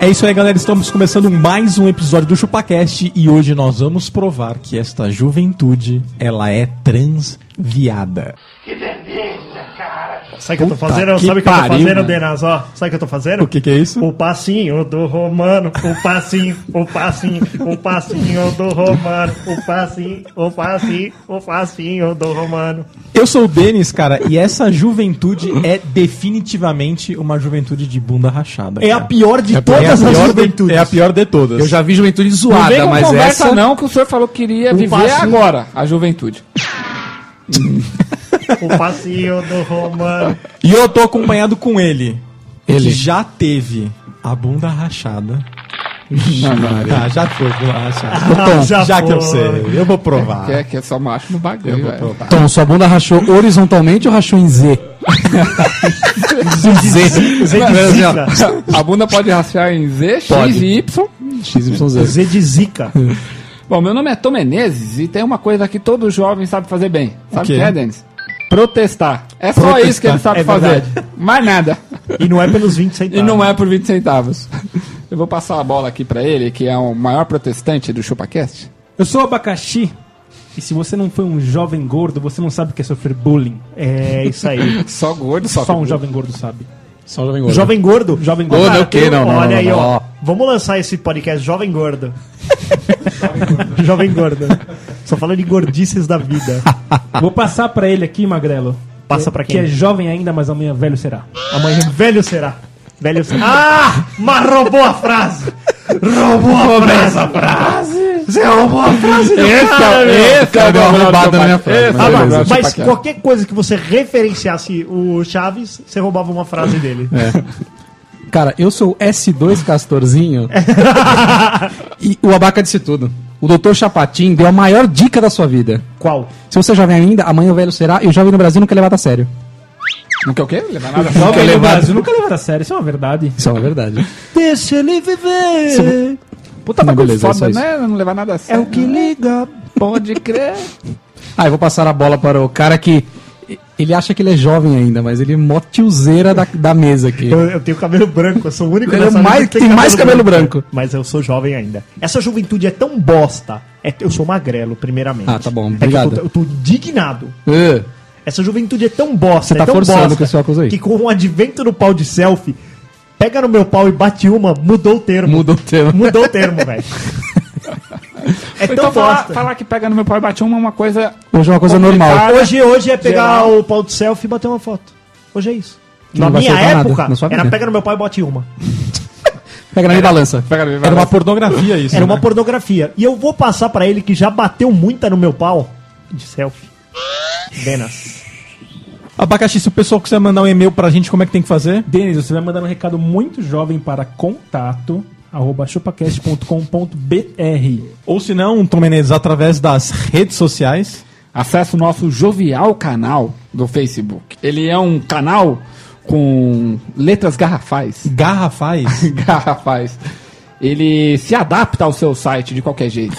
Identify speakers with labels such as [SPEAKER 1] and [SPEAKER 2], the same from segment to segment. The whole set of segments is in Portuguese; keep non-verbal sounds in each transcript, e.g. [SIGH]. [SPEAKER 1] É isso aí, galera. Estamos começando mais um episódio do ChupaCast e hoje nós vamos provar que esta juventude ela é transviada.
[SPEAKER 2] Que delícia, cara!
[SPEAKER 3] Sabe o que eu tô
[SPEAKER 1] Puta
[SPEAKER 3] fazendo?
[SPEAKER 1] que
[SPEAKER 3] Sabe o que eu tô
[SPEAKER 1] pariu,
[SPEAKER 3] fazendo,
[SPEAKER 1] mano.
[SPEAKER 3] Denas? Ó, sabe o que eu tô fazendo?
[SPEAKER 1] O que que é isso?
[SPEAKER 3] O passinho do Romano, o passinho, o passinho, o passinho do Romano, o passinho, o passinho, o passinho do Romano.
[SPEAKER 1] Eu sou o Denis, cara, e essa juventude é definitivamente uma juventude de bunda rachada.
[SPEAKER 4] É a
[SPEAKER 1] cara.
[SPEAKER 4] pior de todas
[SPEAKER 1] É a
[SPEAKER 4] as
[SPEAKER 1] pior de-
[SPEAKER 4] juventudes.
[SPEAKER 1] É a pior de todas.
[SPEAKER 4] Eu já vi juventude
[SPEAKER 5] Não vem
[SPEAKER 4] zoada,
[SPEAKER 5] com
[SPEAKER 4] mas
[SPEAKER 5] conversa
[SPEAKER 4] essa
[SPEAKER 5] não, que o senhor falou que queria viver
[SPEAKER 4] passo-
[SPEAKER 5] agora a juventude.
[SPEAKER 3] O passinho do Romano.
[SPEAKER 1] E eu tô acompanhado com ele.
[SPEAKER 4] Ele.
[SPEAKER 1] Que já teve a bunda rachada.
[SPEAKER 5] Não, não.
[SPEAKER 1] Tá, já foi bunda rachada.
[SPEAKER 3] Ah, já
[SPEAKER 1] já que eu
[SPEAKER 3] foi.
[SPEAKER 1] sei, eu vou provar.
[SPEAKER 5] Que é, que é só macho no bagulho, velho.
[SPEAKER 4] Tom, sua bunda rachou horizontalmente ou rachou em Z? Z.
[SPEAKER 3] Z de zica.
[SPEAKER 5] [LAUGHS] A bunda pode rachar em Z, X
[SPEAKER 4] Pode.
[SPEAKER 5] e Y.
[SPEAKER 4] XYZ.
[SPEAKER 3] Z de zica.
[SPEAKER 5] Bom, meu nome é Tom Menezes e tem uma coisa que todo jovem sabe fazer bem. Sabe o
[SPEAKER 1] quê?
[SPEAKER 5] que é, Denis? Protestar. É só
[SPEAKER 1] Protestar,
[SPEAKER 5] isso que ele sabe
[SPEAKER 3] é
[SPEAKER 5] fazer.
[SPEAKER 3] verdade.
[SPEAKER 5] Mais nada.
[SPEAKER 3] E não é pelos 20
[SPEAKER 5] E
[SPEAKER 3] centavos.
[SPEAKER 5] não é por 20 centavos. Eu vou passar a bola aqui pra ele, que é o maior protestante do ChupaCast.
[SPEAKER 6] Eu sou o abacaxi. E se você não foi um jovem gordo, você não sabe o que é sofrer bullying.
[SPEAKER 3] É isso
[SPEAKER 1] [LAUGHS]
[SPEAKER 3] aí.
[SPEAKER 5] Só gordo, só,
[SPEAKER 6] Só um
[SPEAKER 5] gordo.
[SPEAKER 6] jovem gordo sabe.
[SPEAKER 4] Só jovem gordo.
[SPEAKER 3] Jovem gordo.
[SPEAKER 6] Jovem gordo.
[SPEAKER 4] Gordo
[SPEAKER 3] Cara,
[SPEAKER 4] é o quê?
[SPEAKER 3] eu-
[SPEAKER 4] Não, não,
[SPEAKER 3] Olha
[SPEAKER 4] não,
[SPEAKER 3] aí,
[SPEAKER 4] não,
[SPEAKER 3] ó.
[SPEAKER 4] não.
[SPEAKER 3] Vamos lançar esse podcast Jovem
[SPEAKER 1] [LAUGHS]
[SPEAKER 3] Gordo. Jovem Gordo. Só falando de gordices da
[SPEAKER 1] [LAUGHS]
[SPEAKER 3] vida.
[SPEAKER 6] Vou passar pra ele aqui, magrelo.
[SPEAKER 3] Ah. Passa
[SPEAKER 6] Que-
[SPEAKER 3] pra
[SPEAKER 6] Que é
[SPEAKER 3] quem?
[SPEAKER 6] jovem ainda, mas amanhã velho será.
[SPEAKER 3] Amanhã velho será. Velho será. Ah! Mas roubou a frase! Roubou a frase! Essa frase! Você roubou a frase do
[SPEAKER 5] Esse
[SPEAKER 3] cara, meu.
[SPEAKER 5] é, esse é o
[SPEAKER 4] Deu uma
[SPEAKER 5] maior
[SPEAKER 4] roubada
[SPEAKER 5] do
[SPEAKER 4] na minha
[SPEAKER 5] ChupaCast.
[SPEAKER 4] frase, tipo
[SPEAKER 5] Esse é
[SPEAKER 4] mas
[SPEAKER 3] Ah, mas-
[SPEAKER 5] o
[SPEAKER 4] beleza.
[SPEAKER 5] maior do
[SPEAKER 3] mas
[SPEAKER 5] ChupaCast.
[SPEAKER 3] qualquer coisa que você referenciasse o Chaves, você roubava uma frase dele.
[SPEAKER 4] É. Cara, eu sou o S2
[SPEAKER 3] [LAUGHS]
[SPEAKER 4] Castorzinho e o Abaca disse tudo. O doutor Chapatin deu a maior dica da sua vida.
[SPEAKER 3] Qual?
[SPEAKER 4] Se você é jovem ainda, amanhã o velho será e o jovem no Brasil nunca é levado a sério.
[SPEAKER 5] Não quer o quê? Levar nada.
[SPEAKER 4] Nunca é
[SPEAKER 6] Jovem no
[SPEAKER 4] levado-
[SPEAKER 6] Brasil nunca levado a sério, isso é uma verdade.
[SPEAKER 4] Isso é uma verdade.
[SPEAKER 3] Deixa ele viver! tá
[SPEAKER 5] Puta bagulho
[SPEAKER 4] Beleza, é só
[SPEAKER 5] foda,
[SPEAKER 4] isso.
[SPEAKER 5] né? Não levar nada a sério.
[SPEAKER 3] É o que liga.
[SPEAKER 5] Pode crer.
[SPEAKER 4] Ah, eu vou passar a bola para o cara que. Ele acha que ele é jovem ainda, mas ele é mó tiozeira da, da mesa aqui.
[SPEAKER 3] Eu, eu tenho cabelo branco, eu sou o único
[SPEAKER 4] Ele é
[SPEAKER 3] nessa
[SPEAKER 4] mais-
[SPEAKER 3] mesa que
[SPEAKER 4] tem mais cabelo branco.
[SPEAKER 3] Mas eu sou jovem ainda. Essa juventude é tão bosta. É- eu sou magrelo, primeiramente.
[SPEAKER 4] Ah, tá bom,
[SPEAKER 3] É que eu tô-
[SPEAKER 4] obrigado.
[SPEAKER 3] eu, tô, indignado.
[SPEAKER 4] Ah,
[SPEAKER 3] Essa juventude é tão bosta.
[SPEAKER 4] Você tá
[SPEAKER 3] é tão
[SPEAKER 4] forçando
[SPEAKER 3] bosta,
[SPEAKER 4] com esse óculos aí.
[SPEAKER 3] Que com o advento do pau de selfie, pega no meu pau e bate uma, mudou o termo.
[SPEAKER 4] mudou o tema.
[SPEAKER 3] Mudou o termo,
[SPEAKER 4] [LAUGHS]
[SPEAKER 3] velho. É tão
[SPEAKER 5] Então falar,
[SPEAKER 3] bosta.
[SPEAKER 5] [LAUGHS] falar que pega no meu pai e bate uma é uma coisa.
[SPEAKER 4] Hoje é uma coisa
[SPEAKER 5] complicada.
[SPEAKER 4] normal.
[SPEAKER 3] Hoje, hoje é pegar
[SPEAKER 5] Geral.
[SPEAKER 3] o pau de selfie e bater uma foto. Hoje é isso.
[SPEAKER 4] Que
[SPEAKER 3] Na
[SPEAKER 4] não vai
[SPEAKER 3] minha
[SPEAKER 4] soltar nada
[SPEAKER 3] época,
[SPEAKER 4] na sua
[SPEAKER 3] era
[SPEAKER 4] vida.
[SPEAKER 3] pega no meu pau e bate uma.
[SPEAKER 4] Pega na minha balança.
[SPEAKER 5] Pega no meu
[SPEAKER 1] Era
[SPEAKER 5] pai.
[SPEAKER 1] uma pornografia isso.
[SPEAKER 3] Era
[SPEAKER 1] né?
[SPEAKER 3] uma pornografia. E eu vou passar pra ele que já bateu muita no meu pau de selfie. Denas.
[SPEAKER 1] Abacaxi, se o pessoal quiser mandar um e-mail pra gente, como é que tem que fazer?
[SPEAKER 6] Denis, você vai mandar um recado muito jovem para contato arroba chupacast.com.br
[SPEAKER 1] Ou se não, Tom Menezes, através das redes sociais.
[SPEAKER 5] Acesse o nosso jovial canal do Facebook. Ele é um canal com letras [LAUGHS] garrafais.
[SPEAKER 1] [LAUGHS] Garrafais.
[SPEAKER 5] garrafais. Ele se adapta ao seu site de qualquer jeito.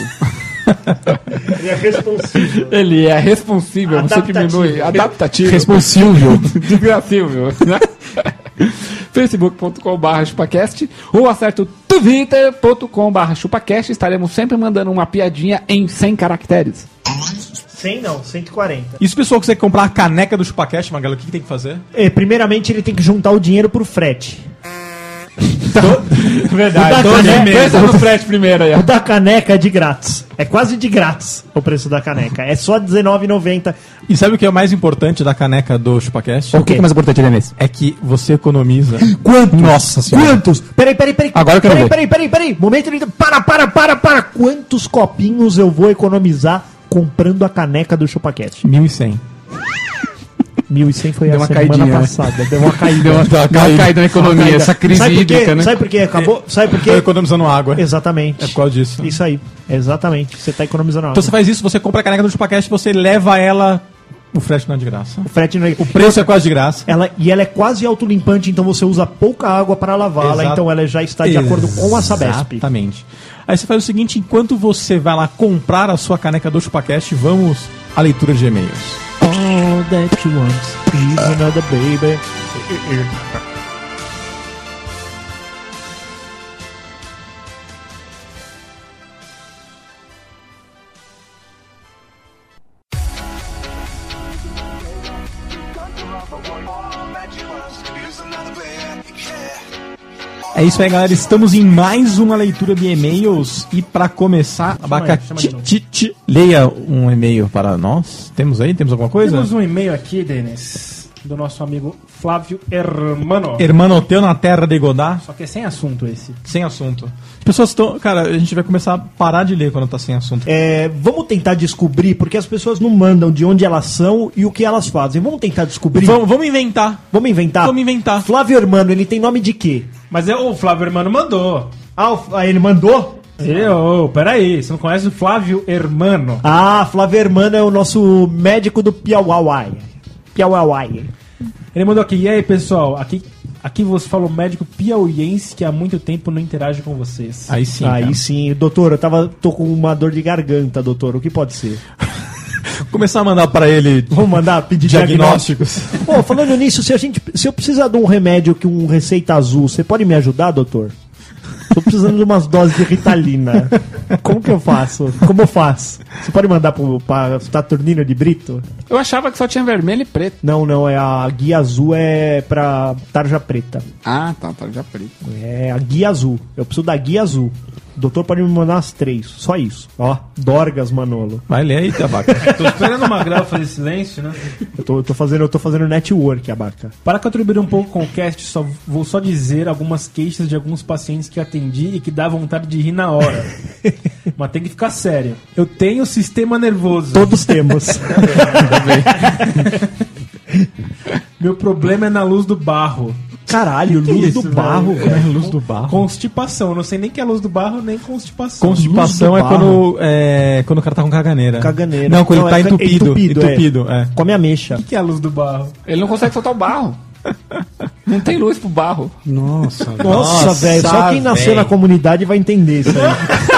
[SPEAKER 3] Ele é [LAUGHS] responsivo.
[SPEAKER 5] Ele é responsível,
[SPEAKER 3] Adaptativo.
[SPEAKER 5] você diminui. Adaptativo.
[SPEAKER 4] Responsível.
[SPEAKER 5] [LAUGHS] Desgracível, né? facebook.com.br chupacast ou acerto twitter.com.br chupacast estaremos sempre mandando uma piadinha em 100 caracteres
[SPEAKER 3] 100 não, 140.
[SPEAKER 1] e se o pessoal quiser comprar a caneca do ChupaCast, Magalo, o que, que tem que fazer?
[SPEAKER 3] É, primeiramente, ele tem que juntar o dinheiro pro frete.
[SPEAKER 1] Verdade.
[SPEAKER 3] Então, né?
[SPEAKER 5] Tá pensa no frete primeiro aí ó.
[SPEAKER 3] O da caneca é de grátis. É quase de grátis o preço da caneca. É só R$19,90.
[SPEAKER 1] E sabe o que é o mais importante da caneca do ChupaCast?
[SPEAKER 4] O que, que é mais importante, Denis?
[SPEAKER 1] É que você [LAUGHS] economiza.
[SPEAKER 4] Quantos? Nossa senhora.
[SPEAKER 3] Quantos? Peraí, peraí, peraí.
[SPEAKER 4] Agora eu quero
[SPEAKER 3] peraí,
[SPEAKER 4] ver.
[SPEAKER 3] peraí, peraí, peraí. Momento de... Para, para, para, para. Quantos copinhos eu vou economizar comprando a caneca do ChupaCast?
[SPEAKER 1] 1.100.
[SPEAKER 6] 1100 foi
[SPEAKER 4] Deu
[SPEAKER 6] a
[SPEAKER 4] uma
[SPEAKER 6] semana
[SPEAKER 4] caidinha, né?
[SPEAKER 6] passada. Deu uma caída.
[SPEAKER 4] Deu uma, deu uma caída na economia,
[SPEAKER 6] caída.
[SPEAKER 4] essa crise
[SPEAKER 3] Sabe por quê?
[SPEAKER 4] hídrica, né?
[SPEAKER 3] Sabe por quê? Acabou? Sabe por quê?
[SPEAKER 1] Tô economizando água.
[SPEAKER 3] Exatamente.
[SPEAKER 1] É por causa
[SPEAKER 4] né?
[SPEAKER 1] disso.
[SPEAKER 3] Isso aí. Exatamente. Você tá economizando água.
[SPEAKER 1] Então você faz isso, você compra a caneca do Chupacast, você leva ela. O frete não é de graça.
[SPEAKER 3] O frete não é-
[SPEAKER 1] O preço é quase de graça.
[SPEAKER 3] Ela, e ela é quase autolimpante, então você usa pouca água para lavá-la,
[SPEAKER 1] Exato.
[SPEAKER 3] então ela já está de acordo com a Sabesp.
[SPEAKER 1] Exatamente. Aí você faz o seguinte: enquanto você vai lá comprar a sua caneca do Chupacast, vamos à leitura de e-mails.
[SPEAKER 3] All that you want is another baby.
[SPEAKER 1] É isso aí, galera. Estamos em mais uma leitura de e-mails. E para começar,
[SPEAKER 6] chama de novo.
[SPEAKER 1] Abacatite, leia um e-mail para nós. Temos aí? Temos alguma coisa?
[SPEAKER 3] é.
[SPEAKER 6] Temos um e-mail aqui, Denis, do nosso amigo Flávio Hermano.
[SPEAKER 3] É.
[SPEAKER 1] Hermano teu na terra de Godá,
[SPEAKER 6] Só que é sem assunto esse.
[SPEAKER 1] sem assunto. As pessoas estão. Cara, a gente vai começar a parar de ler quando tá sem assunto.
[SPEAKER 3] É, vamos tentar descobrir, porque as pessoas não mandam de onde elas são e o que elas fazem. Vamos tentar descobrir.
[SPEAKER 1] Vamos, vamos inventar.
[SPEAKER 3] Vamos inventar?
[SPEAKER 1] Vamos inventar.
[SPEAKER 3] Flávio Hermano, ele tem nome de quê?
[SPEAKER 6] Mas é, o Flávio Hermano mandou.
[SPEAKER 3] Ah, o- ah, ele mandou?
[SPEAKER 6] Ele, ô, Oh, peraí, você não conhece o Flávio Hermano?
[SPEAKER 3] Ah, Flávio Hermano é o nosso médico do Piauauai. Piauauai.
[SPEAKER 6] Ele mandou aqui, e aí pessoal, aqui, aqui vos fala o médico piauiense que há muito tempo não interage com vocês.
[SPEAKER 1] Aí sim. então.
[SPEAKER 3] Aí
[SPEAKER 1] cara.
[SPEAKER 3] sim, doutor, eu tava, tô com uma dor de garganta, doutor. O que pode ser?
[SPEAKER 1] Começar a mandar para ele
[SPEAKER 3] Vamos mandar pedir diagnóstico.
[SPEAKER 1] diagnósticos.
[SPEAKER 3] Pô, falando nisso, se, a gente, se eu precisar de um remédio que um receita azul, você pode me ajudar, doutor? Tô precisando de umas doses de Ritalina. Como que eu faço? Como eu faço? Você pode mandar pro, pra Saturnino de Brito?
[SPEAKER 5] Eu achava que só tinha vermelho e preto.
[SPEAKER 3] Não, não, é a guia azul é pra tarja preta.
[SPEAKER 5] Ah, tá, tá, já preto.
[SPEAKER 3] É a guia azul. Eu preciso da guia azul. O doutor pode me mandar as três, só isso. Ó, Dorgas Manolo.
[SPEAKER 1] Vai ler aí, tabaca.
[SPEAKER 6] Tô esperando uma grava fazer silêncio, né?
[SPEAKER 3] Eu tô, eu tô fazendo, eu tô fazendo network, abaca.
[SPEAKER 6] Para contribuir um pouco com o cast, só, vou só dizer algumas queixas de alguns pacientes que atendi e que dá vontade de rir na [LAUGHS] hora. Mas tem que ficar sério. Eu tenho sistema nervoso.
[SPEAKER 3] Todos temos.
[SPEAKER 6] Meu problema é na luz do barro.
[SPEAKER 3] Caralho, luz
[SPEAKER 6] isso,
[SPEAKER 3] do barro,
[SPEAKER 6] velho?
[SPEAKER 3] velho. É,
[SPEAKER 1] Luz do barro.
[SPEAKER 6] Constipação. Eu Não sei nem que é luz do barro, nem constipação.
[SPEAKER 1] Constipação
[SPEAKER 3] Luz
[SPEAKER 1] é
[SPEAKER 3] do barro.
[SPEAKER 1] quando, é quando o cara tá com caganeira.
[SPEAKER 3] Caganeira.
[SPEAKER 1] Não, quando ele tá
[SPEAKER 3] é ca-
[SPEAKER 1] entupido. Entupido,
[SPEAKER 3] é.
[SPEAKER 1] é.
[SPEAKER 3] Come ameixa.
[SPEAKER 6] O que que é a luz do barro?
[SPEAKER 5] Ele não consegue soltar o barro. Não tem luz pro barro.
[SPEAKER 4] Nossa, velho.
[SPEAKER 3] Nossa,
[SPEAKER 1] Nossa,
[SPEAKER 3] velho. Só quem nasceu
[SPEAKER 1] velho.
[SPEAKER 3] na comunidade vai entender isso aí.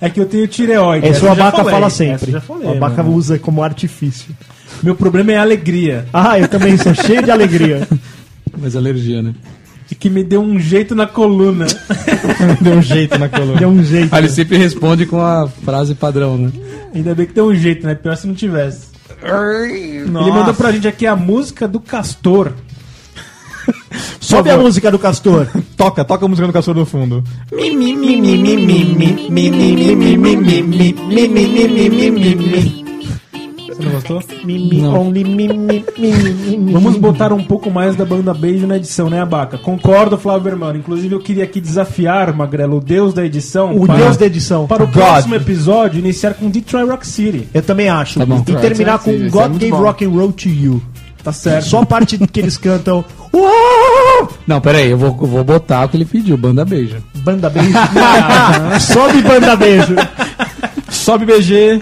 [SPEAKER 6] É que eu tenho tireoide.
[SPEAKER 3] É isso o
[SPEAKER 6] Essa eu já
[SPEAKER 3] Abaca
[SPEAKER 6] falei.
[SPEAKER 3] fala
[SPEAKER 6] Essa eu
[SPEAKER 3] sempre.
[SPEAKER 6] já falei,
[SPEAKER 3] o Abaca
[SPEAKER 6] mano.
[SPEAKER 3] usa como artifício.
[SPEAKER 6] Meu problema é a alegria.
[SPEAKER 3] Ah, eu também sou cheio de alegria.
[SPEAKER 4] Mas alergia, né?
[SPEAKER 6] E que me deu um jeito na coluna.
[SPEAKER 1] Deu um jeito na coluna.
[SPEAKER 3] Deu um jeito.
[SPEAKER 4] Aí Ah, ele sempre responde com a frase padrão, né?
[SPEAKER 6] Ainda bem que deu um jeito, né? Pior se não tivesse.
[SPEAKER 1] Nossa.
[SPEAKER 6] Ele mandou pra gente aqui a música do Castor.
[SPEAKER 3] Sobe a música do Castor.
[SPEAKER 1] Toca, toca a música do cachorro no fundo.
[SPEAKER 6] Você não gostou?
[SPEAKER 3] Mimi, only mimi, mimi.
[SPEAKER 6] Vamos botar um pouco mais da banda Beijo na edição, né, Abaca? Concordo, Flávio Hermano. Inclusive, eu queria aqui desafiar, Magrelo, o deus da edição.
[SPEAKER 3] O deus da edição.
[SPEAKER 6] Para o
[SPEAKER 1] God.
[SPEAKER 6] próximo episódio, iniciar com Detroit Rock City.
[SPEAKER 3] Eu também acho.
[SPEAKER 4] Tá bom.
[SPEAKER 3] e terminar com
[SPEAKER 5] Isso é
[SPEAKER 3] God
[SPEAKER 5] muito
[SPEAKER 3] Gave
[SPEAKER 5] bom.
[SPEAKER 3] Rock and Roll to You.
[SPEAKER 6] Tá certo.
[SPEAKER 3] Só a parte que eles cantam. Uou!
[SPEAKER 4] Não, peraí, eu vou, eu vou botar o que ele pediu, banda beijo.
[SPEAKER 3] Banda beijo. Sobe banda beijo.
[SPEAKER 1] Sobe BG.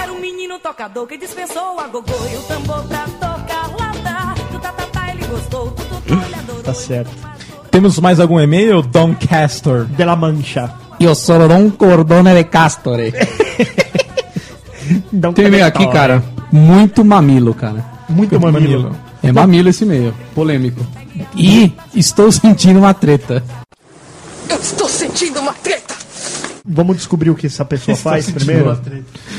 [SPEAKER 7] Era um menino tocador que dispensou a gogô e o tambor pra tocar lata. Do tatatá ele gostou, do tutô ele adorou.
[SPEAKER 3] Tá certo.
[SPEAKER 1] Temos mais algum e-mail? Doncaster.
[SPEAKER 3] De la Mancha.
[SPEAKER 4] Eu sou Don Cordone de Castore.
[SPEAKER 3] Então,
[SPEAKER 4] Tem e-mail aqui, cara. Muito mamilo, cara.
[SPEAKER 3] Muito mamilo.
[SPEAKER 4] É mamilo esse e-mail. Polêmico. E estou [LAUGHS] sentindo uma treta.
[SPEAKER 8] Eu estou sentindo uma treta!
[SPEAKER 3] Vamos descobrir o que essa pessoa faz primeiro.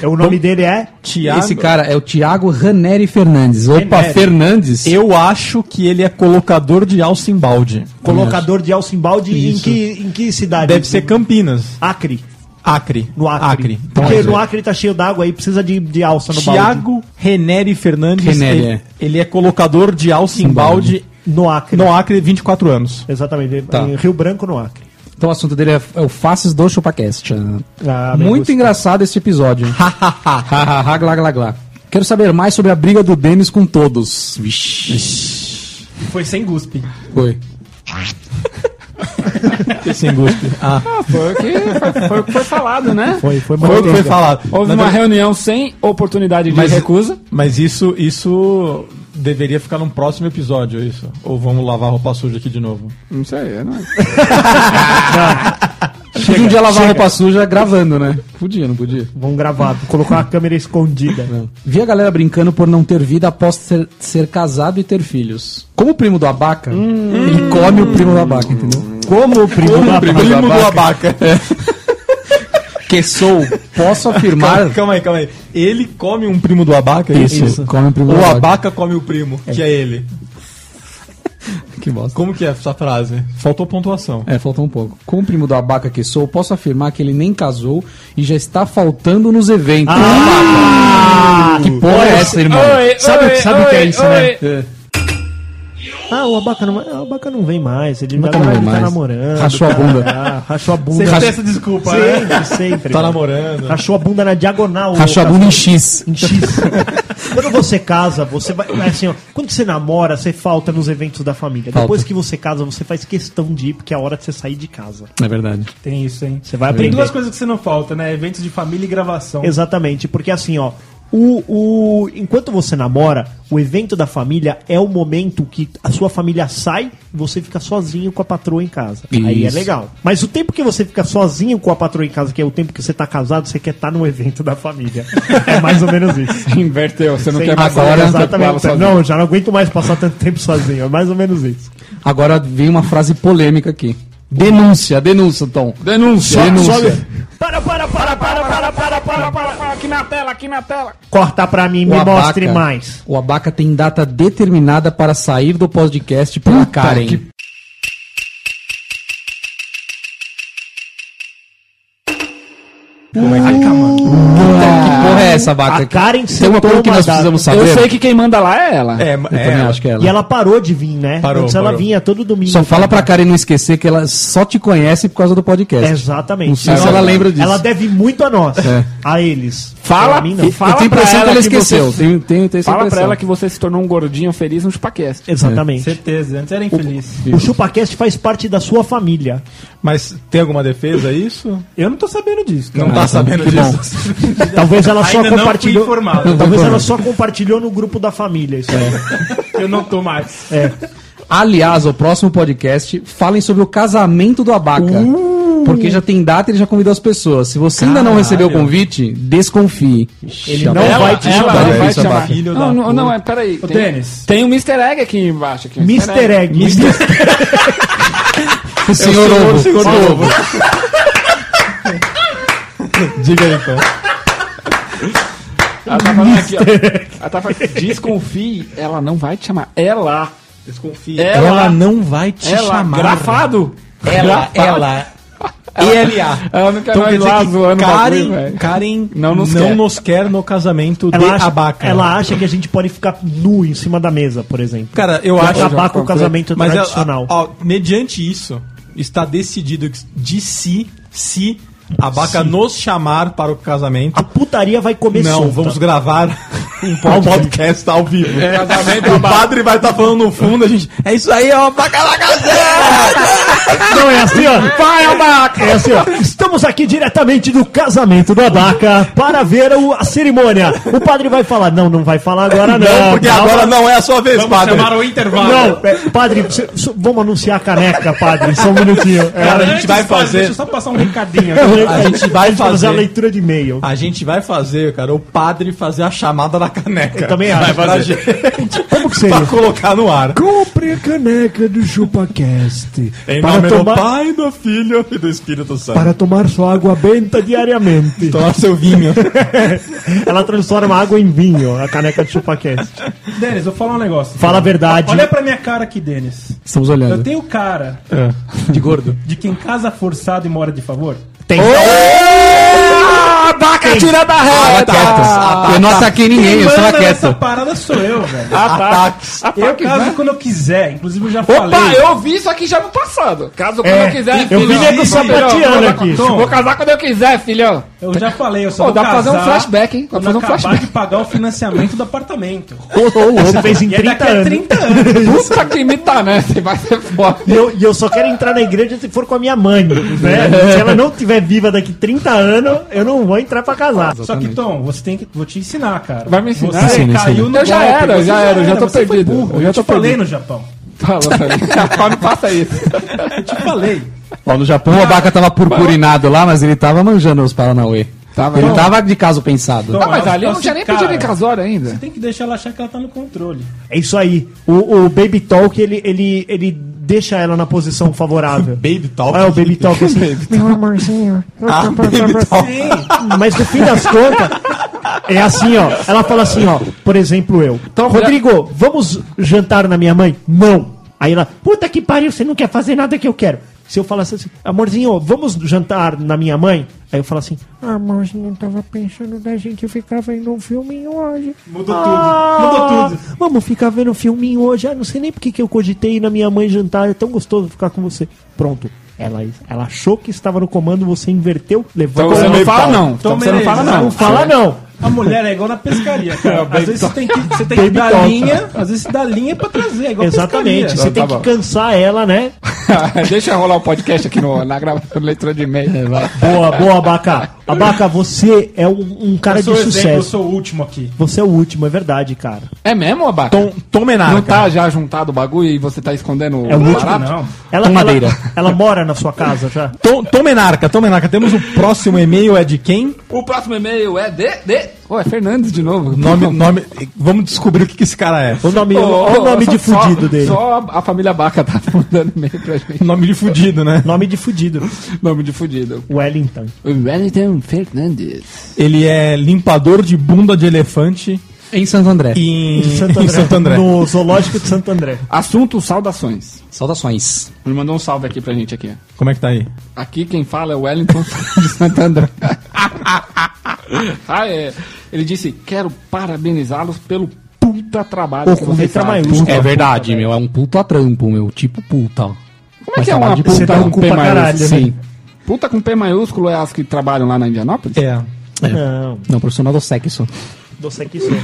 [SPEAKER 3] É, o nome dele é.
[SPEAKER 1] Tiago.
[SPEAKER 4] Esse cara é o Thiago Raneri Fernandes. Opa,
[SPEAKER 3] Raneri.
[SPEAKER 4] Fernandes?
[SPEAKER 1] Eu acho que ele é colocador de alça em balde.
[SPEAKER 3] Colocador de Alcimbalde em
[SPEAKER 4] Isso.
[SPEAKER 3] que, em que cidade?
[SPEAKER 1] Deve ser Campinas.
[SPEAKER 3] Acre.
[SPEAKER 1] Acre.
[SPEAKER 3] No Acre.
[SPEAKER 1] Então,
[SPEAKER 3] Porque
[SPEAKER 1] quer
[SPEAKER 3] no
[SPEAKER 1] dizer,
[SPEAKER 3] Acre tá cheio d'água aí, precisa de, de alça no balde.
[SPEAKER 1] Tiago Reneri Fernandes.
[SPEAKER 4] Reneri,
[SPEAKER 1] ele,
[SPEAKER 4] é.
[SPEAKER 1] ele é colocador de alça em balde
[SPEAKER 3] No Acre.
[SPEAKER 1] no Acre, 24 anos.
[SPEAKER 3] Exatamente.
[SPEAKER 4] Tá.
[SPEAKER 3] Em Rio Branco, no Acre.
[SPEAKER 4] Então o assunto dele é, é o Faces do Chupacast.
[SPEAKER 3] Ah, bem
[SPEAKER 4] Muito
[SPEAKER 3] gostoso.
[SPEAKER 4] engraçado esse episódio. Hahaha, glá, glá, glá. Quero saber mais sobre a briga do Denis com todos. Vixe.
[SPEAKER 6] Foi sem guspe.
[SPEAKER 4] Foi.
[SPEAKER 1] Sem gosto. Ah,
[SPEAKER 5] Foi o que foi, foi, o que foi falado, né?
[SPEAKER 3] Foi, foi
[SPEAKER 1] foi o que foi
[SPEAKER 3] falar.
[SPEAKER 1] falado.
[SPEAKER 5] Houve
[SPEAKER 1] Na
[SPEAKER 5] uma
[SPEAKER 1] verdade-
[SPEAKER 5] reunião sem oportunidade de
[SPEAKER 1] Mas-
[SPEAKER 5] recusa.
[SPEAKER 1] Mas isso, isso deveria ficar num próximo episódio, isso? Ou vamos lavar roupa suja aqui de novo?
[SPEAKER 5] Não sei, não é.
[SPEAKER 4] Podia um dia lavar roupa suja gravando, né? Podia, não podia?
[SPEAKER 3] Vamos gravar, colocar a câmera escondida.
[SPEAKER 4] Vi a galera brincando por não ter vida após ser, ser casado e ter filhos. Como o primo do abaca, ele come o primo do abaca, entendeu?
[SPEAKER 3] Como o
[SPEAKER 4] Um
[SPEAKER 3] primo da
[SPEAKER 1] Primo do abaca.
[SPEAKER 4] Que sou, posso
[SPEAKER 1] [LAUGHS]
[SPEAKER 4] afirmar.
[SPEAKER 1] Calma aí, calma aí. Ele come um primo do abaca? é
[SPEAKER 4] come o primo do
[SPEAKER 1] Ou o
[SPEAKER 4] abaca.
[SPEAKER 1] abaca come o primo, que é ele.
[SPEAKER 4] Que bosta.
[SPEAKER 1] Como que é essa frase? Faltou pontuação.
[SPEAKER 4] É, faltou um pouco. Como o primo do abaca que sou, posso afirmar que ele nem casou e já está faltando nos eventos. Ah! Que porra é essa, irmão?
[SPEAKER 3] Sabe, sabe o que é isso, né?
[SPEAKER 4] É.
[SPEAKER 3] Ah, o abaca não, ah, o abaca não vem mais. Ele já
[SPEAKER 4] Abaca não
[SPEAKER 3] ele
[SPEAKER 4] vem
[SPEAKER 3] tá
[SPEAKER 4] mais.
[SPEAKER 3] namorando.
[SPEAKER 4] Rachou a bunda.
[SPEAKER 3] [LAUGHS] Ah, rachou a bunda.
[SPEAKER 1] Sempre tem essa desculpa, né?
[SPEAKER 3] Sempre, sempre.
[SPEAKER 1] Tá namorando.
[SPEAKER 3] Rachou a bunda na diagonal.
[SPEAKER 4] Rachou a bunda em X.
[SPEAKER 3] em X. [LAUGHS] Quando você casa, você vai. é Assim, ó, quando você namora, você falta nos eventos da família.
[SPEAKER 4] Falta.
[SPEAKER 3] Depois que você casa, você faz questão de ir, porque é a hora de você sair de casa.
[SPEAKER 4] É verdade.
[SPEAKER 6] Tem isso, hein?
[SPEAKER 3] Você vai
[SPEAKER 6] Tem
[SPEAKER 3] aprender.
[SPEAKER 6] duas coisas que você não falta, né? Eventos de família e gravação.
[SPEAKER 3] Exatamente, porque assim, ó. O, o, enquanto você namora, o evento da família é o momento que a sua família sai e você fica sozinho com a patroa em casa. Aí é
[SPEAKER 4] Isso.
[SPEAKER 3] legal. Mas o tempo que você fica sozinho com a patroa em casa, que é o tempo que você tá casado, você quer estar no evento da família. [LAUGHS] É mais ou menos isso.
[SPEAKER 5] [LAUGHS] Inverteu, você não
[SPEAKER 3] Você
[SPEAKER 5] quer mais
[SPEAKER 4] agora-
[SPEAKER 5] agora.
[SPEAKER 3] exatamente. Não, já não aguento mais passar tanto tempo sozinho. É mais ou menos isso.
[SPEAKER 4] Agora vem uma frase polêmica aqui. Denúncia, denúncia, Tom.
[SPEAKER 5] Denúncia.
[SPEAKER 4] denúncia.
[SPEAKER 3] Para, para, para, para, para, para, para, para.
[SPEAKER 5] Aqui na tela, aqui na tela.
[SPEAKER 3] Corta pra mim,
[SPEAKER 4] O
[SPEAKER 3] me
[SPEAKER 4] abaca-
[SPEAKER 3] mostre mais.
[SPEAKER 4] O Abaca tem data determinada para sair do podcast pela Karen.
[SPEAKER 5] que-
[SPEAKER 4] é que porra é essa, Abaca?
[SPEAKER 3] A Karen
[SPEAKER 4] tem uma
[SPEAKER 3] sentou
[SPEAKER 4] coisa que nós
[SPEAKER 3] data.
[SPEAKER 4] precisamos
[SPEAKER 1] Tá
[SPEAKER 5] Eu
[SPEAKER 4] saber.
[SPEAKER 5] sei que quem manda lá é ela.
[SPEAKER 1] É,
[SPEAKER 4] Eu também acho que é ela.
[SPEAKER 3] E ela parou de vir, né?
[SPEAKER 1] Parou,
[SPEAKER 3] Antes ela
[SPEAKER 1] parou.
[SPEAKER 3] vinha todo domingo.
[SPEAKER 4] Só fala pra Karen não esquecer que ela só te conhece por causa do podcast.
[SPEAKER 3] Exatamente.
[SPEAKER 4] Não sei se
[SPEAKER 3] Ela-
[SPEAKER 4] ela lembra disso.
[SPEAKER 3] Ela deve muito a nós,
[SPEAKER 4] É.
[SPEAKER 3] a eles.
[SPEAKER 5] Fala,
[SPEAKER 3] a mim não.
[SPEAKER 5] fala
[SPEAKER 4] eu tenho a impressão
[SPEAKER 5] pra
[SPEAKER 4] que
[SPEAKER 5] ela
[SPEAKER 4] ela
[SPEAKER 5] que
[SPEAKER 4] esqueceu.
[SPEAKER 5] você-
[SPEAKER 4] Tenho, tenho, tenho essa
[SPEAKER 5] Fala pra
[SPEAKER 4] é impressão.
[SPEAKER 5] ela que você se tornou um gordinho feliz no chupacast.
[SPEAKER 4] É,
[SPEAKER 3] Exatamente.
[SPEAKER 6] Certeza. Antes era infeliz.
[SPEAKER 3] O ChupaCast faz parte da sua família.
[SPEAKER 1] Mas tem alguma defesa a isso?
[SPEAKER 6] Eu não tô sabendo disso.
[SPEAKER 1] Não tá sabendo
[SPEAKER 4] que bom.
[SPEAKER 1] disso.
[SPEAKER 4] [LAUGHS]
[SPEAKER 3] Talvez ela só
[SPEAKER 6] Ainda não fui
[SPEAKER 3] compartilhou.
[SPEAKER 6] informado.
[SPEAKER 3] Talvez ela só compartilhou no grupo da família. Isso aí.
[SPEAKER 4] É.
[SPEAKER 6] Eu não tô mais.
[SPEAKER 4] Aliás, o próximo podcast, falem sobre o casamento do Abaca. Porque já tem data e ele já convidou as pessoas. Se você ainda não recebeu o convite, desconfie. Ele
[SPEAKER 3] não vai te
[SPEAKER 5] ela
[SPEAKER 3] chamar.
[SPEAKER 5] vai
[SPEAKER 1] Vai
[SPEAKER 5] te
[SPEAKER 1] chamar.
[SPEAKER 5] chamar.
[SPEAKER 1] Filho
[SPEAKER 5] Não,
[SPEAKER 1] da
[SPEAKER 5] não, não, é, peraí. Tem,
[SPEAKER 6] Denis.
[SPEAKER 5] tem um Mr. Egg aqui embaixo. Aqui, um
[SPEAKER 3] Mr. Egg.
[SPEAKER 4] O senhor Ovo.
[SPEAKER 1] Diga aí, então.
[SPEAKER 5] Ela tá falando aqui, ó. Ela tá falando, desconfie, ela não vai te chamar. Ela.
[SPEAKER 1] Desconfia.
[SPEAKER 5] Ela,
[SPEAKER 1] não vai te
[SPEAKER 5] ela, Grafado.
[SPEAKER 1] Ela, ela. ELA.
[SPEAKER 5] Ela não quer
[SPEAKER 1] Então
[SPEAKER 5] mais
[SPEAKER 1] quer
[SPEAKER 5] ir lá
[SPEAKER 1] dizer que
[SPEAKER 5] zoando o bagulho,
[SPEAKER 1] Karen,
[SPEAKER 5] velho.
[SPEAKER 1] Karen
[SPEAKER 5] Não nos quer.
[SPEAKER 1] quer no casamento de
[SPEAKER 3] Ela acha,
[SPEAKER 1] abaca. né?
[SPEAKER 3] ela acha que a gente pode ficar nu em cima da mesa, por exemplo.
[SPEAKER 1] Cara, eu
[SPEAKER 3] Ela
[SPEAKER 1] acho...
[SPEAKER 3] abaca o casamento
[SPEAKER 1] Mas ela-
[SPEAKER 3] tradicional.
[SPEAKER 1] ó, mediante isso, está decidido que de si, se abaca nos chamar para o casamento...
[SPEAKER 3] a putaria vai comer
[SPEAKER 1] Não,
[SPEAKER 3] solta.
[SPEAKER 1] vamos [LAUGHS] gravar um podcast, ao vivo.
[SPEAKER 5] Casamento
[SPEAKER 1] É. o padre vai estar falando no fundo, a gente. É isso aí, ó, pra
[SPEAKER 3] Não, é assim, ó. Vai, Abaca! É assim, ó. Estamos aqui diretamente do casamento do Abaca para ver o- a cerimônia. O padre vai falar. Não, não vai falar agora, não.
[SPEAKER 1] Porque
[SPEAKER 3] Calma.
[SPEAKER 1] agora não é a sua vez, padre.
[SPEAKER 6] o intervalo.
[SPEAKER 3] Não, é, padre, cê- so- vamos anunciar a caneca, padre. Só um minutinho. É,
[SPEAKER 1] Cara, a gente vai
[SPEAKER 6] Antes,
[SPEAKER 1] fazer.
[SPEAKER 6] Deixa eu só passar
[SPEAKER 3] [LAUGHS]
[SPEAKER 6] um recadinho.
[SPEAKER 1] A gente vai
[SPEAKER 3] a
[SPEAKER 1] fazer.
[SPEAKER 3] leitura de e-mail.
[SPEAKER 1] A gente vai fazer, cara, o padre fazer a chamada da caneca. Eu
[SPEAKER 3] também acho.
[SPEAKER 1] Pra, gente,
[SPEAKER 3] Como que
[SPEAKER 1] pra
[SPEAKER 3] seria?
[SPEAKER 1] colocar no ar.
[SPEAKER 3] Compre a caneca do ChupaCast.
[SPEAKER 1] Em
[SPEAKER 3] Para
[SPEAKER 1] nome
[SPEAKER 3] tomar-
[SPEAKER 1] do Pai, do Filho e do Espírito Santo.
[SPEAKER 3] Para tomar sua água benta diariamente.
[SPEAKER 1] Tomar seu [LAUGHS] vinho.
[SPEAKER 3] Ela transforma água em vinho, a caneca do ChupaCast.
[SPEAKER 6] Denis, vou falar um negócio.
[SPEAKER 3] Fala a verdade.
[SPEAKER 6] Olha pra minha cara aqui, Denis.
[SPEAKER 4] Estamos
[SPEAKER 6] Eu
[SPEAKER 4] olhando.
[SPEAKER 6] tenho cara
[SPEAKER 4] De gordo.
[SPEAKER 6] de quem casa forçado e mora de favor?
[SPEAKER 3] Tem.
[SPEAKER 4] Abaca ataquei.
[SPEAKER 5] tira da reta!
[SPEAKER 4] eu não ataquei ninguém, eu estava
[SPEAKER 6] essa
[SPEAKER 4] quieto.
[SPEAKER 6] parada sou eu, velho.
[SPEAKER 5] Ataques.
[SPEAKER 6] Eu
[SPEAKER 5] Ataques,
[SPEAKER 6] caso
[SPEAKER 5] né?
[SPEAKER 6] quando eu quiser, inclusive eu já
[SPEAKER 5] Opa,
[SPEAKER 6] falei.
[SPEAKER 5] eu ouvi isso aqui já no passado. Caso quando
[SPEAKER 3] É,
[SPEAKER 5] eu quiser,
[SPEAKER 3] eu vi
[SPEAKER 5] filhão.
[SPEAKER 3] nego sapateando
[SPEAKER 5] Filhão, vou-
[SPEAKER 3] aqui.
[SPEAKER 5] Vou casar quando eu quiser, filhão.
[SPEAKER 6] Eu, já falei, eu só
[SPEAKER 5] Pô,
[SPEAKER 6] vou
[SPEAKER 5] dá pra fazer um
[SPEAKER 6] casar
[SPEAKER 5] flashback, hein? Dá pra
[SPEAKER 6] quando
[SPEAKER 5] fazer um
[SPEAKER 6] acabar
[SPEAKER 5] flashback.
[SPEAKER 6] de pagar o financiamento do apartamento.
[SPEAKER 3] Você fez em
[SPEAKER 6] E é
[SPEAKER 3] 30
[SPEAKER 6] daqui a
[SPEAKER 3] anos.
[SPEAKER 6] 30 anos.
[SPEAKER 5] Puta que me tá, né? Você vai ser foda.
[SPEAKER 3] E eu, e eu só quero entrar na igreja se for com a minha mãe. Né? Se ela não estiver viva daqui 30 anos, eu não vou entrar pra casar.
[SPEAKER 6] Só que, Tom, você tem que. Vou te ensinar, cara.
[SPEAKER 5] Vai me ensinar?
[SPEAKER 6] Você
[SPEAKER 5] Ensina, ensina.
[SPEAKER 6] caiu no
[SPEAKER 5] Eu já
[SPEAKER 6] golpe,
[SPEAKER 5] era, eu
[SPEAKER 6] você
[SPEAKER 5] já era, eu já tô
[SPEAKER 6] você foi
[SPEAKER 5] perdido.
[SPEAKER 6] burro,
[SPEAKER 5] Eu
[SPEAKER 6] Eu
[SPEAKER 5] já
[SPEAKER 6] já
[SPEAKER 5] tô
[SPEAKER 6] te falei
[SPEAKER 5] perdido.
[SPEAKER 6] no Japão.
[SPEAKER 5] Fala pra mim. Só não faça isso. [LAUGHS]
[SPEAKER 6] Te falei.
[SPEAKER 4] Ó, no Japão o Abaca tava purpurinado lá, mas ele tava manjando os Paranauê.
[SPEAKER 5] Tava,
[SPEAKER 4] ele
[SPEAKER 5] não.
[SPEAKER 4] tava de caso pensado.
[SPEAKER 6] Tom,
[SPEAKER 5] Ah, mas
[SPEAKER 6] ela-
[SPEAKER 5] ali eu
[SPEAKER 6] ela
[SPEAKER 5] não tinha nem
[SPEAKER 6] assim,
[SPEAKER 5] pedido
[SPEAKER 6] cara,
[SPEAKER 5] em casório ainda.
[SPEAKER 6] Você tem que deixar ela achar que ela tá no controle.
[SPEAKER 3] É isso aí. O, o Baby Talk, ele, ele, ele deixa ela na posição favorável.
[SPEAKER 1] Baby Talk.
[SPEAKER 3] Ah, o Baby Talk assim. Meu amorzinho. Mas no fim das contas, é assim, ó. Ela fala assim, ó. Por exemplo, eu. Rodrigo, vamos jantar na minha mãe? Não. Aí ela, puta que pariu, você não quer fazer nada que eu quero. Se eu falasse assim, amorzinho, vamos jantar na minha mãe? Aí eu falo assim, amorzinho, eu tava pensando da gente ficar vendo um filminho hoje. Mudou tudo, mudou tudo. Vamos ficar vendo um filminho hoje. Ah, não sei nem porque que eu cogitei ir na minha mãe jantar, é tão gostoso ficar com você. Pronto. Ela, ela achou que estava no comando, você inverteu, levou
[SPEAKER 5] Então você não fala não.
[SPEAKER 6] Então
[SPEAKER 5] [LAUGHS] Então você não
[SPEAKER 6] beleza.
[SPEAKER 5] fala
[SPEAKER 3] não
[SPEAKER 5] não.
[SPEAKER 3] fala não.
[SPEAKER 6] A mulher é igual na pescaria,
[SPEAKER 5] [LAUGHS]
[SPEAKER 6] cara. Às vezes você tem que, você tem que
[SPEAKER 3] Baby
[SPEAKER 6] dar
[SPEAKER 3] Talk.
[SPEAKER 6] linha, às vezes você dá linha pra trazer, é igual
[SPEAKER 3] Exatamente.
[SPEAKER 5] né?
[SPEAKER 6] pescaria.
[SPEAKER 3] Você
[SPEAKER 5] tá
[SPEAKER 3] tem que cansar ela, né?
[SPEAKER 5] Ah, Deixa eu rolar o podcast aqui no, na gravação [LAUGHS] leitura de e-mail.
[SPEAKER 3] Boa, boa, Abaca. Abaca, você é um, um cara
[SPEAKER 6] Eu
[SPEAKER 3] de
[SPEAKER 6] sou o exemplo, eu
[SPEAKER 3] sucesso.
[SPEAKER 6] sou o último aqui.
[SPEAKER 3] Você é o último, é verdade, cara.
[SPEAKER 5] É mesmo, Abaca?
[SPEAKER 1] Tom, Tom Menarca.
[SPEAKER 5] não tá já juntado o bagulho e você tá escondendo
[SPEAKER 3] É o último,
[SPEAKER 6] Não.
[SPEAKER 3] Ela,
[SPEAKER 4] Tomadeira.
[SPEAKER 3] ela, ela mora na sua casa já?
[SPEAKER 1] Tom, Tom Menarca, Tom Menarca. Temos o próximo e-mail, é de quem?
[SPEAKER 5] O próximo e-mail é de... de... Pô, é Fernandes de novo.
[SPEAKER 1] Nome, nome. Vamos descobrir o que, que esse cara é.
[SPEAKER 3] O nome, o nome de fudido
[SPEAKER 5] só,
[SPEAKER 3] dele.
[SPEAKER 5] Só a família Baca tá [LAUGHS] mandando e-mail pra gente.
[SPEAKER 1] Nome de fudido, né?
[SPEAKER 3] Nome de fudido.
[SPEAKER 5] Nome de fudido.
[SPEAKER 3] Wellington.
[SPEAKER 5] Wellington Fernandes.
[SPEAKER 1] Ele é limpador de bunda de elefante
[SPEAKER 4] Em Santo André.
[SPEAKER 1] em,
[SPEAKER 3] Em Santo André.
[SPEAKER 1] em Santo André.
[SPEAKER 3] No zoológico de Santo André.
[SPEAKER 5] Assunto saudações.
[SPEAKER 4] Saudações.
[SPEAKER 5] Ele mandou um salve aqui pra gente aqui.
[SPEAKER 1] Como é que tá aí?
[SPEAKER 5] Aqui quem fala é o Wellington [LAUGHS] de
[SPEAKER 3] [LAUGHS]
[SPEAKER 5] Santo André. ah, é. Ele disse, quero parabenizá-los pelo puta trabalho
[SPEAKER 3] Pô, com letra
[SPEAKER 5] fazem."
[SPEAKER 3] maiúscula.
[SPEAKER 4] É verdade, meu. É um puta trampo, meu. Tipo puta.
[SPEAKER 5] Como é que é
[SPEAKER 4] Mas
[SPEAKER 5] uma
[SPEAKER 4] trabalho de
[SPEAKER 5] puta
[SPEAKER 3] puta
[SPEAKER 5] com
[SPEAKER 3] com
[SPEAKER 5] P
[SPEAKER 3] pra
[SPEAKER 5] maiúsculo?
[SPEAKER 3] caralho, né?
[SPEAKER 5] Sim. Puta com P maiúsculo é as que trabalham lá na Indianápolis?
[SPEAKER 1] É.
[SPEAKER 3] Não,
[SPEAKER 4] Não, profissional do sexo.
[SPEAKER 3] você que sou.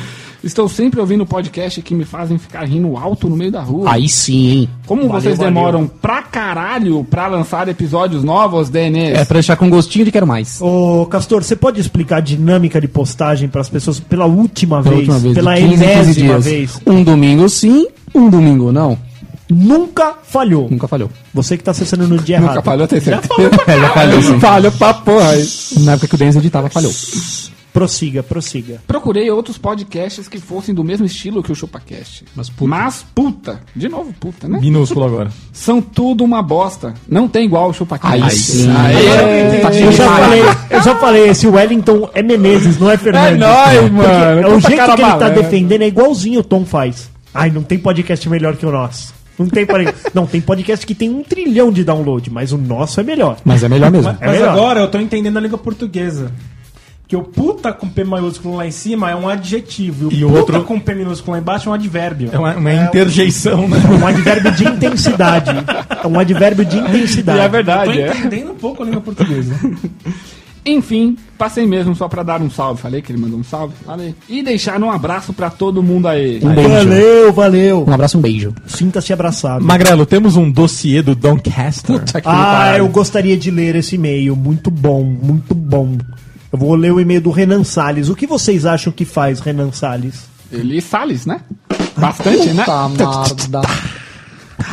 [SPEAKER 5] Estou sempre ouvindo podcast que me fazem ficar rindo alto no meio da rua.
[SPEAKER 4] Aí sim, hein.
[SPEAKER 5] Como vocês demoram pra caralho pra lançar episódios novos, DNS?
[SPEAKER 4] É pra deixar com gostinho de quero mais.
[SPEAKER 3] Ô, Castor, você pode explicar a dinâmica de postagem para as pessoas pela última
[SPEAKER 4] Pela
[SPEAKER 3] vez?
[SPEAKER 4] última vez,
[SPEAKER 3] pela
[SPEAKER 4] de 15 em 15
[SPEAKER 3] enésima
[SPEAKER 4] dias.
[SPEAKER 3] vez.
[SPEAKER 4] Um domingo sim, um domingo não.
[SPEAKER 3] Nunca falhou.
[SPEAKER 4] Nunca falhou.
[SPEAKER 3] Você que tá acessando no dia
[SPEAKER 5] Nunca
[SPEAKER 3] errado.
[SPEAKER 5] falhou, tem certeza?
[SPEAKER 4] Ela falhou sim.
[SPEAKER 5] Falhou pra porra. aí.
[SPEAKER 4] Na época que o Denzel editava, falhou.
[SPEAKER 3] Prossiga, prossiga.
[SPEAKER 5] [LAUGHS] Procurei outros podcasts que fossem do mesmo estilo que o ChupaCast.
[SPEAKER 4] Mas puta.
[SPEAKER 5] Mas puta. De novo, puta, né?
[SPEAKER 1] Minúsculo agora.
[SPEAKER 5] São tudo uma bosta. Não tem igual o ChupaCast.
[SPEAKER 4] Aí sim.
[SPEAKER 5] Tá
[SPEAKER 3] Eu já
[SPEAKER 5] demais.
[SPEAKER 3] falei, eu já falei, esse Wellington é Menezes, não é Fernandes.
[SPEAKER 5] nóis,
[SPEAKER 3] Porque
[SPEAKER 5] mano.
[SPEAKER 3] É o
[SPEAKER 5] Puta
[SPEAKER 3] jeito
[SPEAKER 5] cara
[SPEAKER 3] que ele tá
[SPEAKER 5] malandro.
[SPEAKER 3] defendendo é igualzinho o Tom faz. Ai, não tem podcast melhor que o nosso. Não tem podcast. não, tem podcast que tem um trilhão de download, mas o nosso é melhor.
[SPEAKER 4] Mas é melhor mesmo.
[SPEAKER 3] É
[SPEAKER 6] Mas
[SPEAKER 3] melhor.
[SPEAKER 6] agora eu tô entendendo a língua portuguesa. Que o puta com P maiúsculo lá em cima é um adjetivo. E o,
[SPEAKER 1] E o
[SPEAKER 6] puta
[SPEAKER 1] outro-
[SPEAKER 6] com P minúsculo lá embaixo é um advérbio.
[SPEAKER 1] É uma, uma interjeição, né?
[SPEAKER 3] É um advérbio de intensidade. É [LAUGHS] um advérbio de intensidade.
[SPEAKER 5] É
[SPEAKER 6] Tô
[SPEAKER 5] verdade, é.
[SPEAKER 6] entendendo um pouco a língua portuguesa.
[SPEAKER 5] Enfim, passei mesmo só pra dar um salve. Falei que ele mandou um salve? Falei. E deixar um abraço pra todo mundo aí.
[SPEAKER 4] Um beijo.
[SPEAKER 3] Valeu, valeu.
[SPEAKER 4] Um abraço, um beijo.
[SPEAKER 3] Sinta-se abraçado.
[SPEAKER 1] Magrelo, temos um dossiê do Doncaster.
[SPEAKER 3] Ah, eu gostaria de ler esse e-mail. Muito bom, muito bom. Eu vou ler o e-mail do Renan Salles. O que vocês acham que faz Renan Salles?
[SPEAKER 5] Ele e Salles, né? Bastante, né? [LAUGHS]
[SPEAKER 4] merda.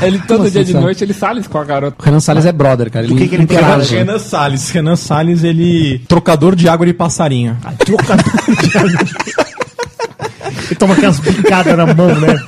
[SPEAKER 5] Ele todo
[SPEAKER 4] Como
[SPEAKER 5] dia
[SPEAKER 4] assim,
[SPEAKER 5] de
[SPEAKER 4] sabe?
[SPEAKER 5] noite ele Salles com a garota.
[SPEAKER 4] O Renan Salles é brother, cara.
[SPEAKER 3] Do que que ele
[SPEAKER 4] interage.
[SPEAKER 3] trabalha?
[SPEAKER 1] Renan Salles. Renan Salles, ele. Trocador de água de passarinho.
[SPEAKER 3] Trocador de água. Ele toma aquelas picadas na mão, né?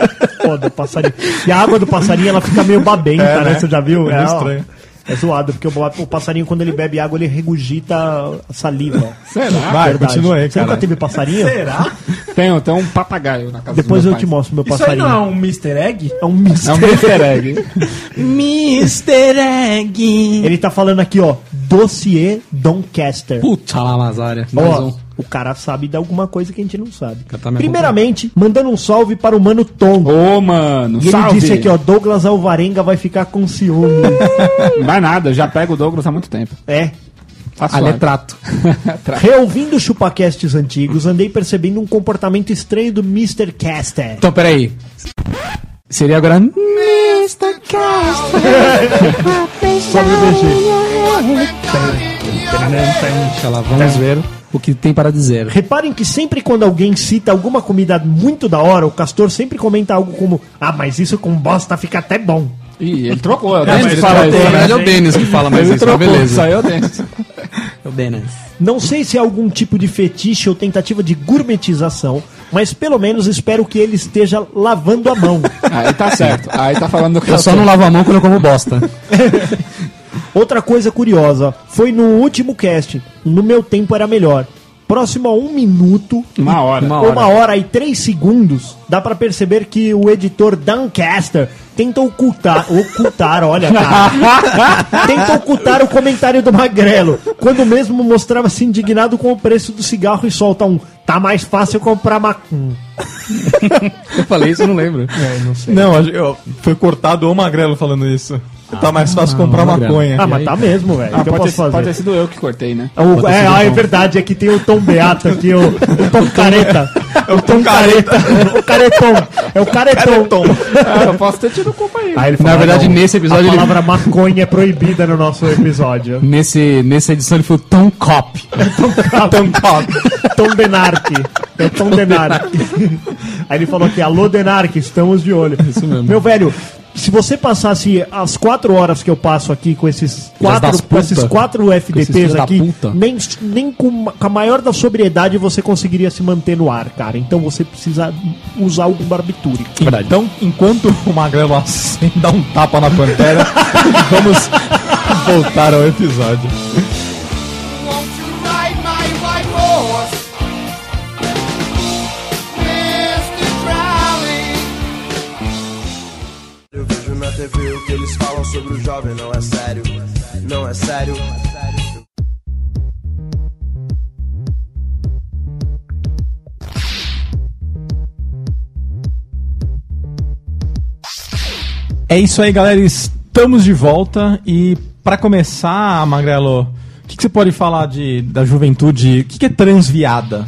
[SPEAKER 3] Foda, passarinho. E a água do passarinho, ela fica meio babenta,
[SPEAKER 1] É,
[SPEAKER 3] né?
[SPEAKER 1] né?
[SPEAKER 3] Você já viu?
[SPEAKER 1] É meio
[SPEAKER 3] ó.
[SPEAKER 1] estranho.
[SPEAKER 3] É zoado, porque o, o passarinho, quando ele bebe água, ele regurgita a saliva.
[SPEAKER 5] Será?
[SPEAKER 1] Vai, continua aí,
[SPEAKER 3] Ah, Você nunca
[SPEAKER 1] cara.
[SPEAKER 3] teve passarinho?
[SPEAKER 6] Será?
[SPEAKER 5] Tem, tem um papagaio na casa
[SPEAKER 3] Depois
[SPEAKER 5] do
[SPEAKER 3] eu
[SPEAKER 5] meu
[SPEAKER 3] te
[SPEAKER 5] pai.
[SPEAKER 3] mostro meu
[SPEAKER 6] Isso aí
[SPEAKER 3] passarinho.
[SPEAKER 6] não é um Mr. Egg?
[SPEAKER 3] É um misto.
[SPEAKER 5] É um easter egg.
[SPEAKER 3] [LAUGHS]
[SPEAKER 1] Mr. Egg.
[SPEAKER 3] Ele tá falando aqui, ó, dossiê Doncaster.
[SPEAKER 4] Puta lá, Mazária. Mais
[SPEAKER 3] Ó,
[SPEAKER 4] um.
[SPEAKER 3] O cara sabe de alguma coisa que a gente não sabe.
[SPEAKER 4] cara tá me
[SPEAKER 3] Primeiramente, mandando um salve para o Mano Tom.
[SPEAKER 5] Ô, mano,
[SPEAKER 3] E ele
[SPEAKER 5] salve!
[SPEAKER 3] disse aqui, ó, Douglas Alvarenga vai ficar com ciúme.
[SPEAKER 5] Não dá nada, já pego o Douglas há muito tempo.
[SPEAKER 3] é.
[SPEAKER 5] Tá suave.
[SPEAKER 4] Ali é trato.
[SPEAKER 3] Reouvindo chupacasts antigos, andei percebendo um comportamento estranho do Mr. Caster.
[SPEAKER 4] Então, peraí. Seria agora.
[SPEAKER 3] Sobre o BG.
[SPEAKER 4] Deixa lá, vamos ver o que tem para dizer.
[SPEAKER 3] Reparem que sempre quando alguém cita alguma comida muito da hora, o Castor sempre comenta algo como: Ah, mas isso com bosta fica até bom.
[SPEAKER 5] Ih, ele trocou. eu
[SPEAKER 4] A
[SPEAKER 5] também
[SPEAKER 4] gente
[SPEAKER 5] ele
[SPEAKER 4] fala,
[SPEAKER 5] trocou,
[SPEAKER 4] na
[SPEAKER 5] né?
[SPEAKER 4] verdade é o Denis que fala mais
[SPEAKER 5] Ele
[SPEAKER 4] isso, mas
[SPEAKER 5] trocou,
[SPEAKER 4] beleza.
[SPEAKER 5] saiu dentro.
[SPEAKER 4] É o Denis.
[SPEAKER 3] Não sei se é algum tipo de fetiche ou tentativa de gourmetização, mas pelo menos espero que ele esteja lavando a mão.
[SPEAKER 5] Aí tá certo. Aí tá falando que
[SPEAKER 4] Eu só não lavo a mão quando eu como bosta.
[SPEAKER 3] Outra coisa curiosa, foi no último cast, no meu tempo era melhor. Próximo a um minuto,
[SPEAKER 5] Uma hora.
[SPEAKER 4] Uma
[SPEAKER 3] uma hora, e três segundos, dá pra perceber que o editor Dancaster tenta ocultar, ocultar, olha, cara, tenta ocultar o comentário do Magrelo, quando mesmo mostrava-se indignado com o preço do cigarro e solta um, tá mais fácil comprar macum.
[SPEAKER 4] Eu falei isso, eu não lembro.
[SPEAKER 5] É.
[SPEAKER 1] Não, a- eu- foi cortado o Magrelo falando isso.
[SPEAKER 5] Ah,
[SPEAKER 1] tá mais fácil comprar
[SPEAKER 4] Magrelo.
[SPEAKER 1] maconha.
[SPEAKER 3] Ah, mas tá mesmo, velho, o que eu
[SPEAKER 5] pode,
[SPEAKER 3] posso
[SPEAKER 5] ter, pode ter
[SPEAKER 3] fazer?
[SPEAKER 5] sido eu que cortei, né?
[SPEAKER 3] O- é, ah, é verdade, é que tem o Tom Beato aqui, o, o Tom Careta.
[SPEAKER 1] Eu tô um careta.
[SPEAKER 3] o caretão. É o caretão.
[SPEAKER 1] Tom.
[SPEAKER 5] Ah, [LAUGHS] eu posso ter tido culpa aí.
[SPEAKER 3] Aí ele
[SPEAKER 4] Na verdade,
[SPEAKER 3] "Não,
[SPEAKER 4] nesse episódio
[SPEAKER 3] A
[SPEAKER 4] ele-
[SPEAKER 3] palavra maconha é proibida no nosso episódio.
[SPEAKER 4] Nesse, nessa edição ele foi o Tom Cop.
[SPEAKER 3] Tom Tom Denarque. É Tom Denarque. Aí ele falou aqui, alô Denarque, estamos de olho. Isso
[SPEAKER 4] mesmo.
[SPEAKER 3] Meu velho, se você passasse as quatro horas que eu passo aqui com esses
[SPEAKER 4] das
[SPEAKER 3] quatro, com
[SPEAKER 4] puta.
[SPEAKER 3] esses quatro
[SPEAKER 4] filhos
[SPEAKER 3] FDPs
[SPEAKER 4] da
[SPEAKER 3] aqui,
[SPEAKER 4] puta.
[SPEAKER 3] nem, nem com, com a maior da sobriedade você conseguiria se manter no ar, cara. Então você precisa usar algum barbitúrico.
[SPEAKER 1] Então, enquanto o Magrelo assim dá um tapa na pantera, vamos voltar ao episódio.
[SPEAKER 9] Eu vejo na TV o que eles falam sobre o jovem, não é sério, não é sério.
[SPEAKER 1] É isso aí, galera. Estamos de volta e pra começar, Magrelo, o que, que você pode falar de, da juventude? O que, que é transviada?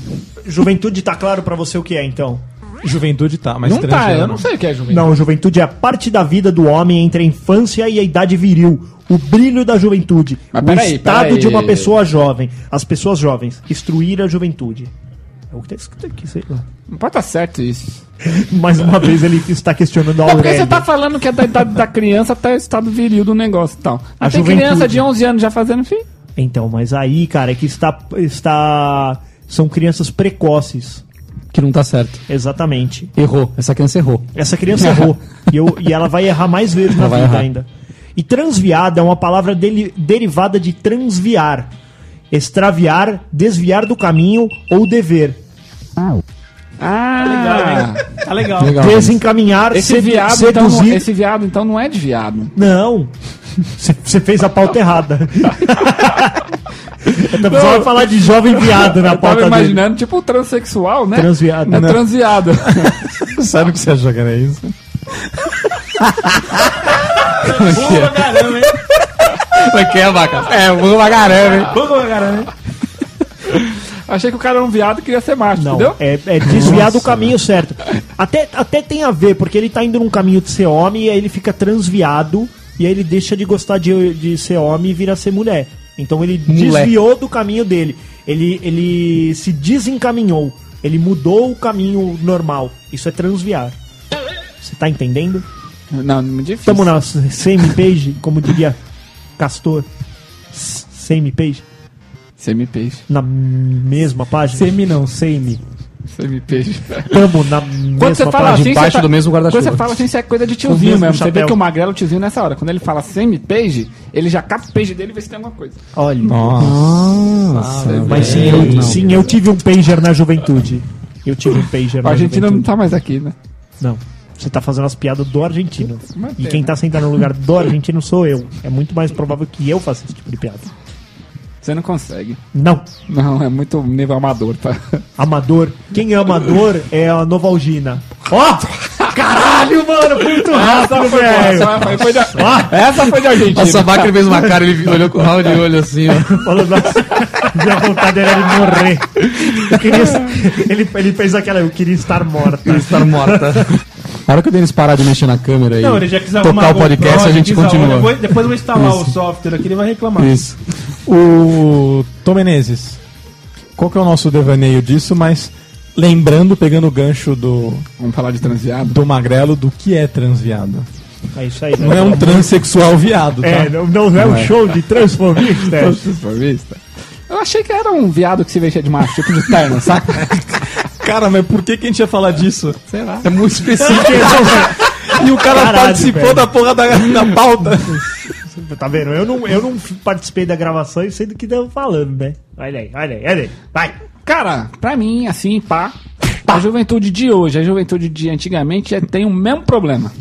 [SPEAKER 3] Juventude tá claro pra você o que é, então?
[SPEAKER 1] Juventude tá, mas
[SPEAKER 5] Não tá,
[SPEAKER 1] transviada
[SPEAKER 5] eu não sei o que é juventude.
[SPEAKER 3] Não, juventude é a parte da vida do homem entre a infância e a idade viril. O brilho da juventude.
[SPEAKER 5] Mas
[SPEAKER 3] o
[SPEAKER 5] peraí,
[SPEAKER 3] estado
[SPEAKER 5] peraí.
[SPEAKER 3] de uma pessoa jovem. As pessoas jovens. Instruir a juventude. É o que tá escrito aqui, sei lá. [LAUGHS]
[SPEAKER 5] Não pode estar certo isso.
[SPEAKER 3] Mais uma vez ele está questionando a
[SPEAKER 5] É porque
[SPEAKER 3] Aurélia.
[SPEAKER 5] você tá falando que é da idade da criança até o estado viril do negócio e tal.
[SPEAKER 3] A
[SPEAKER 5] Mas tem
[SPEAKER 3] juventude.
[SPEAKER 5] criança de 11 anos já fazendo filho.
[SPEAKER 3] Então, mas aí, cara, é que está, está... São crianças precoces.
[SPEAKER 4] Que não tá certo.
[SPEAKER 3] Exatamente.
[SPEAKER 4] Errou. Essa criança errou.
[SPEAKER 3] Essa criança
[SPEAKER 5] [LAUGHS]
[SPEAKER 3] errou. E, eu- e ela vai errar mais vezes na
[SPEAKER 4] Ela vai
[SPEAKER 3] vida
[SPEAKER 4] errar.
[SPEAKER 3] ainda. E transviada é uma palavra deli- derivada de transviar. Extraviar, desviar do caminho ou dever.
[SPEAKER 5] Ah,
[SPEAKER 1] Tá legal.
[SPEAKER 4] Legal.
[SPEAKER 3] Desencaminhar,
[SPEAKER 5] esse,
[SPEAKER 3] sedu-
[SPEAKER 5] viado, então, não,
[SPEAKER 3] seduzir.
[SPEAKER 5] esse viado então não é de viado.
[SPEAKER 3] Não. Você fez a pauta
[SPEAKER 5] [LAUGHS]
[SPEAKER 3] errada. Eu tava só falar de jovem viado na
[SPEAKER 5] Eu tava
[SPEAKER 3] pauta dele.
[SPEAKER 5] imaginando, tipo, transexual, né?
[SPEAKER 3] Transviado.
[SPEAKER 5] É
[SPEAKER 3] Não.
[SPEAKER 5] [LAUGHS] transviado.
[SPEAKER 1] Sabe o que você achou que era isso?
[SPEAKER 4] Como é que é, vaca? É, vou pra caramba, hein?
[SPEAKER 5] Achei que o cara era um viado e queria ser macho,
[SPEAKER 3] Não,
[SPEAKER 5] entendeu?
[SPEAKER 3] é, é desviar do caminho certo. Até, até tem a ver, porque ele tá indo num caminho de ser homem e aí ele fica transviado e aí ele deixa de gostar de, de ser homem e vira ser mulher. Então ele
[SPEAKER 4] Mulher.
[SPEAKER 3] desviou do caminho dele. Ele, ele se desencaminhou. Ele mudou o caminho normal. Isso é transviar. Você tá entendendo?
[SPEAKER 5] Não, não é difícil.
[SPEAKER 3] Tamo na same page, como diria Castor. S- Same page?
[SPEAKER 5] Semi-peixe.
[SPEAKER 3] Na mesma página?
[SPEAKER 6] Semi não, semi.
[SPEAKER 5] Semi-peixe.
[SPEAKER 3] Tamo na mesma
[SPEAKER 5] Quando você fala
[SPEAKER 3] página.
[SPEAKER 5] assim,
[SPEAKER 4] Debaixo
[SPEAKER 5] você
[SPEAKER 4] do mesmo guarda-chuva.
[SPEAKER 5] Quando você fala assim, isso é coisa de
[SPEAKER 3] Com o
[SPEAKER 5] tiozinho
[SPEAKER 3] mesmo
[SPEAKER 5] mesmo. Você vê
[SPEAKER 3] chapéu.
[SPEAKER 5] que o magrelo é o tiozinho nessa hora. Quando ele fala semi-page, ele já cata o page dele e vê se tem alguma coisa.
[SPEAKER 3] Olha.
[SPEAKER 4] Mas
[SPEAKER 5] Ah,
[SPEAKER 3] Mas sim, eu, sim, eu tive um pager na juventude. Eu tive um pager
[SPEAKER 5] A
[SPEAKER 3] na
[SPEAKER 5] Argentina não
[SPEAKER 3] juventude.
[SPEAKER 5] tá né? mais aqui, né?
[SPEAKER 3] Não. Você tá fazendo as piadas do argentino. E
[SPEAKER 5] mantém,
[SPEAKER 3] quem tá sentado no lugar do argentino sou eu. É muito mais provável que eu faça esse tipo de piada.
[SPEAKER 5] Você não consegue.
[SPEAKER 3] Não.
[SPEAKER 5] Não, é muito nível amador, tá?
[SPEAKER 3] Amador. Quem é amador é a Novalgina. Ó! Caralho, mano! Muito rápido,
[SPEAKER 6] É,
[SPEAKER 3] velho!
[SPEAKER 5] Ah, Essa foi, foi de, essa foi de Argentina.
[SPEAKER 4] Nossa, a Bacra fez uma cara, ele olhou com o round de olho assim, ó.
[SPEAKER 3] Falou, nossa, minha vontade era de morrer. Eu
[SPEAKER 5] [LAUGHS]
[SPEAKER 3] queria- ele, ele fez aquela, eu queria estar morta.
[SPEAKER 4] Estar tá morta. A hora que o Denis parar de mexer na câmera aí,
[SPEAKER 6] Não, ele já quis arrumar
[SPEAKER 4] tocar o
[SPEAKER 6] GoPro,
[SPEAKER 4] podcast, a
[SPEAKER 6] ele
[SPEAKER 4] gente
[SPEAKER 6] quis arrumar-
[SPEAKER 4] continua.
[SPEAKER 6] Depois, depois eu vou instalar o software aqui, ele vai reclamar.
[SPEAKER 4] Isso.
[SPEAKER 1] O Tom Menezes, qual que é o nosso devaneio disso, mas lembrando, pegando o gancho do,
[SPEAKER 5] Vamos falar de transviado?
[SPEAKER 1] do magrelo, do que é transviado.
[SPEAKER 3] É isso aí.
[SPEAKER 1] Não é um transexual viado, tá?
[SPEAKER 3] É, não, não é um show de transformistas.
[SPEAKER 5] Transformista? Eu achei que era um viado que se vestia de macho, tipo de terno, [LAUGHS] saca?
[SPEAKER 1] Cara, mas por que, que a gente ia falar disso?
[SPEAKER 5] Sei lá.
[SPEAKER 1] É muito específico. e [LAUGHS] o cara
[SPEAKER 3] Caralho,
[SPEAKER 1] participou
[SPEAKER 3] velho.
[SPEAKER 1] da porra da, da pauta.
[SPEAKER 3] Tá vendo? Eu não, eu não participei da gravação e sei do que estão falando, né? Olha aí, olha aí, olha aí. Vai.
[SPEAKER 5] Cara, pra mim, assim, pá, a juventude de hoje, a juventude de antigamente é- tem o mesmo problema.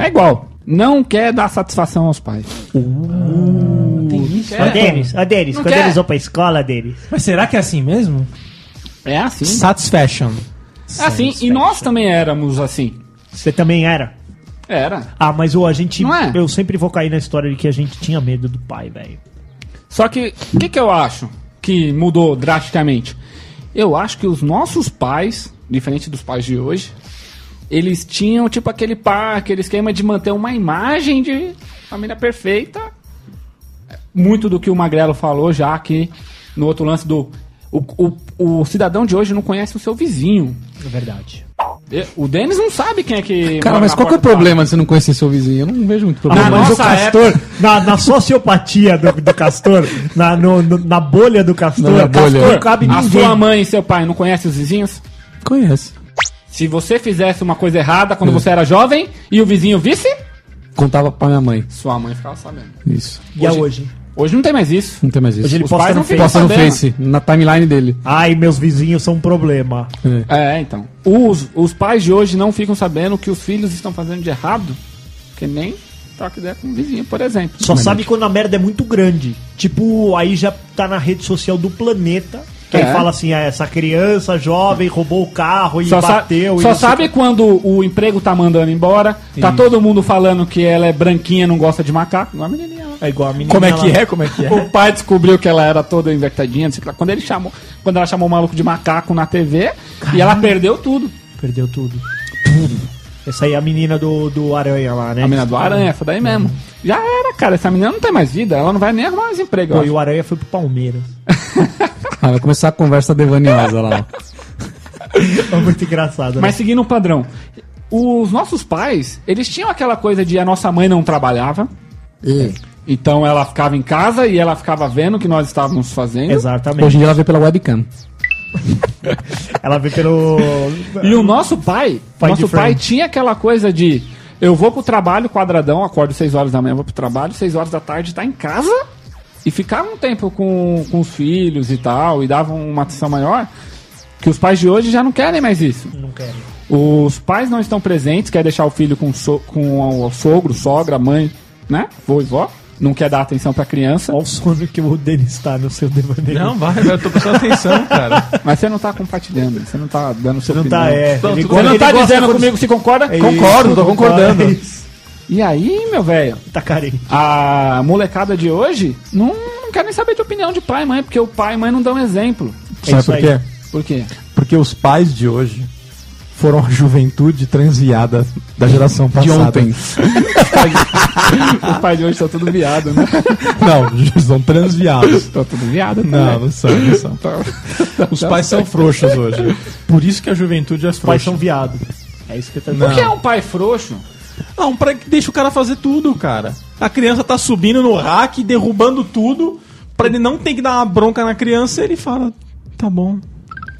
[SPEAKER 5] É igual. Não quer dar satisfação aos pais.
[SPEAKER 6] Uh,
[SPEAKER 3] Ó, Denis, ó, Denis.
[SPEAKER 5] Não
[SPEAKER 3] Quando
[SPEAKER 5] quer.
[SPEAKER 3] eles vão pra escola, Denis.
[SPEAKER 6] Mas será que é assim mesmo?
[SPEAKER 5] É assim.
[SPEAKER 1] Satisfaction.
[SPEAKER 5] É assim. E nós também éramos assim.
[SPEAKER 3] Você também era.
[SPEAKER 5] Era.
[SPEAKER 3] Ah, mas ô, a gente.
[SPEAKER 5] Não é?
[SPEAKER 3] Eu sempre vou cair na história de que a gente tinha medo do pai, velho.
[SPEAKER 5] Só que, o que, que eu acho que mudou drasticamente? Eu acho que os nossos pais, diferente dos pais de hoje, eles tinham tipo aquele par, aquele esquema de manter uma imagem de família perfeita. Muito do que o Magrelo falou já aqui no outro lance do. O, o, o cidadão de hoje não conhece o seu vizinho.
[SPEAKER 3] É verdade.
[SPEAKER 5] E- O Denis não sabe quem é que.
[SPEAKER 4] Cara,
[SPEAKER 5] mora
[SPEAKER 4] mas
[SPEAKER 5] na
[SPEAKER 4] qual que é
[SPEAKER 5] porta
[SPEAKER 4] o
[SPEAKER 5] do carro.
[SPEAKER 4] problema de você não conhecer seu vizinho? Eu não vejo muito problema.
[SPEAKER 5] Na
[SPEAKER 3] mas o
[SPEAKER 5] nossa
[SPEAKER 3] Castor, na, na sociopatia do, do Castor, na, no- no- na bolha do Castor,
[SPEAKER 4] Na bolha.
[SPEAKER 3] Castor cabe
[SPEAKER 5] A
[SPEAKER 3] ninguém.
[SPEAKER 5] sua mãe e seu pai não conhecem os vizinhos?
[SPEAKER 4] Conhece.
[SPEAKER 5] Se você fizesse uma coisa errada quando você era jovem e o vizinho visse,
[SPEAKER 4] Contava pra minha mãe.
[SPEAKER 5] sua mãe ficava sabendo.
[SPEAKER 4] Isso.
[SPEAKER 3] E a hoje?
[SPEAKER 5] Hoje não tem mais isso.
[SPEAKER 4] Não tem mais isso.
[SPEAKER 3] Hoje ele tá
[SPEAKER 5] Os
[SPEAKER 3] posta
[SPEAKER 5] pais
[SPEAKER 3] no
[SPEAKER 5] não
[SPEAKER 3] Facebook.
[SPEAKER 5] ficam
[SPEAKER 4] Posta
[SPEAKER 5] sabendo.
[SPEAKER 4] no Face, na timeline dele.
[SPEAKER 3] Ai, meus vizinhos são um problema.
[SPEAKER 5] É, então. Os, os pais de hoje não ficam sabendo o que os filhos estão fazendo de errado, que nem troca ideia com o vizinho, por exemplo.
[SPEAKER 3] Só sabe quando a merda é muito grande. Tipo, aí já tá na rede social do planeta. Que aí
[SPEAKER 5] É.
[SPEAKER 3] fala assim, ah, essa criança jovem roubou o carro e
[SPEAKER 5] Só, sa-
[SPEAKER 3] bateu. e
[SPEAKER 5] só
[SPEAKER 3] não sei
[SPEAKER 5] sabe
[SPEAKER 3] o
[SPEAKER 5] quando o emprego tá mandando embora, tá todo mundo falando que ela é branquinha, não gosta de macaco. Igual a menininha lá.
[SPEAKER 3] quê. É igual a menina
[SPEAKER 1] Como é
[SPEAKER 3] lá.
[SPEAKER 1] que é? Como é que é?
[SPEAKER 5] O pai descobriu que ela era toda invertidinha, não sei o que lá. quando ele chamou, quando ela chamou o maluco de macaco na TV, e ela perdeu tudo.
[SPEAKER 3] Perdeu tudo. Essa aí é a menina do, do Aranha lá,
[SPEAKER 1] É
[SPEAKER 3] né?
[SPEAKER 5] A menina do Aranha, essa daí mesmo. Já era, cara. Essa menina não tem mais vida, ela não vai nem arrumar mais emprego. eu
[SPEAKER 3] Pô, e
[SPEAKER 5] acho.
[SPEAKER 3] o Aranha foi pro Palmeiras.
[SPEAKER 4] Ah, vai começar a conversa devaniosa lá. ó.
[SPEAKER 3] É muito engraçado. né?
[SPEAKER 1] um-
[SPEAKER 5] Mas seguindo o padrão. Os nossos pais, eles tinham aquela coisa de a nossa mãe não trabalhava.
[SPEAKER 1] É.
[SPEAKER 5] Então ela ficava em casa e ela ficava vendo o que nós estávamos fazendo.
[SPEAKER 3] Exatamente.
[SPEAKER 4] Hoje em dia ela vê pela webcam.
[SPEAKER 3] Ela vê pelo.
[SPEAKER 5] E o nosso pai,
[SPEAKER 3] Pai de
[SPEAKER 5] nosso
[SPEAKER 3] friend.
[SPEAKER 5] pai tinha aquela coisa de eu vou pro trabalho quadradão, acordo 6 horas da manhã, vou pro trabalho, 6 horas da tarde tá em casa e ficava um tempo com, com os filhos e tal, e dava uma atenção maior, que os pais de hoje já não querem mais isso.
[SPEAKER 3] Não quero.
[SPEAKER 5] Os pais não estão presentes, quer deixar o filho com, so, com o sogro, sogra, mãe, né? Vô e vó. Não quer dar atenção pra
[SPEAKER 3] [LAUGHS]
[SPEAKER 5] criança.
[SPEAKER 3] Olha o sono que o Denis tá no seu devaneio.
[SPEAKER 1] Não, vai, eu tô prestando atenção, cara.
[SPEAKER 5] Mas você não tá compartilhando, você não tá dando seu
[SPEAKER 3] Não tá, é.
[SPEAKER 1] Não,
[SPEAKER 3] Ele
[SPEAKER 1] tu-
[SPEAKER 3] go-
[SPEAKER 5] Você não
[SPEAKER 3] ele
[SPEAKER 5] tá
[SPEAKER 3] gosta
[SPEAKER 5] dizendo
[SPEAKER 3] quando-
[SPEAKER 5] comigo se concorda?
[SPEAKER 3] É isso,
[SPEAKER 1] Concordo, tô concordando.
[SPEAKER 3] é isso.
[SPEAKER 5] E aí, meu velho,
[SPEAKER 3] [LAUGHS] Tá carente.
[SPEAKER 5] a molecada de hoje não, não quer nem saber de opinião de pai e mãe, porque o pai e mãe não dão exemplo.
[SPEAKER 3] É
[SPEAKER 1] Sabe
[SPEAKER 3] isso
[SPEAKER 1] por
[SPEAKER 3] aí.
[SPEAKER 1] quê?
[SPEAKER 5] Por quê?
[SPEAKER 1] Porque os pais de hoje foram a juventude transviada da geração passada.
[SPEAKER 5] [LAUGHS]
[SPEAKER 4] ontem.
[SPEAKER 5] Os pais de hoje estão tudo viado, né?
[SPEAKER 1] [LAUGHS] Não, são transviados.
[SPEAKER 5] Estão tudo viado né? Tá.
[SPEAKER 1] Não,
[SPEAKER 5] também.
[SPEAKER 1] não são, não são. Os pais são frouxos hoje. Por isso que a juventude é
[SPEAKER 3] Os pais são
[SPEAKER 1] frouxa.
[SPEAKER 3] viados. É isso que eu tô
[SPEAKER 5] O que é um pai frouxo?
[SPEAKER 1] Não, pra, deixa o cara fazer tudo, cara. A criança tá subindo no rack, derrubando tudo. Pra ele não ter que dar uma bronca na criança, ele fala: tá bom,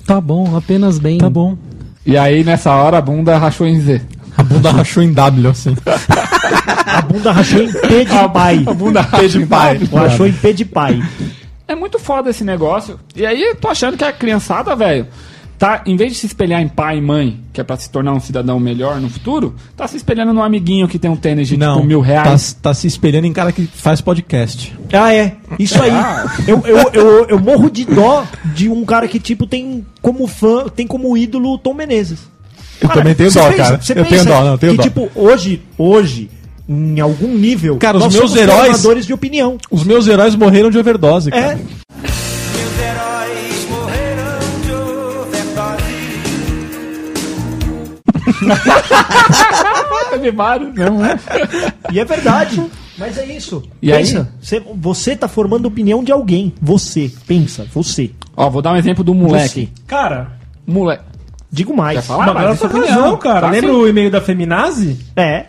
[SPEAKER 4] Tá bom, apenas bem.
[SPEAKER 1] tá bom.
[SPEAKER 5] E aí, nessa hora, a bunda rachou em Z.
[SPEAKER 1] A bunda rachou em W, assim.
[SPEAKER 3] A bunda rachou em P de pai.
[SPEAKER 5] Bunda rachou de pai.
[SPEAKER 3] Rachou em P de pai.
[SPEAKER 5] É muito foda esse negócio. E aí, eu tô achando que a criançada, velho, tá, em vez de se espelhar em pai e mãe, que é pra se tornar um cidadão melhor no futuro, tá se espelhando no amiguinho que tem um tênis de tipo mil reais.
[SPEAKER 1] Tá, tá se espelhando em cara que faz podcast.
[SPEAKER 3] Ah, é. Isso aí.
[SPEAKER 1] Ah.
[SPEAKER 3] Eu, eu, eu, eu morro de dó de um cara que, tipo, tem como fã, tem como ídolo o Tom Menezes.
[SPEAKER 1] Eu também tenho
[SPEAKER 3] você
[SPEAKER 1] dó,
[SPEAKER 3] pensa-
[SPEAKER 1] cara.
[SPEAKER 3] você
[SPEAKER 1] Eu tenho
[SPEAKER 3] pensa
[SPEAKER 1] dó, não, eu tenho
[SPEAKER 3] que,
[SPEAKER 1] dó.
[SPEAKER 3] tipo, hoje, hoje, em algum nível,
[SPEAKER 1] Cara, os meus
[SPEAKER 3] somos
[SPEAKER 1] heróis-
[SPEAKER 3] formadores de opinião.
[SPEAKER 1] Os meus heróis morreram de overdose, cara.
[SPEAKER 3] É.
[SPEAKER 9] Meus heróis morreram de overdose.
[SPEAKER 5] Teve vários, né?
[SPEAKER 3] E é verdade. Mas é isso.
[SPEAKER 5] E
[SPEAKER 3] pensa, Você, você tá formando opinião de alguém. Você. Pensa, você.
[SPEAKER 5] Ó, vou dar um exemplo do moleque.
[SPEAKER 6] Cara,
[SPEAKER 5] Moleque.
[SPEAKER 3] Digo
[SPEAKER 5] Quer
[SPEAKER 3] mais.
[SPEAKER 5] falar?
[SPEAKER 6] mas ela
[SPEAKER 5] Mas
[SPEAKER 6] tá
[SPEAKER 5] isso
[SPEAKER 6] com
[SPEAKER 5] é
[SPEAKER 6] razão,
[SPEAKER 5] opinião.
[SPEAKER 6] cara.
[SPEAKER 5] Tá
[SPEAKER 6] Lembra
[SPEAKER 5] sim.
[SPEAKER 6] o e-mail da Feminazi?
[SPEAKER 3] É.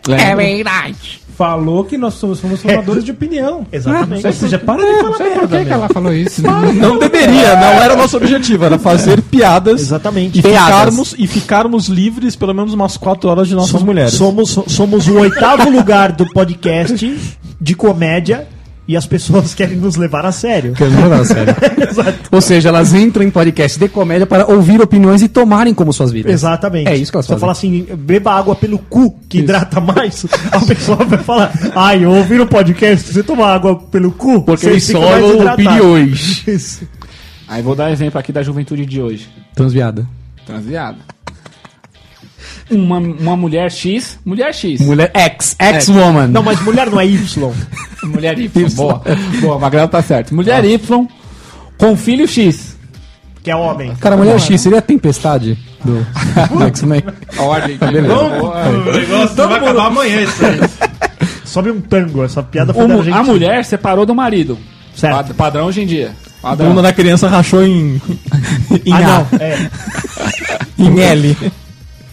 [SPEAKER 6] Falou que nós somos, somos formadores de opinião.
[SPEAKER 3] [LAUGHS] Exatamente.
[SPEAKER 6] Ou seja, para de falar merda, meu.
[SPEAKER 4] ela falou isso?
[SPEAKER 1] Não deveria, né? não era o nosso objetivo, era fazer piadas.
[SPEAKER 3] Exatamente.
[SPEAKER 1] E ficarmos, e ficarmos livres pelo menos umas 4 horas de nossas
[SPEAKER 3] Som-
[SPEAKER 1] mulheres.
[SPEAKER 3] Somos, so- somos o oitavo lugar do podcast de comédia e as pessoas querem nos levar a sério. [LAUGHS] Exato.
[SPEAKER 4] Ou seja, elas entram em podcast de comédia para ouvir opiniões e tomarem como suas vidas.
[SPEAKER 3] Exatamente.
[SPEAKER 4] É isso que elas
[SPEAKER 3] Se eu
[SPEAKER 4] fazem.
[SPEAKER 3] falar assim, beba água pelo cu, que hidrata mais, a pessoa vai falar, ai, eu ouvi no podcast, se você tomar água pelo cu,
[SPEAKER 4] Porque
[SPEAKER 3] você
[SPEAKER 4] eles
[SPEAKER 3] fica
[SPEAKER 4] só
[SPEAKER 3] mais hidratado."
[SPEAKER 4] opiniões.
[SPEAKER 3] Isso.
[SPEAKER 5] Aí vou dar um exemplo aqui da juventude de hoje.
[SPEAKER 4] Transviada.
[SPEAKER 5] Transviada. Uma, uma mulher X, mulher X.
[SPEAKER 4] Mulher ex, ex-woman.
[SPEAKER 3] Não, mas mulher não é Y.
[SPEAKER 5] Mulher Y, boa. Boa, Magrela tá certo. Mulher Y com filho X.
[SPEAKER 3] Que é homem.
[SPEAKER 4] Cara, mulher X, seria a tempestade do,
[SPEAKER 3] [LAUGHS]
[SPEAKER 4] do X-Men? Tá
[SPEAKER 5] Ordem.
[SPEAKER 6] Todo vai acabar amanhã isso aí.
[SPEAKER 3] Sobe um tango, essa piada foi da
[SPEAKER 5] A
[SPEAKER 3] gente.
[SPEAKER 5] mulher separou do marido.
[SPEAKER 3] Certo.
[SPEAKER 5] Pad- Padrão hoje em dia.
[SPEAKER 1] A bunda
[SPEAKER 5] É. Padrão.
[SPEAKER 1] da criança rachou em. [LAUGHS] em
[SPEAKER 3] Ah,
[SPEAKER 1] A,
[SPEAKER 3] não, é.
[SPEAKER 1] em L.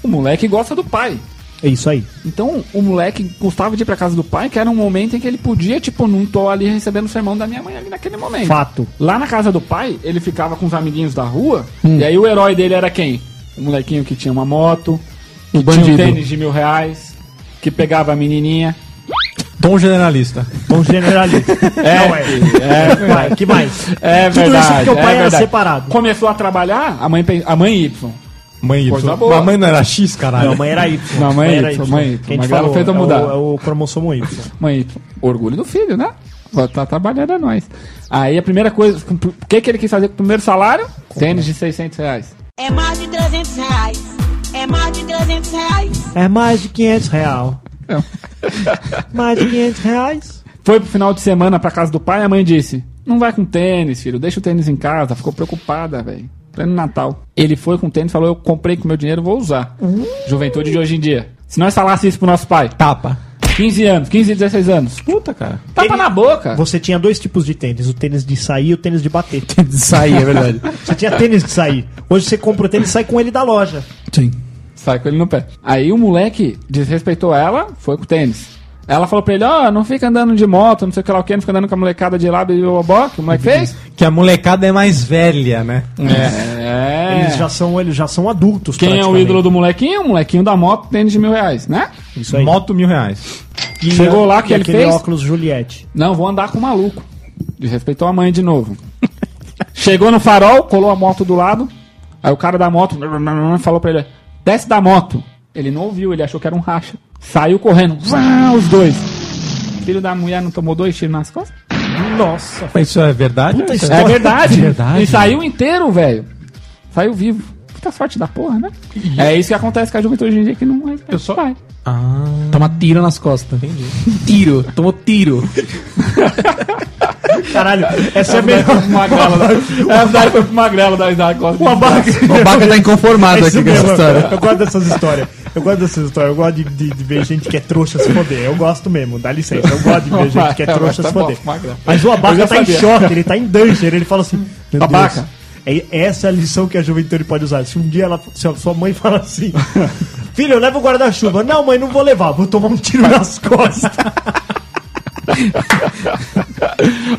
[SPEAKER 5] O moleque gosta do pai.
[SPEAKER 3] É isso aí.
[SPEAKER 5] Então, o moleque gostava de ir pra casa do pai, que era um momento em que ele podia, tipo, não tô ali recebendo o sermão da minha mãe ali naquele momento.
[SPEAKER 3] Fato.
[SPEAKER 5] Lá na casa do pai, ele ficava com os amiguinhos da rua,
[SPEAKER 3] Hum.
[SPEAKER 5] e aí o herói dele era quem? O molequinho que tinha uma moto, que tinha um
[SPEAKER 4] bandido.
[SPEAKER 5] tênis de mil reais, que pegava
[SPEAKER 3] [LAUGHS]
[SPEAKER 5] a menininha.
[SPEAKER 1] Tom generalista.
[SPEAKER 3] Bom generalista. não é.
[SPEAKER 5] É,
[SPEAKER 3] Vai, que mais?
[SPEAKER 5] é
[SPEAKER 3] Tudo isso
[SPEAKER 5] verdade.
[SPEAKER 3] porque o
[SPEAKER 5] é
[SPEAKER 3] pai era
[SPEAKER 5] verdade.
[SPEAKER 3] separado.
[SPEAKER 5] Começou a trabalhar, a mãe, pe- a mãe Y.
[SPEAKER 1] Mãe Y.
[SPEAKER 5] Coisa boa.
[SPEAKER 1] Mas mãe não era X, caralho.
[SPEAKER 3] Não, mãe era Y.
[SPEAKER 5] Não, mãe
[SPEAKER 3] era
[SPEAKER 5] Y, mãe Y.
[SPEAKER 3] Que a gente
[SPEAKER 5] Mas ela
[SPEAKER 3] falou,
[SPEAKER 5] fez eu
[SPEAKER 3] é o-
[SPEAKER 5] mudar.
[SPEAKER 3] É o, cromossomo Y.
[SPEAKER 5] Mãe, orgulho do filho, né? Só tá trabalhando é nós. Aí a primeira coisa, o que, que ele quis fazer com o primeiro salário? Tênis de 600 reais.
[SPEAKER 7] É mais de 300 reais. É mais de 300 reais.
[SPEAKER 3] É mais de 500 real. [LAUGHS] mais de 500 reais.
[SPEAKER 5] Foi pro final de semana pra casa do pai e a mãe disse: Não vai com tênis, filho, deixa o tênis em casa. Ficou preocupada, velho. Pleno Natal. Ele foi com o tênis e falou: Eu comprei com meu dinheiro, vou usar.
[SPEAKER 1] Uh.
[SPEAKER 5] Juventude de hoje em dia. Se nós falássemos isso pro nosso pai,
[SPEAKER 1] Tapa.
[SPEAKER 5] 15 anos, 15, 16 anos.
[SPEAKER 1] Puta, cara.
[SPEAKER 5] Tapa na boca.
[SPEAKER 3] Você tinha dois tipos de tênis. O tênis de sair e o tênis de bater.
[SPEAKER 4] Saí, é verdade.
[SPEAKER 3] Você tinha tênis de sair. Hoje você compra o tênis e sai com ele da loja.
[SPEAKER 4] Sim.
[SPEAKER 5] Sai com ele no pé. Aí o moleque desrespeitou ela, foi com o tênis. Ela falou pra ele, ó, não fica andando de moto, não sei o que lá o que, não fica andando com a molecada de lá, bebê bobó, que o moleque
[SPEAKER 1] Uhum.
[SPEAKER 5] fez.
[SPEAKER 1] Que a molecada é mais velha, né?
[SPEAKER 5] É.
[SPEAKER 3] Eles já são, eles já são adultos.
[SPEAKER 5] Quem é o
[SPEAKER 3] praticamente.
[SPEAKER 5] ídolo do molequinho? O molequinho da moto, tênis de mil reais, né?
[SPEAKER 3] Isso aí.
[SPEAKER 1] Moto mil reais.
[SPEAKER 3] E
[SPEAKER 5] Chegou lá
[SPEAKER 3] e
[SPEAKER 5] que ele
[SPEAKER 3] aquele
[SPEAKER 5] fez?
[SPEAKER 3] óculos Juliette.
[SPEAKER 5] Não, vou andar com o maluco. Desrespeitou a mãe de [LAUGHS] novo. Chegou no farol, colou a moto do lado. Aí o cara da moto falou pra ele: desce da moto. Ele não ouviu, ele achou que era um racha. Saiu correndo. Vá, Os dois. Filho da mulher não tomou dois tiros nas costas?
[SPEAKER 3] Nossa.
[SPEAKER 1] Mas Isso é verdade?
[SPEAKER 3] Puta
[SPEAKER 1] Isso
[SPEAKER 5] É
[SPEAKER 3] história.
[SPEAKER 5] verdade.
[SPEAKER 1] Verdade.
[SPEAKER 5] E saiu inteiro, velho. Saiu vivo. Puta sorte da porra, né? É isso que acontece com a juventude hoje em dia que não é respeita. Eu só... pai.
[SPEAKER 4] Toma tiro nas costas. Entendi. Tiro. Tomou tiro.
[SPEAKER 3] Caralho, essa é a melhor.
[SPEAKER 5] Magrela. [LAUGHS] da- Essa daí É foi pro magrelo da Isaac [LAUGHS] Costa.
[SPEAKER 3] Uma barca.
[SPEAKER 4] O Baca tá inconformado
[SPEAKER 3] É isso
[SPEAKER 4] aqui com
[SPEAKER 3] mesmo,
[SPEAKER 4] essa história.
[SPEAKER 3] Eu gosto dessas histórias. Eu gosto dessas histórias. Eu gosto de, de- de ver gente que é trouxa se foder. Eu gosto mesmo, dá licença. Eu gosto
[SPEAKER 5] [LAUGHS]
[SPEAKER 3] de ver gente que é trouxa
[SPEAKER 5] tá
[SPEAKER 3] se foder. Mas o
[SPEAKER 5] né? Eu já
[SPEAKER 3] Abaca tá em
[SPEAKER 5] sabia.
[SPEAKER 3] choque, ele tá em danger. Ele
[SPEAKER 5] [LAUGHS]
[SPEAKER 3] fala assim: meu
[SPEAKER 5] Abaca.
[SPEAKER 3] Deus, é essa é a lição que a juventude pode usar. Se um dia ela, se a sua mãe [LAUGHS] fala assim: Filho, eu levo o guarda-chuva. Não, mãe, não vou levar. Vou tomar um tiro nas
[SPEAKER 5] [LAUGHS]
[SPEAKER 3] costas.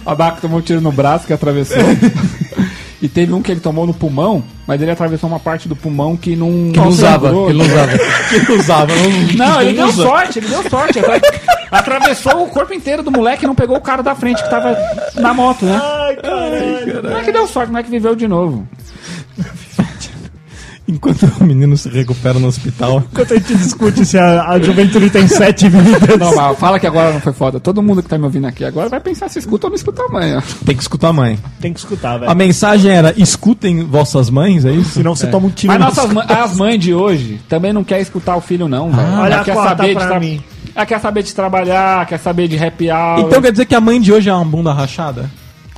[SPEAKER 5] A Baca tomou um tiro no braço que atravessou. e teve um que ele tomou no pulmão, mas ele atravessou uma parte do pulmão que não.
[SPEAKER 4] Ele não usava.
[SPEAKER 5] sangrou.
[SPEAKER 4] Ele não usava.
[SPEAKER 1] que usava.
[SPEAKER 5] [LAUGHS] Não, ele deu sorte, ele deu sorte. Atra- Atravessou o corpo inteiro do moleque e não pegou o cara da frente que tava na moto, né?
[SPEAKER 3] Ai, caralho.
[SPEAKER 5] Não é que deu sorte, não é que viveu de novo.
[SPEAKER 1] Enquanto o menino se recupera no hospital.
[SPEAKER 3] Enquanto a gente discute se a, a juventude tem
[SPEAKER 1] [LAUGHS]
[SPEAKER 3] sete vidas.
[SPEAKER 5] Não, mas Tá fala que agora não foi foda. Todo mundo que tá me ouvindo aqui agora vai pensar se escuta ou não escuta amanhã.
[SPEAKER 1] Tem que escutar a mãe.
[SPEAKER 3] Tem que escutar, velho.
[SPEAKER 1] A mensagem era: escutem vossas mães, é isso?
[SPEAKER 3] Senão você toma um tiro
[SPEAKER 5] Mas
[SPEAKER 3] no-
[SPEAKER 5] nossas mã- as mães de hoje também não quer escutar o filho, não, velho. Ela
[SPEAKER 3] olha a
[SPEAKER 5] quer
[SPEAKER 3] quarta
[SPEAKER 5] saber de
[SPEAKER 3] pra
[SPEAKER 5] tra-
[SPEAKER 3] mim.
[SPEAKER 5] Ela quer saber de trabalhar, quer saber de happy hour.
[SPEAKER 1] Então quer dizer que a mãe de hoje é uma bunda rachada?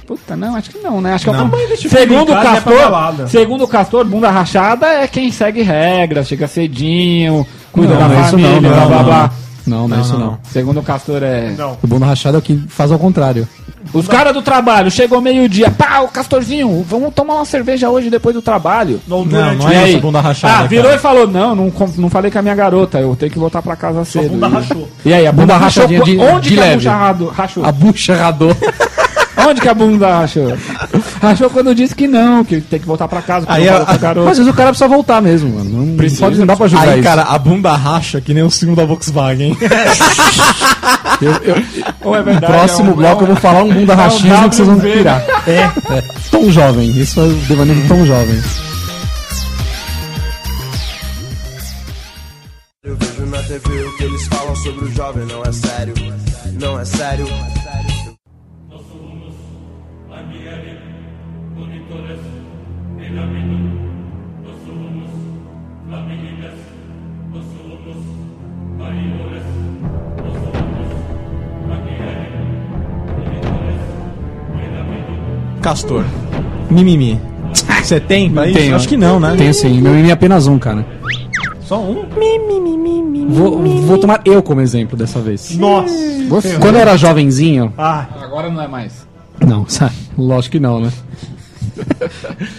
[SPEAKER 5] Puta, não, acho que não, né? Acho que
[SPEAKER 1] Não.
[SPEAKER 5] é
[SPEAKER 1] Mãe,
[SPEAKER 5] uma...
[SPEAKER 6] eu
[SPEAKER 5] Segundo
[SPEAKER 6] ficar
[SPEAKER 5] o
[SPEAKER 6] em casa, vai pra
[SPEAKER 5] Castor,
[SPEAKER 6] balada.
[SPEAKER 5] segundo o Castor, bunda rachada é quem segue regra, chega cedinho, cuida
[SPEAKER 4] Não,
[SPEAKER 5] da
[SPEAKER 4] não é isso
[SPEAKER 5] família,
[SPEAKER 4] não, não,
[SPEAKER 5] blá blá blá.
[SPEAKER 4] Não, não é isso não.
[SPEAKER 5] Segundo o Castor é.
[SPEAKER 4] O bunda rachado é o que faz ao contrário.
[SPEAKER 5] Os caras do trabalho chegou meio-dia, pá, o Castorzinho, vamos tomar uma cerveja hoje depois do trabalho.
[SPEAKER 3] Não,
[SPEAKER 1] Não, não
[SPEAKER 5] E
[SPEAKER 1] é
[SPEAKER 5] aí?
[SPEAKER 1] essa bunda rachada.
[SPEAKER 5] Ah, virou
[SPEAKER 1] cara.
[SPEAKER 5] e falou: Não, não, com- não falei com a minha garota, eu tenho que voltar pra casa cedo.
[SPEAKER 3] bunda
[SPEAKER 5] e...
[SPEAKER 3] rachou.
[SPEAKER 5] E aí, a bunda,
[SPEAKER 4] Bunda
[SPEAKER 5] rachou.
[SPEAKER 4] rachadinha de-
[SPEAKER 5] Onde
[SPEAKER 4] de
[SPEAKER 5] que a
[SPEAKER 4] leve.
[SPEAKER 5] bunda rado- rachou?
[SPEAKER 4] A bucha radou.
[SPEAKER 5] Onde que a bunda rachou? rachou quando disse que não, que tem que voltar pra casa, que
[SPEAKER 1] Aí
[SPEAKER 5] não
[SPEAKER 1] a-
[SPEAKER 5] falou com a
[SPEAKER 4] Mas às
[SPEAKER 5] garota.
[SPEAKER 4] vezes o cara precisa voltar mesmo, mano. Não- Não,
[SPEAKER 5] Precisa.
[SPEAKER 4] pode, não dá pra julgar
[SPEAKER 1] Aí,
[SPEAKER 4] isso.
[SPEAKER 1] cara, a bunda racha que nem o símbolo da Volkswagen.
[SPEAKER 5] Ou é
[SPEAKER 4] no próximo bloco eu vou falar um bunda rachismo que vocês vão pirar. É. Tão jovem. Isso é o devaneio tão jovem.
[SPEAKER 9] Eu vejo na TV o que eles falam sobre o jovem, não é sério, não é sério.
[SPEAKER 1] Castor. Mimimi. Você tem pra isso?
[SPEAKER 4] Tenho.
[SPEAKER 1] Acho que não, né?
[SPEAKER 4] Tenho sim. Meu meme é apenas um, cara.
[SPEAKER 6] Só um?
[SPEAKER 4] Vou, vou tomar eu como exemplo dessa vez.
[SPEAKER 3] Nossa.
[SPEAKER 4] Quando eu era jovenzinho,
[SPEAKER 5] Agora não é mais.
[SPEAKER 4] Não, sabe? Lógico que não, né? [LAUGHS]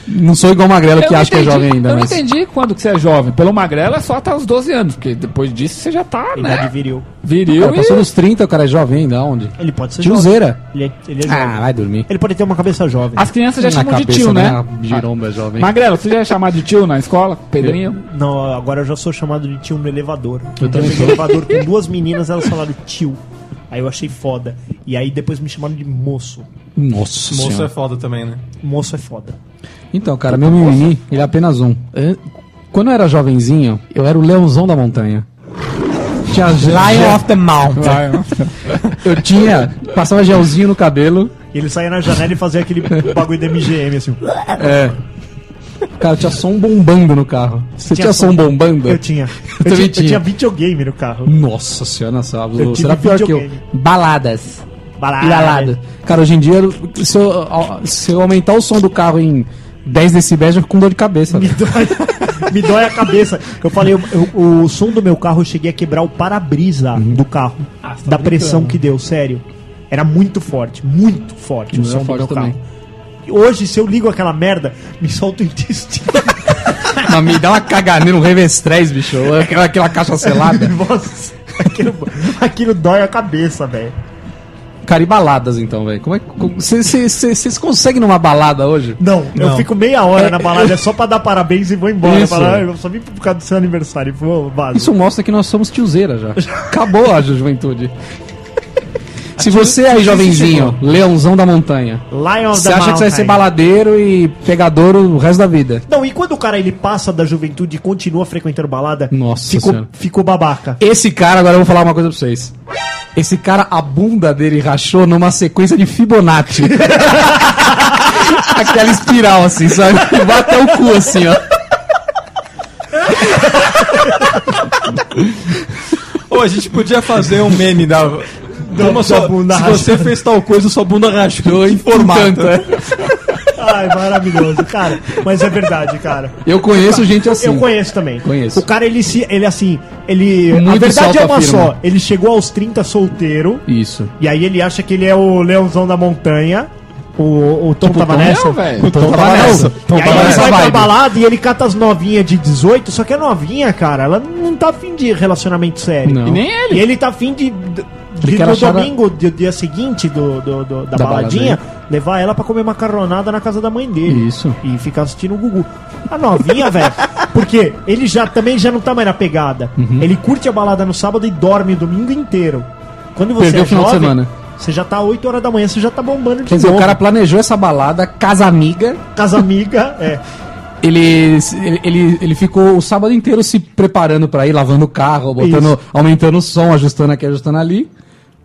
[SPEAKER 4] não sou igual o Magrelo que acha que é jovem ainda,
[SPEAKER 5] eu
[SPEAKER 4] mas.
[SPEAKER 5] não entendi quando que você é jovem. Pelo magrelo é só até os 12 anos, porque depois disso você já tá, né?
[SPEAKER 3] viril.
[SPEAKER 5] Viril
[SPEAKER 4] Cara,
[SPEAKER 5] e...
[SPEAKER 4] passou dos 30, o cara é jovem ainda, onde?
[SPEAKER 3] Ele pode ser jovem.
[SPEAKER 4] Tiozeira.
[SPEAKER 3] Ele é, ele é
[SPEAKER 4] Ah,
[SPEAKER 3] jovem.
[SPEAKER 4] vai dormir.
[SPEAKER 3] Ele pode ter uma cabeça jovem.
[SPEAKER 5] As crianças já chamam de tio, né?
[SPEAKER 4] A giromba é jovem.
[SPEAKER 5] Magrelo, você já é chamado de tio na escola? Pedrinho?
[SPEAKER 3] Não, agora eu já sou chamado de tio no elevador.
[SPEAKER 4] Eu também
[SPEAKER 3] peguei um elevador com duas meninas, elas falaram tio. Aí eu achei foda. E aí depois me chamaram de moço.
[SPEAKER 1] Moço
[SPEAKER 4] Nossa
[SPEAKER 1] é
[SPEAKER 4] senhora.
[SPEAKER 1] foda também, né?
[SPEAKER 3] Moço é foda.
[SPEAKER 4] Então, cara, meu mimimi, ele é apenas um. An- Quando eu era jovenzinho, eu era o leãozão da montanha. Tinha
[SPEAKER 1] Lion of the Mountain.
[SPEAKER 4] Eu tinha. Passava gelzinho no cabelo.
[SPEAKER 3] E ele saía na janela e fazia aquele bagulho da MGM, assim.
[SPEAKER 4] É. Cara, tinha som bombando no carro. Você tinha,
[SPEAKER 3] Tinha
[SPEAKER 4] som
[SPEAKER 3] som.
[SPEAKER 4] bombando?
[SPEAKER 3] Eu tinha. Eu,
[SPEAKER 4] também
[SPEAKER 3] tinha,
[SPEAKER 4] tinha.
[SPEAKER 3] eu tinha videogame no carro.
[SPEAKER 4] Nossa senhora, nossa,
[SPEAKER 3] Eu tive
[SPEAKER 4] será pior que eu.
[SPEAKER 3] videogame.
[SPEAKER 4] Baladas.
[SPEAKER 3] Baralho.
[SPEAKER 4] Iralada. Cara, hoje em dia, se eu, se eu aumentar o som do carro em 10 decibéis, eu fico com dor de cabeça.
[SPEAKER 3] Me
[SPEAKER 4] velho.
[SPEAKER 3] dói, me dói a cabeça. Eu falei, eu- eu- o som do meu carro, eu cheguei a quebrar o para-brisa
[SPEAKER 4] Uhum.
[SPEAKER 3] do carro.
[SPEAKER 4] Ah, tá
[SPEAKER 3] da pressão que deu, sério. Era muito forte, muito forte o
[SPEAKER 4] Não era
[SPEAKER 3] som do
[SPEAKER 4] forte
[SPEAKER 3] meu
[SPEAKER 4] também.
[SPEAKER 3] carro. E Hoje, se eu ligo aquela merda, me solta o intestino.
[SPEAKER 4] Mas me dá uma caganeira, um revestrez, bicho. ou é Aquela, aquela caixa selada. [LAUGHS]
[SPEAKER 3] Nossa, aquilo, aquilo dói a cabeça, velho.
[SPEAKER 4] Cara, e baladas então, velho? Como é que. Vocês conseguem numa balada hoje?
[SPEAKER 3] Não,
[SPEAKER 1] Não.
[SPEAKER 3] eu fico meia hora na balada é só pra dar parabéns e vou embora.
[SPEAKER 4] Isso.
[SPEAKER 3] Falar, "Ah, eu só vim por causa do seu aniversário. Pô, vaza.
[SPEAKER 4] Isso mostra que nós somos tiozeira já. Acabou a ju- juventude. Se você aí, jovenzinho, leãozão da montanha,
[SPEAKER 3] Lion of
[SPEAKER 4] você
[SPEAKER 3] the
[SPEAKER 4] acha que você vai ser
[SPEAKER 3] Mountain.
[SPEAKER 4] baladeiro e pegador o resto da vida?
[SPEAKER 3] Não, e quando o cara ele passa da juventude e continua frequentando balada,
[SPEAKER 4] Nossa
[SPEAKER 3] ficou,
[SPEAKER 4] Senhora.
[SPEAKER 3] ficou babaca.
[SPEAKER 4] Esse cara, agora eu vou falar uma coisa pra vocês. Esse cara, a bunda dele rachou numa sequência de Fibonacci. [LAUGHS] Aquela espiral, assim, sabe? Que vai até o cu, assim, ó.
[SPEAKER 1] Ô, a gente podia fazer um meme da. Como
[SPEAKER 3] sua
[SPEAKER 1] sua
[SPEAKER 3] bunda
[SPEAKER 1] bunda se
[SPEAKER 3] rachou.
[SPEAKER 1] você fez tal coisa, sua bunda rachou em formato.
[SPEAKER 4] Tanto, é.
[SPEAKER 3] Ai, maravilhoso, cara. Mas é verdade, cara.
[SPEAKER 4] Eu conheço gente assim.
[SPEAKER 3] Eu conheço também.
[SPEAKER 4] Conheço.
[SPEAKER 3] O cara, ele se. Ele assim. Ele. a
[SPEAKER 4] Muito
[SPEAKER 3] verdade
[SPEAKER 4] salto
[SPEAKER 3] é uma
[SPEAKER 4] afirma.
[SPEAKER 3] só. Ele chegou aos 30 solteiro.
[SPEAKER 4] Isso.
[SPEAKER 3] E aí ele acha que ele é o leãozão da montanha. O, o Tom
[SPEAKER 4] Tipo,
[SPEAKER 3] tava nessa.
[SPEAKER 5] Não, velho.
[SPEAKER 4] Então tava nessa. Então
[SPEAKER 3] e aí
[SPEAKER 4] tava
[SPEAKER 3] ele
[SPEAKER 4] nessa
[SPEAKER 3] vai pra
[SPEAKER 4] vibe.
[SPEAKER 3] balada e ele cata as novinhas de 18, só que a novinha, cara, ela não tá afim de relacionamento sério.
[SPEAKER 4] Não.
[SPEAKER 5] E nem ele.
[SPEAKER 3] E ele tá afim de. de de
[SPEAKER 4] quer
[SPEAKER 3] no
[SPEAKER 4] achar-
[SPEAKER 3] domingo, do dia seguinte do, do- do- da,
[SPEAKER 4] Da
[SPEAKER 3] baladinha,
[SPEAKER 4] baladinha.
[SPEAKER 3] levar ela pra comer macarronada na casa da mãe dele.
[SPEAKER 4] Isso.
[SPEAKER 3] E ficar assistindo o Gugu. A novinha,
[SPEAKER 4] [LAUGHS]
[SPEAKER 3] velho. Porque ele já também já não tá mais na pegada.
[SPEAKER 4] Uhum.
[SPEAKER 3] Ele curte a balada no sábado e dorme o domingo inteiro. Quando você
[SPEAKER 4] Perdeu
[SPEAKER 3] é
[SPEAKER 4] o final de
[SPEAKER 3] jovem,
[SPEAKER 4] semana.
[SPEAKER 3] você já tá 8 horas da manhã, você já tá bombando de
[SPEAKER 4] Quer dizer, o
[SPEAKER 3] novo.
[SPEAKER 4] cara planejou essa balada, casa amiga,
[SPEAKER 3] Casa amiga, é.
[SPEAKER 4] ele, ele, ele ficou o sábado inteiro se preparando pra ir, lavando o carro, botando, aumentando o som, ajustando aqui, ajustando ali.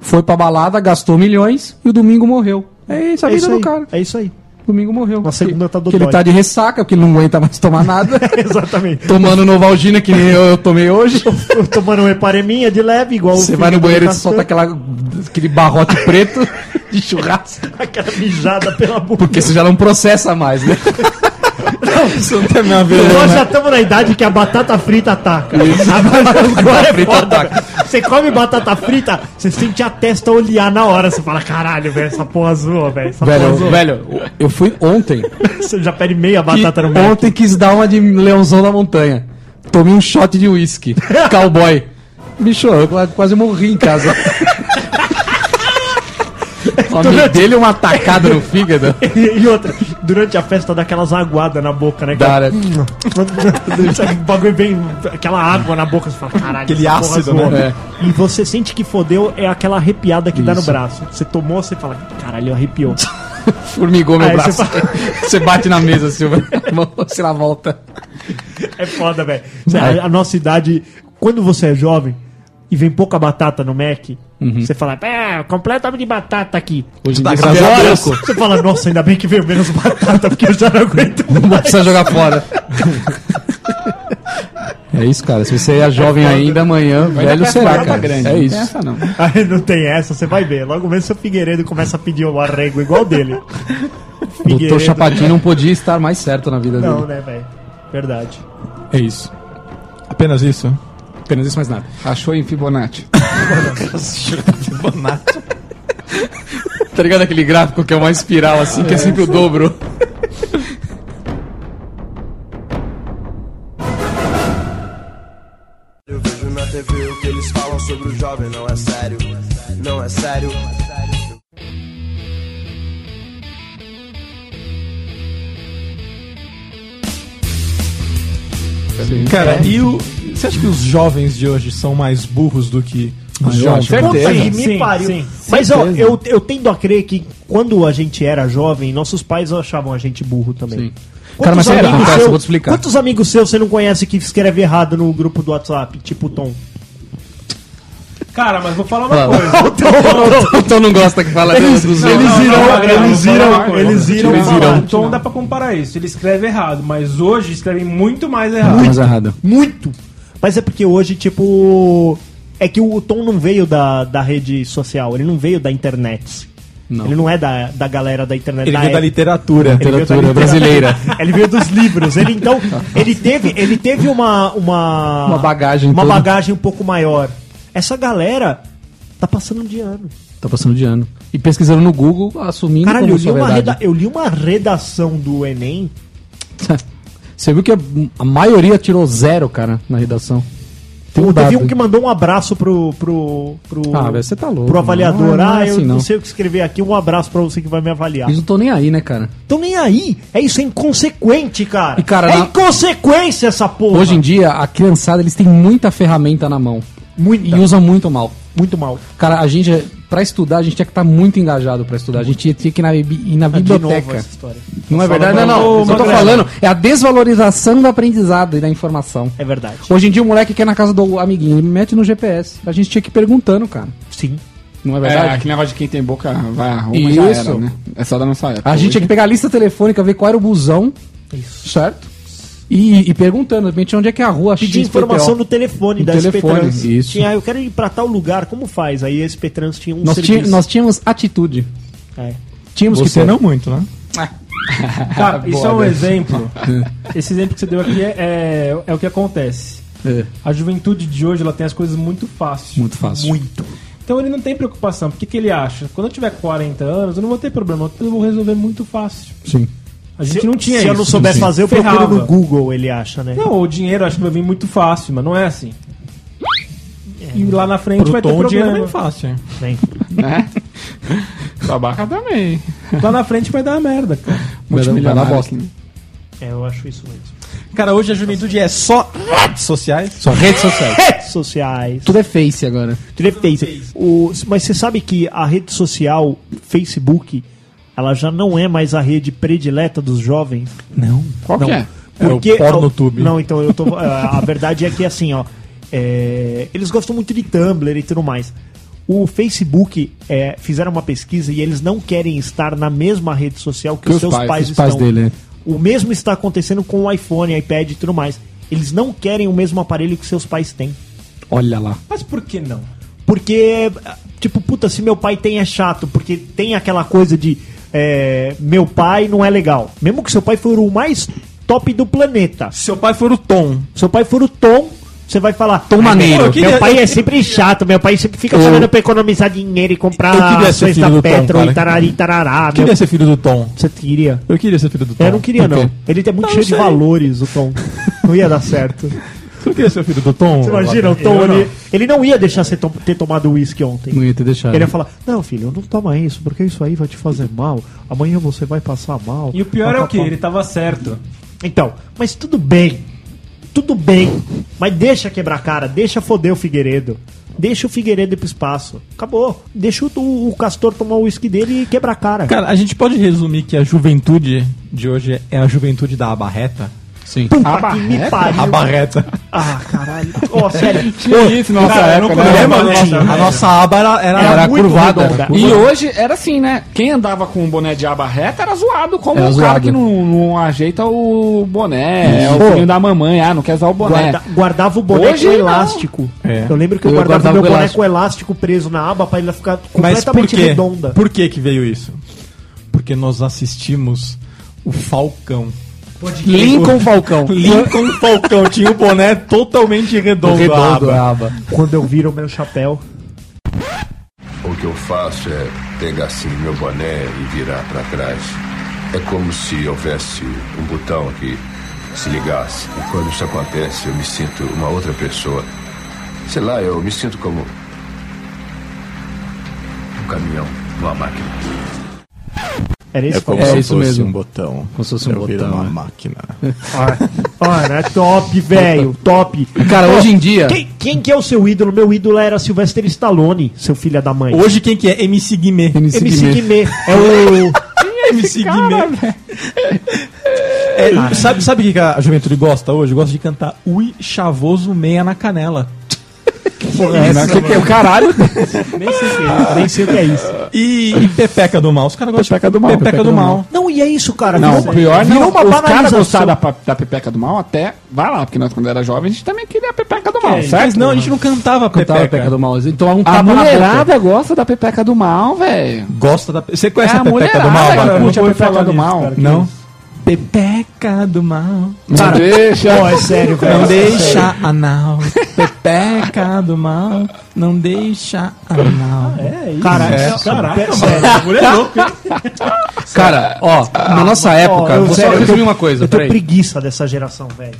[SPEAKER 4] Foi pra balada, gastou milhões e o domingo morreu. É isso a
[SPEAKER 3] É
[SPEAKER 4] vida
[SPEAKER 3] isso,
[SPEAKER 4] do
[SPEAKER 3] aí,
[SPEAKER 4] cara.
[SPEAKER 3] é isso aí.
[SPEAKER 4] Domingo morreu.
[SPEAKER 3] Na segunda tá do
[SPEAKER 4] que ele
[SPEAKER 3] dói.
[SPEAKER 4] tá de ressaca, porque ele não aguenta mais tomar nada. [LAUGHS]
[SPEAKER 3] [LAUGHS] Exatamente.
[SPEAKER 4] Tomando Novalgina, que nem eu, eu
[SPEAKER 3] [LAUGHS]
[SPEAKER 4] tomei hoje.
[SPEAKER 3] Tô Tomando um epareminha de leve, igual
[SPEAKER 4] Você vai no banheiro e solta
[SPEAKER 3] aquela...
[SPEAKER 4] aquela, aquele barrote preto de churrasco.
[SPEAKER 3] aquela mijada pela boca.
[SPEAKER 4] [LAUGHS] Porque você já não processa mais, né? [LAUGHS] Isso não tem nada a ver,
[SPEAKER 3] Nós
[SPEAKER 4] né?
[SPEAKER 3] já estamos na idade que a batata frita ataca. Agora
[SPEAKER 4] Batata
[SPEAKER 3] é
[SPEAKER 4] frita
[SPEAKER 3] foda.
[SPEAKER 4] ataca.
[SPEAKER 3] Você come batata frita, você sente a testa olhar na hora. Você fala, caralho, velho, essa porra zoa, velho. Essa porra
[SPEAKER 4] Velho,
[SPEAKER 3] zoa.
[SPEAKER 4] velho, eu fui ontem.
[SPEAKER 3] Você já pede meia
[SPEAKER 4] que
[SPEAKER 3] batata no meio.
[SPEAKER 4] ontem quis dar uma de leãozão na montanha. Tomei um shot de [LAUGHS] uísque. Cowboy. Bicho, eu qua- quase morri em [LAUGHS] casa. Tomei dele uma tacada no fígado.
[SPEAKER 3] [LAUGHS] E outra, durante a festa dá aquelas aguadas na boca, né?
[SPEAKER 4] Dá,
[SPEAKER 3] Aquela- [LAUGHS] Sabe, o bagulho bem. Aquela água na boca, você fala, caralho.
[SPEAKER 1] Aquele
[SPEAKER 3] essa porra
[SPEAKER 1] ácido,
[SPEAKER 3] zoa.
[SPEAKER 4] né?
[SPEAKER 3] E você sente que fodeu é aquela arrepiada que dá no
[SPEAKER 4] Isso.
[SPEAKER 3] braço. Você tomou, você fala, caralho,
[SPEAKER 4] [LAUGHS]
[SPEAKER 3] arrepiou.
[SPEAKER 4] Formigou meu
[SPEAKER 3] Aí
[SPEAKER 4] braço.
[SPEAKER 3] você
[SPEAKER 4] [LAUGHS] Você, bate na mesa, [LAUGHS] Silva. Você lá volta.
[SPEAKER 3] É foda, velho. Cê-
[SPEAKER 4] É.
[SPEAKER 3] A, a nossa idade, quando você é jovem e vem pouca batata no Mac,
[SPEAKER 4] Uhum.
[SPEAKER 3] você fala, é, completa de batata aqui.
[SPEAKER 4] Hoje em dia,
[SPEAKER 1] graças
[SPEAKER 4] você- tá
[SPEAKER 3] Você fala, nossa, ainda bem que veio menos batata, porque eu já não
[SPEAKER 4] [LAUGHS]
[SPEAKER 3] aguento
[SPEAKER 4] Não
[SPEAKER 3] mais.
[SPEAKER 4] precisa Tá jogar fora. [LAUGHS] É isso, cara. Se você é jovem ainda, amanhã, velho
[SPEAKER 5] pra
[SPEAKER 4] será,
[SPEAKER 5] farda
[SPEAKER 4] cara.
[SPEAKER 5] grande, não
[SPEAKER 4] É
[SPEAKER 5] tem
[SPEAKER 4] isso.
[SPEAKER 5] essa não.
[SPEAKER 3] Aí não tem essa, você vai ver. Logo mesmo seu Figueiredo começa a pedir o arrego igual dele.
[SPEAKER 4] Doutor Chapatinho não [LAUGHS] podia estar mais certo na vida
[SPEAKER 3] Não,
[SPEAKER 4] dele.
[SPEAKER 3] né, velho? Verdade.
[SPEAKER 4] É isso.
[SPEAKER 1] Apenas isso?
[SPEAKER 4] Apenas isso, mais nada.
[SPEAKER 5] Achou em Fibonacci.
[SPEAKER 4] [LAUGHS] Tá ligado aquele gráfico que é uma espiral assim, que é sempre o [LAUGHS] dobro?
[SPEAKER 9] Eu vejo na TV o que eles falam sobre o jovem, não é sério, não é sério.
[SPEAKER 1] Cara, e o. Você acha que os jovens de hoje são mais burros do que os
[SPEAKER 4] eu
[SPEAKER 1] jovens?
[SPEAKER 4] acho. Certeza.
[SPEAKER 3] Puta que me pariu. Mas ó, eu, eu tendo a crer que quando a gente era jovem, nossos pais achavam a gente burro também.
[SPEAKER 4] Sim.
[SPEAKER 3] Quantos
[SPEAKER 4] Cara, mas sabe o que
[SPEAKER 3] amigos
[SPEAKER 4] acontece?
[SPEAKER 3] seu-
[SPEAKER 4] Eu vou te explicar.
[SPEAKER 3] Quantos amigos seus você não conhece que escreve errado no grupo do WhatsApp, tipo o Tom?
[SPEAKER 6] Cara, mas vou falar uma
[SPEAKER 4] Fala.
[SPEAKER 6] coisa.
[SPEAKER 4] Então não gosta que fala dos dos
[SPEAKER 6] Não,
[SPEAKER 4] outros.
[SPEAKER 6] não,
[SPEAKER 3] irão-
[SPEAKER 6] não, não,
[SPEAKER 3] eles
[SPEAKER 6] não,
[SPEAKER 3] irão-
[SPEAKER 6] não, não,
[SPEAKER 3] eles
[SPEAKER 6] não,
[SPEAKER 3] irão
[SPEAKER 6] não,
[SPEAKER 3] falar.
[SPEAKER 6] não, Então dá pra comparar isso. Ele escreve errado, mas hoje escrevem muito mais errado.
[SPEAKER 4] Mas Tá errado.
[SPEAKER 3] Muito! Mas é porque hoje, tipo. É que o Tom não veio da, da rede social, ele não veio da internet.
[SPEAKER 4] Não.
[SPEAKER 3] Ele não é da, da galera da internet. Ah, é
[SPEAKER 1] Ele veio da
[SPEAKER 3] época.
[SPEAKER 1] literatura.
[SPEAKER 3] Ele veio da
[SPEAKER 4] Literatura brasileira.
[SPEAKER 3] [LAUGHS]
[SPEAKER 5] [LAUGHS]
[SPEAKER 3] Ele veio dos livros. Ele
[SPEAKER 4] [LAUGHS]
[SPEAKER 3] então, ele teve, ele teve uma uma
[SPEAKER 4] Uma bagagem
[SPEAKER 3] uma
[SPEAKER 4] toda.
[SPEAKER 3] bagagem um pouco maior. Essa galera tá passando de ano.
[SPEAKER 4] Tá passando de ano. E pesquisando no Google, assumindo
[SPEAKER 3] Caralho, eu
[SPEAKER 4] como
[SPEAKER 3] li,
[SPEAKER 4] sua
[SPEAKER 3] uma
[SPEAKER 4] verdade.
[SPEAKER 3] reda- eu li uma redação do Enem.
[SPEAKER 4] Você viu que a, a maioria tirou zero, cara, na redação. Tem um
[SPEAKER 3] teve
[SPEAKER 4] dado.
[SPEAKER 3] um que mandou um abraço pro pro pro,
[SPEAKER 4] Ah, velho, você tá louco,
[SPEAKER 3] pro
[SPEAKER 4] mano.
[SPEAKER 3] avaliador.
[SPEAKER 4] Não é- não é
[SPEAKER 3] ah, eu
[SPEAKER 4] assim,
[SPEAKER 3] não.
[SPEAKER 4] não.
[SPEAKER 3] sei o que escrever aqui. Um abraço pra você que vai me avaliar.
[SPEAKER 4] Eles não estão nem aí, né, cara?
[SPEAKER 3] Então nem aí. É isso é inconsequente, cara.
[SPEAKER 4] E, cara,
[SPEAKER 3] é
[SPEAKER 4] na-
[SPEAKER 3] inconsequência essa porra.
[SPEAKER 4] Hoje em dia, a criançada, eles têm muita ferramenta na mão.
[SPEAKER 3] Muita.
[SPEAKER 4] E usam muito mal.
[SPEAKER 3] muito mal.
[SPEAKER 4] Cara, a gente, pra estudar, a gente tinha que estar muito engajado pra estudar. A gente tinha que ir na, bi- ir na
[SPEAKER 3] É De novo assim.
[SPEAKER 4] biblioteca.
[SPEAKER 3] essa história.
[SPEAKER 4] Não é verdade? Não,
[SPEAKER 3] Fala,
[SPEAKER 4] não.
[SPEAKER 3] mano.
[SPEAKER 4] Eu só tô
[SPEAKER 3] Magrelo.
[SPEAKER 4] falando. É a desvalorização do aprendizado e da informação.
[SPEAKER 3] É verdade.
[SPEAKER 4] Hoje em dia, o moleque quer ir na casa do amiguinho, ele mete no GPS. A gente tinha que ir perguntando, cara.
[SPEAKER 3] Sim.
[SPEAKER 4] Não é
[SPEAKER 5] É,
[SPEAKER 4] verdade?
[SPEAKER 5] aquele negócio de quem tem boca vai arruma
[SPEAKER 4] Isso.
[SPEAKER 5] e já era, né? É só da nossa época.
[SPEAKER 4] A gente tinha que pegar a lista telefônica, ver qual era o busão,
[SPEAKER 3] Isso.
[SPEAKER 4] certo? E, e perguntando, de repente, onde é que é a rua
[SPEAKER 3] pedir
[SPEAKER 4] XPTO.
[SPEAKER 3] informação no telefone
[SPEAKER 4] No
[SPEAKER 3] da
[SPEAKER 4] telefone,
[SPEAKER 3] SP Trans.
[SPEAKER 4] isso.
[SPEAKER 3] Tinha, ah, eu quero ir pra tal lugar, como faz? Aí a SP Trans tinha um
[SPEAKER 4] Nós,
[SPEAKER 3] serviço.
[SPEAKER 4] tinha- nós tínhamos atitude.
[SPEAKER 3] É.
[SPEAKER 4] Tínhamos
[SPEAKER 6] Tipo,
[SPEAKER 4] que
[SPEAKER 1] Você
[SPEAKER 4] ter.
[SPEAKER 1] não muito, né?
[SPEAKER 6] [LAUGHS] Cara, isso é um
[SPEAKER 4] Boa, Deus.
[SPEAKER 6] exemplo. Esse exemplo que você deu aqui é, é, é o que acontece.
[SPEAKER 4] É,
[SPEAKER 6] A juventude de hoje ela tem as coisas muito fácil.
[SPEAKER 4] muito fácil.
[SPEAKER 3] Muito.
[SPEAKER 6] Então ele não tem preocupação. Porque que ele acha? Quando eu tiver 40 anos, eu não vou ter problema. Eu vou resolver muito fácil.
[SPEAKER 4] Sim.
[SPEAKER 6] A gente não tinha
[SPEAKER 3] Se
[SPEAKER 6] isso.
[SPEAKER 3] eu não souber fazer, eu procuro
[SPEAKER 6] Ferrava.
[SPEAKER 3] no Google, ele acha, né?
[SPEAKER 6] Não, o dinheiro eu acho que vai vir muito fácil, mas não é assim. E lá na frente
[SPEAKER 1] Pro
[SPEAKER 6] vai
[SPEAKER 1] tom,
[SPEAKER 6] ter
[SPEAKER 1] o dinheiro é
[SPEAKER 6] problema.
[SPEAKER 1] bem fácil. hein?
[SPEAKER 3] Né?
[SPEAKER 5] Babaca também.
[SPEAKER 6] Lá na frente vai dar merda, cara.
[SPEAKER 1] um
[SPEAKER 4] Multimilionário.
[SPEAKER 5] Multimilionário.
[SPEAKER 4] bosta.
[SPEAKER 3] É, eu acho isso mesmo.
[SPEAKER 1] Cara, hoje a juventude é só redes sociais.
[SPEAKER 4] Só redes sociais.
[SPEAKER 3] Redes sociais.
[SPEAKER 4] Tudo é face agora.
[SPEAKER 3] Face. O, mas você sabe que a rede social, Facebook, ela já não é mais a rede predileta dos jovens?
[SPEAKER 1] Não.
[SPEAKER 5] Qual que é?
[SPEAKER 1] É o Pornotube.
[SPEAKER 3] Não, então eu tô. [LAUGHS] A a verdade é que assim, ó. é, eles gostam muito de Tumblr e tudo mais. O Facebook é, fizeram uma pesquisa e eles não querem estar na mesma rede social que, os seus pais,
[SPEAKER 4] os
[SPEAKER 3] estão.
[SPEAKER 4] pais dele, né?
[SPEAKER 3] O mesmo está acontecendo com o iPhone, iPad e tudo mais. Eles não querem o mesmo aparelho que seus pais têm.
[SPEAKER 4] Olha lá.
[SPEAKER 6] Mas por que não?
[SPEAKER 3] Porque, tipo, puta, se meu pai tem é chato, porque tem aquela coisa de é, meu pai não é legal. Mesmo que seu pai for o mais top do planeta.
[SPEAKER 1] Seu pai for o Tom.
[SPEAKER 3] Seu pai for o Tom, você vai falar. Tom
[SPEAKER 4] maneiro.
[SPEAKER 3] Meu,
[SPEAKER 1] Eu queria-
[SPEAKER 3] pai é sempre chato, meu pai sempre fica falando pra economizar dinheiro e
[SPEAKER 1] Eu
[SPEAKER 3] comprar
[SPEAKER 1] queria
[SPEAKER 3] as
[SPEAKER 1] ser
[SPEAKER 3] coisas
[SPEAKER 1] filho
[SPEAKER 3] da
[SPEAKER 1] do Tom,
[SPEAKER 3] Petro
[SPEAKER 1] cara.
[SPEAKER 3] e tarari, tarará.
[SPEAKER 1] Eu
[SPEAKER 3] Meu,
[SPEAKER 1] queria ser filho do Tom.
[SPEAKER 3] você queria? É,
[SPEAKER 1] Eu queria ser filho do Tom.
[SPEAKER 3] Eu não queria,
[SPEAKER 4] Por quê?
[SPEAKER 3] não. Ele é muito cheio de valores, o Tom. Não ia
[SPEAKER 1] [LAUGHS]
[SPEAKER 3] dar certo.
[SPEAKER 1] Você não queria ser filho do Tom?
[SPEAKER 3] Você imagina, o Tom, ele, ele não ia deixar você tom- ter tomado uísque ontem.
[SPEAKER 4] Não ia ter deixado.
[SPEAKER 3] Ele ia falar, não, filho, não toma isso, porque isso aí vai te fazer mal. Amanhã você vai passar mal.
[SPEAKER 6] E o pior é o que?
[SPEAKER 3] Papapá.
[SPEAKER 6] Ele tava certo.
[SPEAKER 3] Então, mas tudo bem. Tudo bem. Mas deixa quebrar a cara, deixa foder o Figueiredo. Deixa o Figueiredo ir pro espaço. Acabou. Deixa o, o Castor tomar o uísque dele e quebrar a cara.
[SPEAKER 1] Cara, a gente pode resumir que a juventude de hoje é a juventude da abarreta?
[SPEAKER 4] Sim.
[SPEAKER 3] Puta que me pariu.
[SPEAKER 1] Abarreta.
[SPEAKER 3] Ah, caralho. Ó, sério.
[SPEAKER 5] isso, nossa época, né?
[SPEAKER 4] É,
[SPEAKER 1] Lembra, A nossa aba era, É, era,
[SPEAKER 4] Era curvada.
[SPEAKER 3] redonda.
[SPEAKER 4] era
[SPEAKER 5] E
[SPEAKER 4] curvada.
[SPEAKER 5] hoje era assim, né? Quem andava com um boné de aba reta era zoado, como
[SPEAKER 4] Era
[SPEAKER 5] o cara
[SPEAKER 4] zoado.
[SPEAKER 5] que não, não ajeita o boné, é o
[SPEAKER 3] Pô.
[SPEAKER 5] filho da mamãe, ah, não quer usar o boné.
[SPEAKER 3] Guarda- guardava o boné
[SPEAKER 5] Hoje
[SPEAKER 3] com
[SPEAKER 5] não.
[SPEAKER 3] elástico.
[SPEAKER 1] É.
[SPEAKER 3] Eu lembro que eu,
[SPEAKER 4] Eu
[SPEAKER 3] guardava,
[SPEAKER 4] guardava
[SPEAKER 3] meu
[SPEAKER 4] com
[SPEAKER 3] boné
[SPEAKER 4] elástico.
[SPEAKER 3] com elástico preso na aba pra ele ficar
[SPEAKER 1] Mas por
[SPEAKER 3] completamente
[SPEAKER 1] quê?
[SPEAKER 3] redonda.
[SPEAKER 1] Por que que veio isso? Porque nós assistimos o Falcão.
[SPEAKER 4] Lincoln Falcão.
[SPEAKER 1] [LAUGHS] Lincoln Falcão tinha o boné totalmente redondo. a
[SPEAKER 4] Redondo,
[SPEAKER 1] aba.
[SPEAKER 4] a aba.
[SPEAKER 3] Quando eu viro o meu chapéu.
[SPEAKER 9] O que eu faço é pegar assim meu boné e virar para trás. É como se houvesse um botão que se ligasse. E quando isso acontece, eu me sinto uma outra pessoa. Sei lá, eu me sinto como um caminhão, uma máquina.
[SPEAKER 3] Era
[SPEAKER 1] É
[SPEAKER 3] esse
[SPEAKER 4] como
[SPEAKER 3] Falcão?
[SPEAKER 4] se é. isso mesmo.
[SPEAKER 1] botão.
[SPEAKER 4] Como se fosse um
[SPEAKER 1] Eu viro
[SPEAKER 4] botão, né?
[SPEAKER 1] máquina.
[SPEAKER 3] Olha, é top, velho. Top.
[SPEAKER 4] Cara,
[SPEAKER 3] Ó,
[SPEAKER 4] hoje em dia-
[SPEAKER 3] Quem, quem que é o seu ídolo? Meu ídolo era Sylvester Stallone, seu filho da mãe.
[SPEAKER 1] Hoje quem que é? MC Guimê.
[SPEAKER 3] MC Guimê. É o.
[SPEAKER 1] MC Guimê. É, sabe, sabe o que que a juventude gosta hoje? Gosta de cantar Ui Chavoso Meia na Canela.
[SPEAKER 5] né?
[SPEAKER 4] Que que é o caralho?
[SPEAKER 3] Nem sei o que é isso. Nem sei o que é isso.
[SPEAKER 1] E, e Pepeca do Mal. Os caras gostam
[SPEAKER 4] Pepeca do Mal,
[SPEAKER 1] Pepeca, do, Mal.
[SPEAKER 3] Não, e é isso, cara.
[SPEAKER 5] Não,
[SPEAKER 3] Virou-
[SPEAKER 5] pior
[SPEAKER 3] virou
[SPEAKER 5] não.
[SPEAKER 3] uma
[SPEAKER 5] Os caras
[SPEAKER 3] banalização.
[SPEAKER 5] gostaram da, pa- da pepeca do mal até. Vai lá, porque nós quando era jovem a gente também queria a pepeca do mal,
[SPEAKER 1] Mas
[SPEAKER 5] certo?
[SPEAKER 1] não, a gente não cantava Pepeca.
[SPEAKER 4] Cantava a pepeca do mal. Então é um
[SPEAKER 5] A
[SPEAKER 4] tapa na boca.
[SPEAKER 5] mulherada gosta da pepeca do mal, velho.
[SPEAKER 1] Gosta da. Você
[SPEAKER 5] É
[SPEAKER 1] conhece
[SPEAKER 5] a
[SPEAKER 1] a Pepeca do Mal,
[SPEAKER 5] mulherada que
[SPEAKER 1] Bárbara?
[SPEAKER 5] curte a pepeca
[SPEAKER 6] falar
[SPEAKER 5] do
[SPEAKER 6] nisso,
[SPEAKER 5] mal.
[SPEAKER 6] cara.
[SPEAKER 1] Não? Pepeca do Mal.
[SPEAKER 5] Não deixa.
[SPEAKER 3] Ó, é sério, velho.
[SPEAKER 1] Não deixa anal. Pepeca do Mal. Não deixa anal.
[SPEAKER 3] Cara,
[SPEAKER 6] Caraca,
[SPEAKER 4] Cara, ó, na nossa época,
[SPEAKER 3] eu-
[SPEAKER 4] vou só
[SPEAKER 3] sério, eu tô-
[SPEAKER 4] resumir uma coisa,
[SPEAKER 3] eu tenho
[SPEAKER 4] peraí.
[SPEAKER 3] preguiça dessa geração, velho.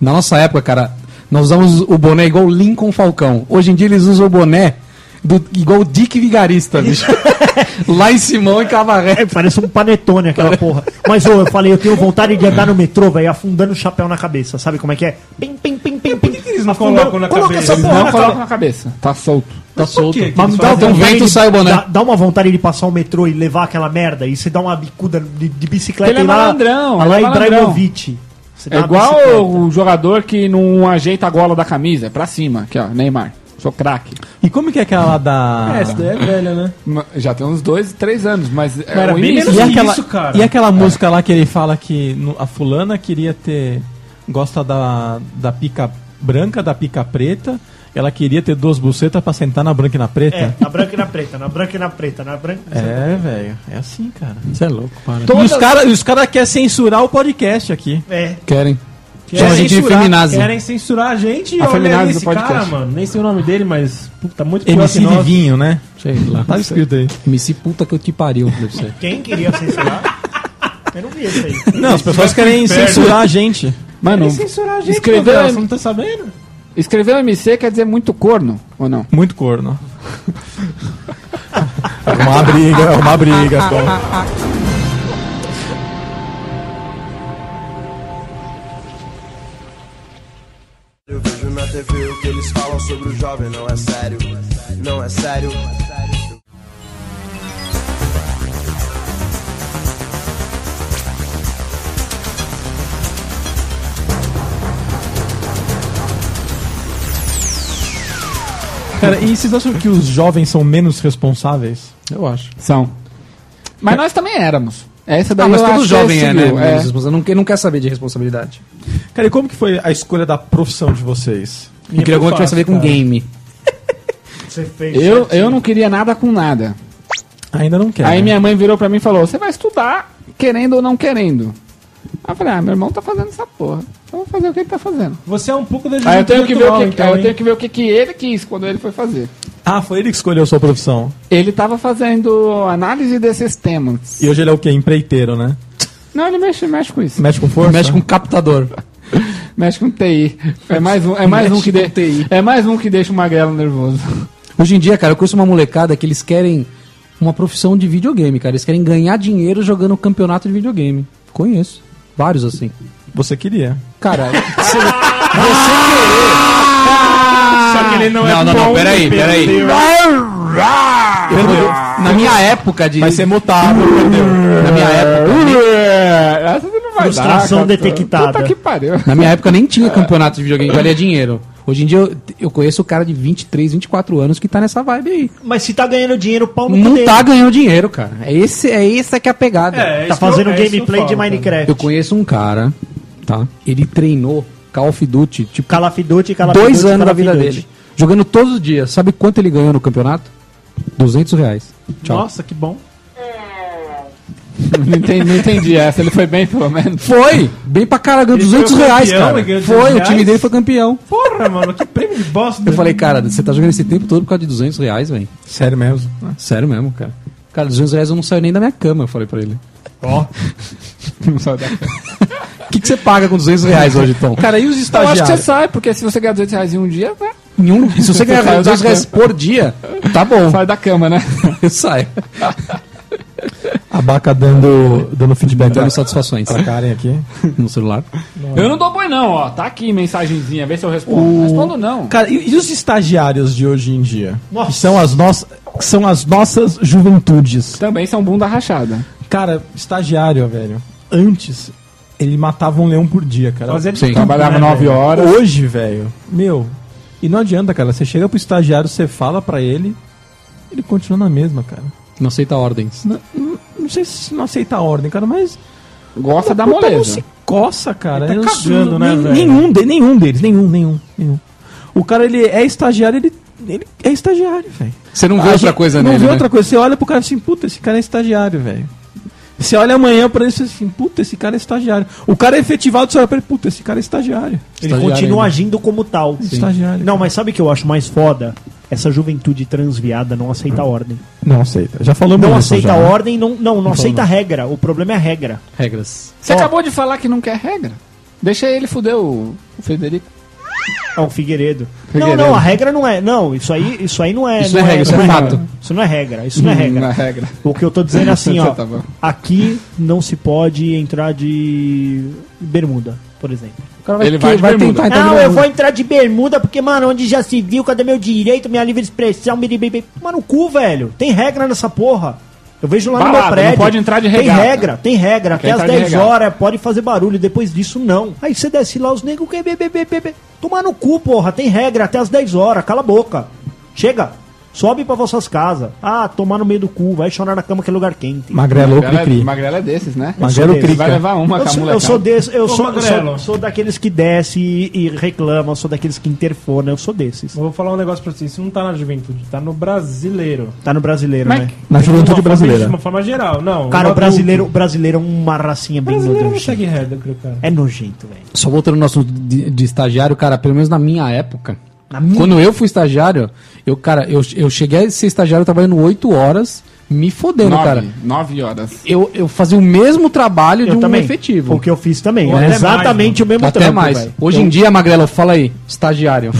[SPEAKER 4] Na nossa época, cara, nós usamos o boné igual o Lincoln Falcão. Hoje em dia eles usam o boné do- igual o Dick Vigarista, bicho. [LAUGHS] Lá em Simão e Cabaré.
[SPEAKER 3] É, parece um panetone aquela porra. Mas ô, eu falei, eu tenho vontade de andar no metrô, velho, afundando o chapéu na cabeça. Sabe como é que é? Pim, pim, pim, pim, pim.
[SPEAKER 6] que eles não
[SPEAKER 3] Afundando-
[SPEAKER 6] colocam na
[SPEAKER 3] Coloca essa
[SPEAKER 6] cabeça? Eles
[SPEAKER 3] porra
[SPEAKER 5] Não
[SPEAKER 3] na
[SPEAKER 5] coloca
[SPEAKER 3] cabeça.
[SPEAKER 5] na cabeça. Tá solto.
[SPEAKER 4] Tá solto.
[SPEAKER 6] que que
[SPEAKER 4] Mas
[SPEAKER 6] eles
[SPEAKER 4] dá,
[SPEAKER 6] fazem?
[SPEAKER 4] tem um vento sai o boné.
[SPEAKER 3] Dá, dá uma vontade de passar o metrô e levar aquela merda e você dá uma bicuda de, de bicicleta
[SPEAKER 5] Ele é
[SPEAKER 3] e lá.
[SPEAKER 5] malandrão,
[SPEAKER 3] lá
[SPEAKER 5] ele é
[SPEAKER 3] Ibrahimovic. Você dá
[SPEAKER 5] É
[SPEAKER 3] uma
[SPEAKER 5] igual
[SPEAKER 3] bicicleta.
[SPEAKER 5] o jogador que não ajeita a gola da camisa, é pra cima, aqui ó, Neymar. Sou craque.
[SPEAKER 1] E como que é aquela lá da.
[SPEAKER 6] É, isso daí é velha, né?
[SPEAKER 5] Ma- Já tem uns dois, três anos, mas é
[SPEAKER 6] Cara,
[SPEAKER 5] o
[SPEAKER 6] bem
[SPEAKER 5] início.
[SPEAKER 6] menos
[SPEAKER 1] E
[SPEAKER 6] que
[SPEAKER 1] aquela,
[SPEAKER 6] isso, cara.
[SPEAKER 1] e aquela música lá que ele fala que no- a fulana queria ter. Gosta da, da pica branca, da pica preta. Ela queria ter duas bucetas pra sentar na branca e na
[SPEAKER 3] É,
[SPEAKER 1] preta.
[SPEAKER 3] na branca e na preta, na branca e na preta, na branca.
[SPEAKER 1] É, velho. É assim, cara.
[SPEAKER 4] Você é louco, para.
[SPEAKER 1] E os caras cara querem censurar o podcast aqui.
[SPEAKER 3] É.
[SPEAKER 4] Querem.
[SPEAKER 6] Querem
[SPEAKER 4] Chama a gente de
[SPEAKER 6] censurar-
[SPEAKER 4] feminazi.
[SPEAKER 6] Querem censurar a gente e olha
[SPEAKER 5] Afeminazi
[SPEAKER 6] esse
[SPEAKER 5] do podcast.
[SPEAKER 6] cara, mano. Nem sei o nome dele, mas puta, tá muito pior que
[SPEAKER 1] MC
[SPEAKER 6] nós.
[SPEAKER 1] Vivinho, né?
[SPEAKER 4] Sei lá.
[SPEAKER 1] Tá escrito aí.
[SPEAKER 4] MC puta que eu te pariu, deve ser.
[SPEAKER 3] Quem queria censurar? eu não vi isso aí.
[SPEAKER 1] Não, as pessoas querem censurar a gente.
[SPEAKER 5] Mano,
[SPEAKER 6] Querem censurar a gente,
[SPEAKER 5] Escreveu-
[SPEAKER 6] Gabriel, você não tá sabendo?
[SPEAKER 5] escrever MC quer dizer muito corno, ou não?
[SPEAKER 1] Muito corno. É uma briga, é uma briga. só.
[SPEAKER 9] Eu vejo na TV o que eles falam sobre o jovem, não é sério, não é sério.
[SPEAKER 1] Cara, e vocês acham que os jovens são menos responsáveis?
[SPEAKER 4] Eu acho.
[SPEAKER 5] São. Mas nós também éramos. Essa daí
[SPEAKER 4] Ah, mas
[SPEAKER 5] eu
[SPEAKER 4] todo
[SPEAKER 5] acho
[SPEAKER 4] jovem é, né?
[SPEAKER 5] civil,
[SPEAKER 4] menos responsável. Não, quer- não quer saber de responsabilidade.
[SPEAKER 1] Cara, e como que foi a escolha da profissão de vocês?
[SPEAKER 4] Eu queria alguma coisa a ver com game.
[SPEAKER 3] Você fez
[SPEAKER 5] Eu, eu não queria nada com nada.
[SPEAKER 1] Ainda não quero. né?
[SPEAKER 5] Aí minha mãe virou pra mim e falou: Você vai estudar, querendo ou não querendo. Aí eu falei: Ah, meu irmão tá fazendo essa porra. Então eu vou fazer o que ele tá fazendo.
[SPEAKER 6] Você é um pouco da
[SPEAKER 5] Aí eu tenho que ver o que,
[SPEAKER 6] então,
[SPEAKER 5] aí eu
[SPEAKER 6] hein?
[SPEAKER 5] tenho que, ver o que, que ele quis quando ele foi fazer.
[SPEAKER 1] Ah, foi ele que escolheu a sua profissão.
[SPEAKER 5] Ele tava fazendo análise de sistemas.
[SPEAKER 1] E hoje ele é o quê? Empreiteiro, né?
[SPEAKER 5] Não, ele mexe, mexe com isso.
[SPEAKER 1] Mexe com força?
[SPEAKER 4] Mexe com captador.
[SPEAKER 5] Mexe com TI. É mais um, é mais um que
[SPEAKER 4] Mexe
[SPEAKER 5] de,
[SPEAKER 4] com TI.
[SPEAKER 5] É mais um que deixa o magrelo nervoso.
[SPEAKER 4] Hoje em dia, cara, eu conheço uma molecada que eles querem uma profissão de videogame, cara. Eles querem ganhar dinheiro jogando campeonato de videogame. Conheço. Vários assim.
[SPEAKER 1] Você queria.
[SPEAKER 4] Cara,
[SPEAKER 6] Só que ele não, é bom de perder.
[SPEAKER 4] perdeu. na minha época de.
[SPEAKER 1] Vai ser mutável, perdeu.
[SPEAKER 4] Na minha época.
[SPEAKER 5] Essa você não vai
[SPEAKER 3] Frustração
[SPEAKER 5] cara.
[SPEAKER 3] detectada.
[SPEAKER 5] Puta que pariu.
[SPEAKER 4] Na minha época nem tinha campeonato de videogame que valia dinheiro. Hoje em dia eu, eu conheço o cara de 23, 24 anos que tá nessa vibe aí.
[SPEAKER 3] Mas se tá ganhando dinheiro, pau no cu
[SPEAKER 4] Não
[SPEAKER 3] dele.
[SPEAKER 4] tá ganhando dinheiro, cara. É esse, é essa que é a pegada.
[SPEAKER 6] É,
[SPEAKER 3] Tá
[SPEAKER 6] isso
[SPEAKER 3] fazendo
[SPEAKER 6] eu- é isso
[SPEAKER 3] gameplay
[SPEAKER 6] eu
[SPEAKER 3] de
[SPEAKER 6] falo, cara.
[SPEAKER 3] Minecraft.
[SPEAKER 4] Eu conheço um cara, tá? Ele treinou Call of Duty, tipo,
[SPEAKER 3] Call of Duty, Call of Duty,
[SPEAKER 4] dois anos
[SPEAKER 3] Call
[SPEAKER 4] da
[SPEAKER 3] of
[SPEAKER 4] vida
[SPEAKER 3] Duty.
[SPEAKER 4] dele. Jogando todos os dias. Sabe quanto ele ganhou no campeonato? 200 reais. Tchau.
[SPEAKER 6] Nossa, que bom.
[SPEAKER 5] Não entendi, não entendi essa. Ele foi bem, pelo menos.
[SPEAKER 4] Foi! Bem pra cara, ganhou
[SPEAKER 6] Ele
[SPEAKER 4] 200
[SPEAKER 6] foi
[SPEAKER 4] reais,
[SPEAKER 6] campeão,
[SPEAKER 4] cara.
[SPEAKER 6] ele ganhou 200
[SPEAKER 4] Foi, o
[SPEAKER 6] reais?
[SPEAKER 4] time dele foi campeão.
[SPEAKER 6] Porra, mano, que prêmio de bosta.
[SPEAKER 4] Eu falei, cara, você tá jogando esse tempo todo por causa de 200 reais, velho.
[SPEAKER 1] Sério mesmo.
[SPEAKER 4] Sério mesmo, cara. Cara, 200 reais eu não saio nem da minha cama, eu falei pra ele. [LAUGHS]
[SPEAKER 5] Não sabe.
[SPEAKER 4] O que, que você paga com 200 reais hoje, Tom?
[SPEAKER 1] Cara, e os
[SPEAKER 5] Eu acho que você
[SPEAKER 1] estagiários?
[SPEAKER 5] sai, porque se você ganhar 200 reais em um dia, né?
[SPEAKER 4] Nenhum... E se você ganhar
[SPEAKER 5] Saiu da
[SPEAKER 4] 200 reais por dia,
[SPEAKER 1] [LAUGHS]
[SPEAKER 4] tá bom.
[SPEAKER 5] sai da cama, né?
[SPEAKER 4] Eu saio.
[SPEAKER 1] A Baca dando, dando feedback
[SPEAKER 4] Dando satisfações
[SPEAKER 1] pra Karen aqui.
[SPEAKER 4] no celular.
[SPEAKER 5] Eu não dou boi, não, ó. Tá aqui mensagenzinha, vê se eu respondo. Não Respondo não.
[SPEAKER 1] Cara, e, e os estagiários de hoje em dia?
[SPEAKER 3] Nossa.
[SPEAKER 1] Que são as, nossas que são as nossas juventudes.
[SPEAKER 5] Também são bunda rachada.
[SPEAKER 1] Cara, estagiário, velho. Antes, ele matava um leão por dia, cara.
[SPEAKER 6] Fazendo
[SPEAKER 4] Sim.
[SPEAKER 5] Trabalhava 9 horas.
[SPEAKER 1] Hoje, velho, meu. E não adianta, cara. Você chega pro estagiário, você fala pra ele, ele continua na mesma, cara.
[SPEAKER 4] Não aceita ordens.
[SPEAKER 1] Não, não- não sei se não aceita a ordem, cara, mas.
[SPEAKER 5] Gosta da
[SPEAKER 1] puta, Não
[SPEAKER 5] moleza.
[SPEAKER 1] se coça, cara.
[SPEAKER 6] tá Ele tá
[SPEAKER 1] Eu
[SPEAKER 6] cagando, né,
[SPEAKER 1] nem-
[SPEAKER 6] velho?
[SPEAKER 1] Nenhum, de, nenhum deles, nenhum, nenhum, nenhum. O cara, ele é estagiário, ele, ele é estagiário, velho.
[SPEAKER 4] Você não vê
[SPEAKER 1] A
[SPEAKER 4] outra
[SPEAKER 1] gente
[SPEAKER 4] coisa
[SPEAKER 1] não
[SPEAKER 4] nele,
[SPEAKER 1] vê
[SPEAKER 4] né?
[SPEAKER 1] outra coisa. Você olha pro cara assim, puta, esse cara é estagiário, velho. Você olha amanhã pra ele e fala assim, puta, esse cara é estagiário. O cara é efetivado, você olha pra ele, puta, esse cara é estagiário.
[SPEAKER 3] Ele
[SPEAKER 4] Estagiário
[SPEAKER 3] continua
[SPEAKER 4] ainda.
[SPEAKER 3] agindo como tal.
[SPEAKER 1] Estagiário.
[SPEAKER 3] Não, mas sabe o que eu acho mais foda? Essa juventude transviada não aceita ordem.
[SPEAKER 1] Não aceita. Já falamos
[SPEAKER 3] Não
[SPEAKER 1] isso,
[SPEAKER 3] aceita
[SPEAKER 1] já.
[SPEAKER 3] ordem, não, não, não aceita regra. O problema é a regra.
[SPEAKER 4] Regras.
[SPEAKER 5] Você
[SPEAKER 3] Ó.
[SPEAKER 5] acabou de falar que não quer regra. Deixa ele fuder o, o Federico.
[SPEAKER 3] É o Figueiredo.
[SPEAKER 5] Figueiredo.
[SPEAKER 3] Não, não, a regra não é. Não, isso aí, isso aí não é.
[SPEAKER 4] Isso não é regra, isso é fato.
[SPEAKER 3] Isso não é regra, isso não é regra.
[SPEAKER 5] Não é regra.
[SPEAKER 3] O que eu tô dizendo é assim, ó.
[SPEAKER 5] Tá bom.
[SPEAKER 3] Aqui não se pode entrar de bermuda, por exemplo.
[SPEAKER 4] O cara
[SPEAKER 5] vai- Ele vai de
[SPEAKER 4] vai
[SPEAKER 5] bermuda.
[SPEAKER 4] tentar entrar
[SPEAKER 3] não,
[SPEAKER 4] no-
[SPEAKER 3] eu vou entrar de bermuda porque, mano, onde já se viu, cadê meu direito, minha livre expressão, biribibi. Toma no cu, velho. Tem regra nessa porra. Eu vejo lá no
[SPEAKER 5] Balada,
[SPEAKER 3] meu
[SPEAKER 5] não
[SPEAKER 3] prédio.
[SPEAKER 5] pode entrar de regata.
[SPEAKER 3] Tem regra, tem regra. Até
[SPEAKER 5] Quer
[SPEAKER 3] às
[SPEAKER 5] entrar de
[SPEAKER 3] 10
[SPEAKER 5] regata.
[SPEAKER 3] horas pode fazer barulho, depois disso não. Aí você desce lá, os negros que bebê, bebê, bebê. Toma no cu, porra. Tem regra até às 10 horas. Cala a boca. Chega. Sobe pra vossas casas. Ah, tomar no meio do cu. Vai chorar na cama que é lugar quente.
[SPEAKER 1] Magrelo ou
[SPEAKER 5] Magrela,
[SPEAKER 1] cri-cri.
[SPEAKER 5] Magrela é desses, né?
[SPEAKER 1] Magrelo
[SPEAKER 3] desse.
[SPEAKER 5] Ele vai
[SPEAKER 1] crica.
[SPEAKER 5] levar uma
[SPEAKER 3] Eu
[SPEAKER 5] com a
[SPEAKER 3] sou,
[SPEAKER 5] molecada.
[SPEAKER 3] eu sou desse, eu
[SPEAKER 6] Ô,
[SPEAKER 3] sou, eu
[SPEAKER 6] Magrelo.
[SPEAKER 3] sou, sou daqueles que desce e, e reclama, eu sou daqueles que interfonam, eu sou desses.
[SPEAKER 6] Eu vou falar um negócio pra vocês. Isso não tá na juventude, tá no brasileiro.
[SPEAKER 3] Tá no brasileiro,
[SPEAKER 5] Mas-
[SPEAKER 3] né?
[SPEAKER 1] Na
[SPEAKER 6] De
[SPEAKER 1] juventude
[SPEAKER 6] uma Forma, de
[SPEAKER 1] brasileira.
[SPEAKER 6] uma forma geral, não.
[SPEAKER 3] Cara,
[SPEAKER 6] Um
[SPEAKER 3] o brasileiro, o brasileiro é uma racinha bem
[SPEAKER 6] brasileiro não
[SPEAKER 3] nojenta.
[SPEAKER 6] é um segue regra, eu creio, cara.
[SPEAKER 3] É nojento, velho.
[SPEAKER 4] Só voltando no assunto de, de estagiário, cara, pelo menos na minha época.
[SPEAKER 3] Na minha-
[SPEAKER 4] Quando eu fui estagiário, eu, cara, eu, eu cheguei a ser estagiário trabalhando 8 horas, me fodendo, cara.
[SPEAKER 5] Nove, nove horas.
[SPEAKER 4] Eu, eu fazia o mesmo trabalho de um efetivo.
[SPEAKER 3] O que eu fiz também.
[SPEAKER 6] Ou
[SPEAKER 3] É
[SPEAKER 6] até
[SPEAKER 3] exatamente o mesmo
[SPEAKER 4] Até
[SPEAKER 3] trampo,
[SPEAKER 4] mais.
[SPEAKER 3] velho.
[SPEAKER 4] Hoje
[SPEAKER 3] Eu-
[SPEAKER 4] em dia, Magrelo, fala aí,
[SPEAKER 3] [LAUGHS]
[SPEAKER 4] estagiário.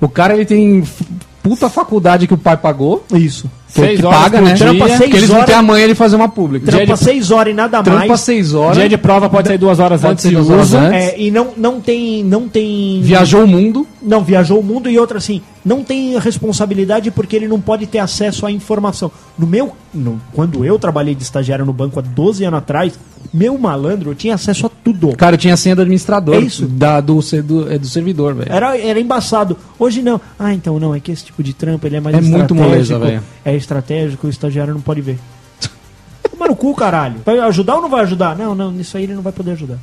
[SPEAKER 4] o cara, ele tem f- puta faculdade que o pai pagou,
[SPEAKER 3] Isso.
[SPEAKER 4] Foi
[SPEAKER 5] Seis
[SPEAKER 4] que
[SPEAKER 5] horas
[SPEAKER 4] paga,
[SPEAKER 5] por
[SPEAKER 4] né?
[SPEAKER 5] dia.
[SPEAKER 4] Trampa
[SPEAKER 3] seis
[SPEAKER 4] Porque eles vão
[SPEAKER 3] horas.
[SPEAKER 4] ter amanhã ele fazer uma pública.
[SPEAKER 3] Trampa
[SPEAKER 5] Dia de-
[SPEAKER 3] seis horas e nada
[SPEAKER 4] Trampa
[SPEAKER 3] mais.
[SPEAKER 4] seis horas.
[SPEAKER 5] Dia de prova pode sair duas horas
[SPEAKER 4] Pode
[SPEAKER 5] antes
[SPEAKER 4] ser
[SPEAKER 5] e
[SPEAKER 4] duas horas
[SPEAKER 5] usa.
[SPEAKER 4] antes.
[SPEAKER 3] É, e não, não tem. Não tem.
[SPEAKER 4] Viajou o mundo.
[SPEAKER 3] Não, viajou o mundo e outra assim, não tem responsabilidade porque ele não pode ter acesso à informação. No meu, no- quando eu trabalhei de estagiário no banco há 12 anos atrás, meu malandro, eu tinha acesso a tudo.
[SPEAKER 4] Cara, eu tinha a senha do administrador.
[SPEAKER 3] É isso?
[SPEAKER 4] Da, do, ser- do, é do servidor, velho.
[SPEAKER 3] Era, era embaçado. Hoje não. Ah, então não, é que esse tipo de trampo ele é mais
[SPEAKER 4] É muito moleza,
[SPEAKER 3] estratégico.
[SPEAKER 4] velho.
[SPEAKER 3] é estratégico, o estagiário não pode ver. Toma no cu, caralho. Vai ajudar ou não vai ajudar? Não, não, nisso aí ele não vai poder ajudar.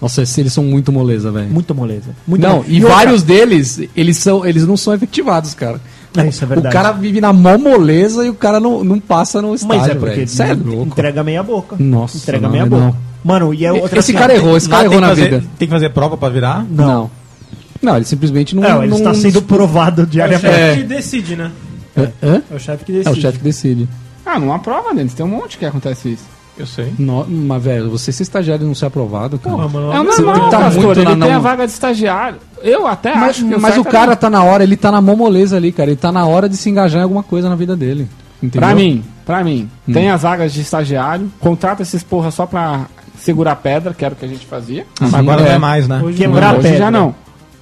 [SPEAKER 4] Nossa, esses- eles são muito moleza, velho.
[SPEAKER 3] Muita moleza. Muita
[SPEAKER 4] Não,
[SPEAKER 3] moleza.
[SPEAKER 4] e,
[SPEAKER 3] outra-
[SPEAKER 4] vários deles, eles, são, eles não são efetivados, cara.
[SPEAKER 3] É, isso é verdade.
[SPEAKER 4] O cara vive na mó moleza e o cara não, não passa no estágio,
[SPEAKER 3] Mas é porque
[SPEAKER 4] velho. Cê é louco.
[SPEAKER 3] entrega meia boca.
[SPEAKER 4] Nossa,
[SPEAKER 3] Entrega
[SPEAKER 4] não,
[SPEAKER 3] meia
[SPEAKER 4] não.
[SPEAKER 3] boca. Mano, e é outra
[SPEAKER 4] Esse
[SPEAKER 3] assim,
[SPEAKER 4] cara
[SPEAKER 3] ó,
[SPEAKER 4] errou, esse cara
[SPEAKER 1] tem
[SPEAKER 4] errou
[SPEAKER 1] que
[SPEAKER 4] na
[SPEAKER 1] fazer-
[SPEAKER 4] vida.
[SPEAKER 1] Tem que fazer prova pra virar?
[SPEAKER 4] Não. não. ele simplesmente não.
[SPEAKER 3] Não, ele
[SPEAKER 4] não-
[SPEAKER 3] está sendo provado diariamente.
[SPEAKER 4] É.
[SPEAKER 6] que decide, né?
[SPEAKER 4] Hã? Hã?
[SPEAKER 6] É o chefe que
[SPEAKER 4] É o
[SPEAKER 6] decide.
[SPEAKER 4] chefe que decide.
[SPEAKER 5] Ah, numa prova, Denis. Tem um monte que acontece isso.
[SPEAKER 1] Eu sei.
[SPEAKER 4] No- mas, velho, você ser estagiário e não ser aprovado, cara.
[SPEAKER 6] Porra, mano,
[SPEAKER 5] É o
[SPEAKER 4] Você tem que
[SPEAKER 5] normal,
[SPEAKER 4] tá
[SPEAKER 5] pastor.
[SPEAKER 4] muito
[SPEAKER 5] ele
[SPEAKER 4] na-
[SPEAKER 5] tem
[SPEAKER 4] na-
[SPEAKER 5] a vaga de estagiário. Eu até
[SPEAKER 4] Mas,
[SPEAKER 5] acho que
[SPEAKER 4] mas o
[SPEAKER 5] certo é
[SPEAKER 4] cara
[SPEAKER 5] não.
[SPEAKER 4] tá na hora, ele tá na mão moleza ali, cara. Ele tá na hora de se engajar em alguma coisa na vida dele. Entendeu?
[SPEAKER 5] Pra mim, pra mim. Tem as vagas de estagiário. Contrata esses porra só pra segurar pedra, que era o que a gente fazia.
[SPEAKER 1] Mas agora não é mais, né?
[SPEAKER 6] Hoje
[SPEAKER 3] Quebrar a
[SPEAKER 6] não.
[SPEAKER 5] Hoje
[SPEAKER 3] pedra.
[SPEAKER 5] já não.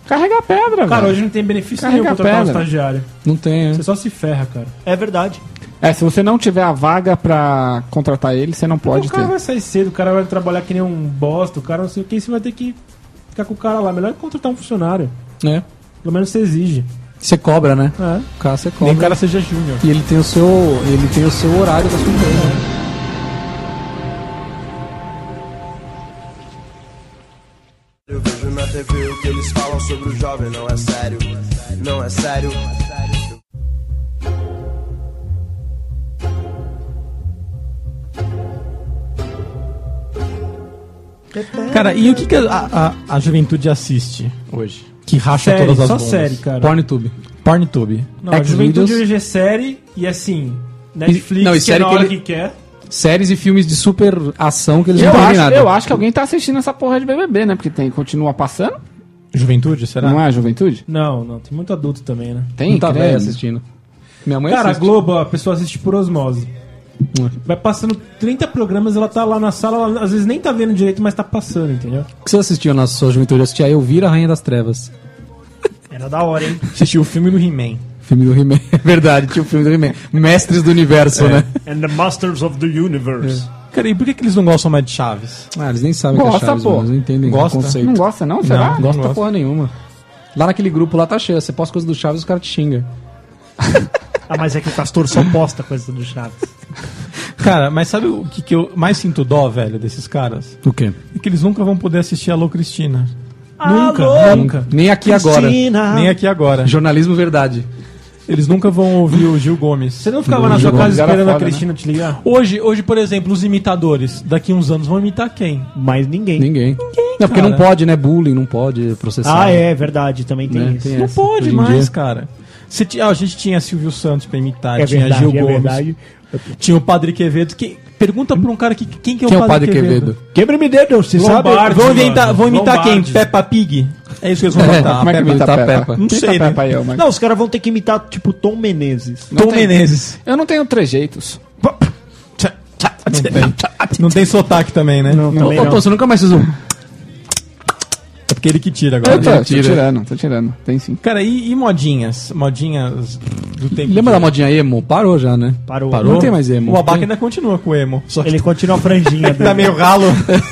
[SPEAKER 5] Carregar pedra,
[SPEAKER 6] Cara,
[SPEAKER 5] velho.
[SPEAKER 6] hoje não tem benefício
[SPEAKER 5] Carrega
[SPEAKER 6] nenhum contratar um
[SPEAKER 5] pedra.
[SPEAKER 6] estagiário.
[SPEAKER 4] Não tem. né?
[SPEAKER 6] Você só se ferra, cara.
[SPEAKER 3] É verdade.
[SPEAKER 5] É, se você não tiver a vaga pra contratar ele, você não pode
[SPEAKER 6] o cara
[SPEAKER 5] ter.
[SPEAKER 6] vai sair cedo, o cara vai trabalhar que nem um bosta, o cara não sei o que, você vai ter que ficar com o cara lá. Melhor é contratar um funcionário.
[SPEAKER 4] É.
[SPEAKER 6] Pelo menos você exige.
[SPEAKER 4] Você cobra, né?
[SPEAKER 6] É.
[SPEAKER 4] O cara você
[SPEAKER 6] Nem
[SPEAKER 4] cobra.
[SPEAKER 6] o cara seja júnior.
[SPEAKER 4] E ele tem o seu. Ele tem o seu horário das coisas. Né?
[SPEAKER 9] Eu vejo na TV o que eles falam sobre o jovem, não é sério, não é sério.
[SPEAKER 1] Cara, e o que, que a, a, a juventude assiste hoje? Que racha
[SPEAKER 6] Série,
[SPEAKER 1] todas as
[SPEAKER 6] só
[SPEAKER 1] bolas?
[SPEAKER 6] série, cara.
[SPEAKER 4] Porntube.
[SPEAKER 1] Pornitube.
[SPEAKER 6] Não, a
[SPEAKER 4] Xvideos.
[SPEAKER 6] juventude hoje é série e assim, Netflix,
[SPEAKER 4] não, e
[SPEAKER 6] que é
[SPEAKER 4] série
[SPEAKER 6] na
[SPEAKER 4] que
[SPEAKER 6] hora
[SPEAKER 4] ele-
[SPEAKER 6] que quer.
[SPEAKER 4] Séries e filmes de super ação que eles
[SPEAKER 5] Eu
[SPEAKER 4] não têm
[SPEAKER 5] acho,
[SPEAKER 4] nada.
[SPEAKER 5] eu acho que alguém tá assistindo essa porra de BBB, né? Porque tem, continua passando.
[SPEAKER 1] Juventude, será?
[SPEAKER 5] Não é a juventude?
[SPEAKER 6] Não, não, tem muito adulto também, né?
[SPEAKER 5] Tem,
[SPEAKER 4] Não tá
[SPEAKER 5] credo.
[SPEAKER 4] velho assistindo. Minha mãe
[SPEAKER 6] Cara, a
[SPEAKER 4] assiste.
[SPEAKER 6] Globo, a pessoa assiste por osmose. Vai passando 30 programas, ela tá lá na sala, ela às vezes nem tá vendo direito, mas tá passando, entendeu?
[SPEAKER 4] O que você assistiu na sua juventude? Eu assistia Elvira, Rainha das Trevas.
[SPEAKER 3] Era da hora, hein?
[SPEAKER 1] Assistiu o filme do He-Man.
[SPEAKER 4] Filme do He-Man. [LAUGHS] É verdade, tinha o filme do He-Man. Mestres do Universo, né?
[SPEAKER 3] And the Masters of the Universe.
[SPEAKER 1] Cara, e por que, que eles não gostam mais de Chaves?
[SPEAKER 4] Ah, eles nem sabem
[SPEAKER 5] Gosta,
[SPEAKER 4] que é Chaves,
[SPEAKER 5] pô.
[SPEAKER 4] mano, eles não entendem
[SPEAKER 1] Gosta.
[SPEAKER 4] o conceito.
[SPEAKER 5] Não gosta, não? Será?
[SPEAKER 1] Não.
[SPEAKER 4] gosta
[SPEAKER 1] gosta.
[SPEAKER 4] porra nenhuma. Lá naquele grupo lá tá cheio. Você posta coisa do Chaves, os caras te xingam.
[SPEAKER 3] Ah, mas é que o Castor só posta coisa do Chaves.
[SPEAKER 1] Cara, mas sabe o que, que eu mais sinto dó, velho, desses caras?
[SPEAKER 4] O quê?
[SPEAKER 1] É que eles nunca vão poder assistir a Lô Cristina.
[SPEAKER 3] Nunca,
[SPEAKER 4] Nunca. Nem aqui agora.
[SPEAKER 3] Cristina.
[SPEAKER 1] Nem aqui agora.
[SPEAKER 4] Jornalismo verdade.
[SPEAKER 1] Eles nunca vão ouvir o Gil Gomes.
[SPEAKER 6] Você não ficava na sua
[SPEAKER 4] Globo.
[SPEAKER 6] casa
[SPEAKER 5] Era
[SPEAKER 6] esperando a
[SPEAKER 5] foda, né?
[SPEAKER 6] Cristina te ligar?
[SPEAKER 1] Hoje, hoje, por exemplo, os imitadores, daqui uns anos vão imitar quem?
[SPEAKER 3] Mas ninguém.
[SPEAKER 4] Ninguém. não, porque
[SPEAKER 1] cara.
[SPEAKER 4] não pode, né? Bullying, não pode processar.
[SPEAKER 3] Ah, é verdade, também tem
[SPEAKER 4] Né?
[SPEAKER 3] isso.
[SPEAKER 4] Tem
[SPEAKER 1] Não
[SPEAKER 4] essa.
[SPEAKER 1] pode
[SPEAKER 4] Hoje em
[SPEAKER 1] mais,
[SPEAKER 4] dia-
[SPEAKER 1] cara. Você ti- ah, a gente tinha Silvio Santos pra imitar,
[SPEAKER 3] É
[SPEAKER 1] tinha
[SPEAKER 3] verdade,
[SPEAKER 1] Gil
[SPEAKER 3] é
[SPEAKER 1] Gomes,
[SPEAKER 3] verdade.
[SPEAKER 1] tinha o Padre Quevedo. Que, pergunta pra um cara que, quem que é o
[SPEAKER 4] Quem é o
[SPEAKER 1] Padre
[SPEAKER 4] Padre Quevedo?
[SPEAKER 3] Quebra-me dedo, você
[SPEAKER 6] Lombardi,
[SPEAKER 1] Vão imitar,
[SPEAKER 6] mano.
[SPEAKER 1] vão imitar quem?
[SPEAKER 6] Lombardi.
[SPEAKER 1] Peppa Pig? É isso que eles vão imitar.
[SPEAKER 4] Como é que
[SPEAKER 1] Peppa-
[SPEAKER 4] imita a
[SPEAKER 5] Tá
[SPEAKER 4] Peppa?
[SPEAKER 1] Não
[SPEAKER 5] Imita
[SPEAKER 1] sei,
[SPEAKER 5] a Peppa
[SPEAKER 1] né?
[SPEAKER 5] aí, ô, Mike.
[SPEAKER 3] Não, os caras vão ter que imitar, tipo, Tom Menezes.
[SPEAKER 1] Tom
[SPEAKER 5] tem.
[SPEAKER 4] [LAUGHS]
[SPEAKER 1] Menezes.
[SPEAKER 5] Eu não tenho trejeitos.
[SPEAKER 1] Não tem. [LAUGHS] Não tem sotaque também, né?
[SPEAKER 4] Ô, ô, Tom, você nunca mais fez um.
[SPEAKER 1] É porque ele que tira agora.
[SPEAKER 5] Eu tô, tô
[SPEAKER 4] tira.
[SPEAKER 5] tirando, tô tirando. Tem sim.
[SPEAKER 1] Cara, e, e modinhas? Modinhas do tempo.
[SPEAKER 4] Lembra da
[SPEAKER 1] de-
[SPEAKER 4] modinha emo? Parou já, né?
[SPEAKER 3] Parou.
[SPEAKER 4] Não tem mais emo.
[SPEAKER 1] O Abaca
[SPEAKER 4] Tem?
[SPEAKER 1] ainda continua com o emo. Só que
[SPEAKER 3] Ele continua a franjinha
[SPEAKER 1] tá
[SPEAKER 3] dele.
[SPEAKER 1] meio [LAUGHS] ralo.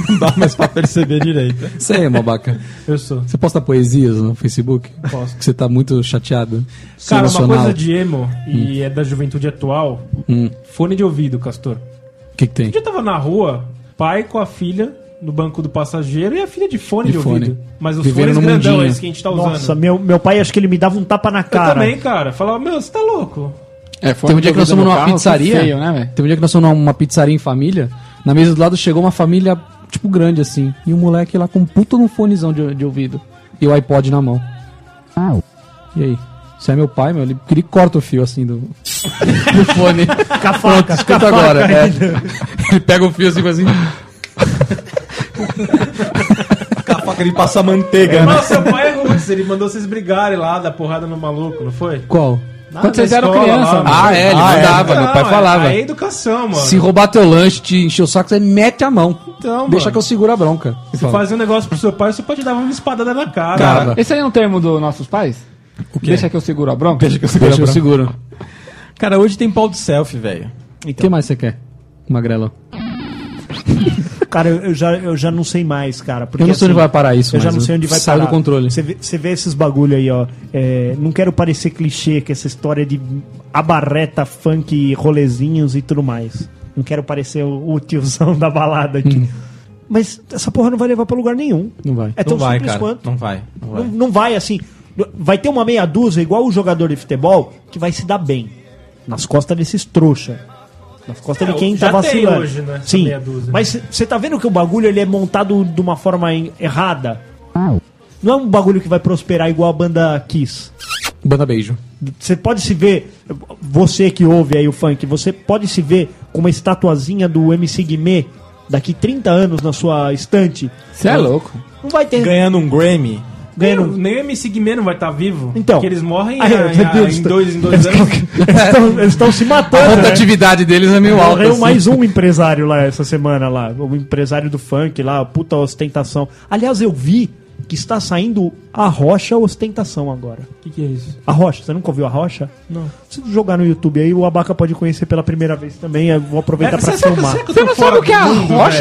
[SPEAKER 1] Não dá mais pra perceber direito.
[SPEAKER 4] Você é emo, Abaca.
[SPEAKER 6] Eu sou.
[SPEAKER 4] Você posta poesias no Facebook?
[SPEAKER 6] Posto.
[SPEAKER 4] Que você tá muito chateado.
[SPEAKER 6] Cara, uma
[SPEAKER 4] emocional.
[SPEAKER 6] coisa de emo e é da juventude atual,
[SPEAKER 4] Hum.
[SPEAKER 6] fone de ouvido, Castor.
[SPEAKER 4] O que, que tem?
[SPEAKER 6] Um dia eu tava na rua, pai com a filha no banco do passageiro e a filha de fone de,
[SPEAKER 4] De fone.
[SPEAKER 6] ouvido. Mas os
[SPEAKER 4] Viveram
[SPEAKER 6] fones
[SPEAKER 4] no
[SPEAKER 6] grandão,
[SPEAKER 4] mundinho.
[SPEAKER 6] é esse que a gente tá usando.
[SPEAKER 3] Nossa, meu, meu pai acho que ele me dava um tapa na
[SPEAKER 6] eu
[SPEAKER 3] cara.
[SPEAKER 6] também, cara. Falava, meu, você tá louco?
[SPEAKER 5] É,
[SPEAKER 4] Tem um dia que nós fomos numa pizzaria.
[SPEAKER 5] Feio, né, velho?
[SPEAKER 4] Tem um dia que nós fomos numa pizzaria em família. Na mesa do lado chegou uma família, tipo, grande assim. E um moleque lá com um puto num fonezão de, de ouvido. E o iPod na mão. E aí? Você é meu pai, meu? Ele, porque ele corta o fio assim do, do fone.
[SPEAKER 3] Fica faca,
[SPEAKER 4] Pronto,
[SPEAKER 3] fica
[SPEAKER 4] escuta
[SPEAKER 3] faca
[SPEAKER 4] agora. é.
[SPEAKER 3] ainda.
[SPEAKER 4] Ele pega o fio assim, faz assim.
[SPEAKER 1] Com a faca de passar manteiga, né?
[SPEAKER 6] é Nossa, seu pai é ruim. Ele mandou vocês brigarem lá, dar porrada no maluco, não foi?
[SPEAKER 4] Qual?
[SPEAKER 6] na
[SPEAKER 5] Quando vocês eram
[SPEAKER 6] escola,
[SPEAKER 5] criança,
[SPEAKER 6] lá,
[SPEAKER 5] mano.
[SPEAKER 4] Ah, é, ele
[SPEAKER 6] Ah,
[SPEAKER 4] mandava,
[SPEAKER 6] é?
[SPEAKER 4] meu pai
[SPEAKER 6] Não, é-
[SPEAKER 4] falava.
[SPEAKER 6] É, educação, mano.
[SPEAKER 4] Se roubar teu lanche, te encher o saco, você mete a mão.
[SPEAKER 6] Então,
[SPEAKER 4] Deixa
[SPEAKER 6] mano.
[SPEAKER 4] que eu seguro a bronca.
[SPEAKER 6] Você fazia um negócio pro seu pai, seu pai te dava uma espadada na cara.
[SPEAKER 4] Cara,
[SPEAKER 5] Esse aí é um termo dos nossos pais? Deixa que eu seguro a bronca?
[SPEAKER 1] Deixa que eu seguro.
[SPEAKER 4] Deixa que eu seguro.
[SPEAKER 1] Cara, hoje tem pau de selfie, velho.
[SPEAKER 4] O que mais você quer, Magrelo?
[SPEAKER 3] Cara, eu, eu já, eu já não sei mais, cara. Porque,
[SPEAKER 4] Eu não sei onde
[SPEAKER 3] assim,
[SPEAKER 4] vai parar isso,
[SPEAKER 3] Eu já
[SPEAKER 4] mas
[SPEAKER 3] não sei onde vai
[SPEAKER 4] sai
[SPEAKER 3] parar.
[SPEAKER 4] do controle.
[SPEAKER 3] Você vê, você vê esses bagulho aí, ó. É, não quero parecer clichê que essa história de abarreta, funk, rolezinhos e tudo mais. Não quero parecer o, o tiozão [LAUGHS] da balada aqui. Mas essa porra não vai levar pra lugar nenhum.
[SPEAKER 4] Hum. Não vai.
[SPEAKER 3] É tão
[SPEAKER 1] Não vai,
[SPEAKER 3] simples
[SPEAKER 1] cara.
[SPEAKER 3] quanto.
[SPEAKER 1] Não vai. Não vai.
[SPEAKER 3] Não, não vai assim. Vai ter uma meia dúzia, igual o jogador de futebol, que vai se dar bem. Nas costas desses trouxa. Nas costas
[SPEAKER 6] É,
[SPEAKER 3] de quem
[SPEAKER 6] já
[SPEAKER 3] tá
[SPEAKER 6] tem
[SPEAKER 3] vacilando.
[SPEAKER 6] hoje, né, essa
[SPEAKER 3] Sim.
[SPEAKER 6] meia dúzia.
[SPEAKER 3] Mas você tá vendo que o bagulho ele é montado de uma forma em- errada? Não é um bagulho que vai prosperar igual a banda Kiss.
[SPEAKER 4] Banda beijo.
[SPEAKER 3] Você pode se ver, você que ouve aí o funk, você pode se ver com uma estatuazinha do MC Guimê daqui 30 anos na sua estante.
[SPEAKER 5] Você é louco.
[SPEAKER 3] Não vai ter
[SPEAKER 1] Ganhando um Grammy.
[SPEAKER 6] Nem,
[SPEAKER 3] ganhando.
[SPEAKER 6] o- nem o MC Guimê não vai estar vivo.
[SPEAKER 3] Então.
[SPEAKER 6] Porque eles morrem
[SPEAKER 3] Aí,
[SPEAKER 6] a-
[SPEAKER 3] meu
[SPEAKER 6] a-
[SPEAKER 3] Deus,
[SPEAKER 6] em
[SPEAKER 3] tá-
[SPEAKER 6] dois em dois anos.
[SPEAKER 3] Eles estão se
[SPEAKER 4] A
[SPEAKER 3] matando. né?
[SPEAKER 4] rotatividade deles é meio alta.
[SPEAKER 3] Morreu
[SPEAKER 4] assim.
[SPEAKER 3] mais um empresário lá essa semana lá, o empresário do funk lá, puta ostentação. Aliás, eu vi que está saindo a Rocha Ostentação agora.
[SPEAKER 6] O que, que é isso?
[SPEAKER 3] A Rocha, você nunca ouviu a Rocha? Não. Se jogar no YouTube aí, o Abaca pode conhecer pela primeira vez também, eu vou
[SPEAKER 6] É,
[SPEAKER 3] aproveitar pra filmar.
[SPEAKER 6] Você não sabe o que é a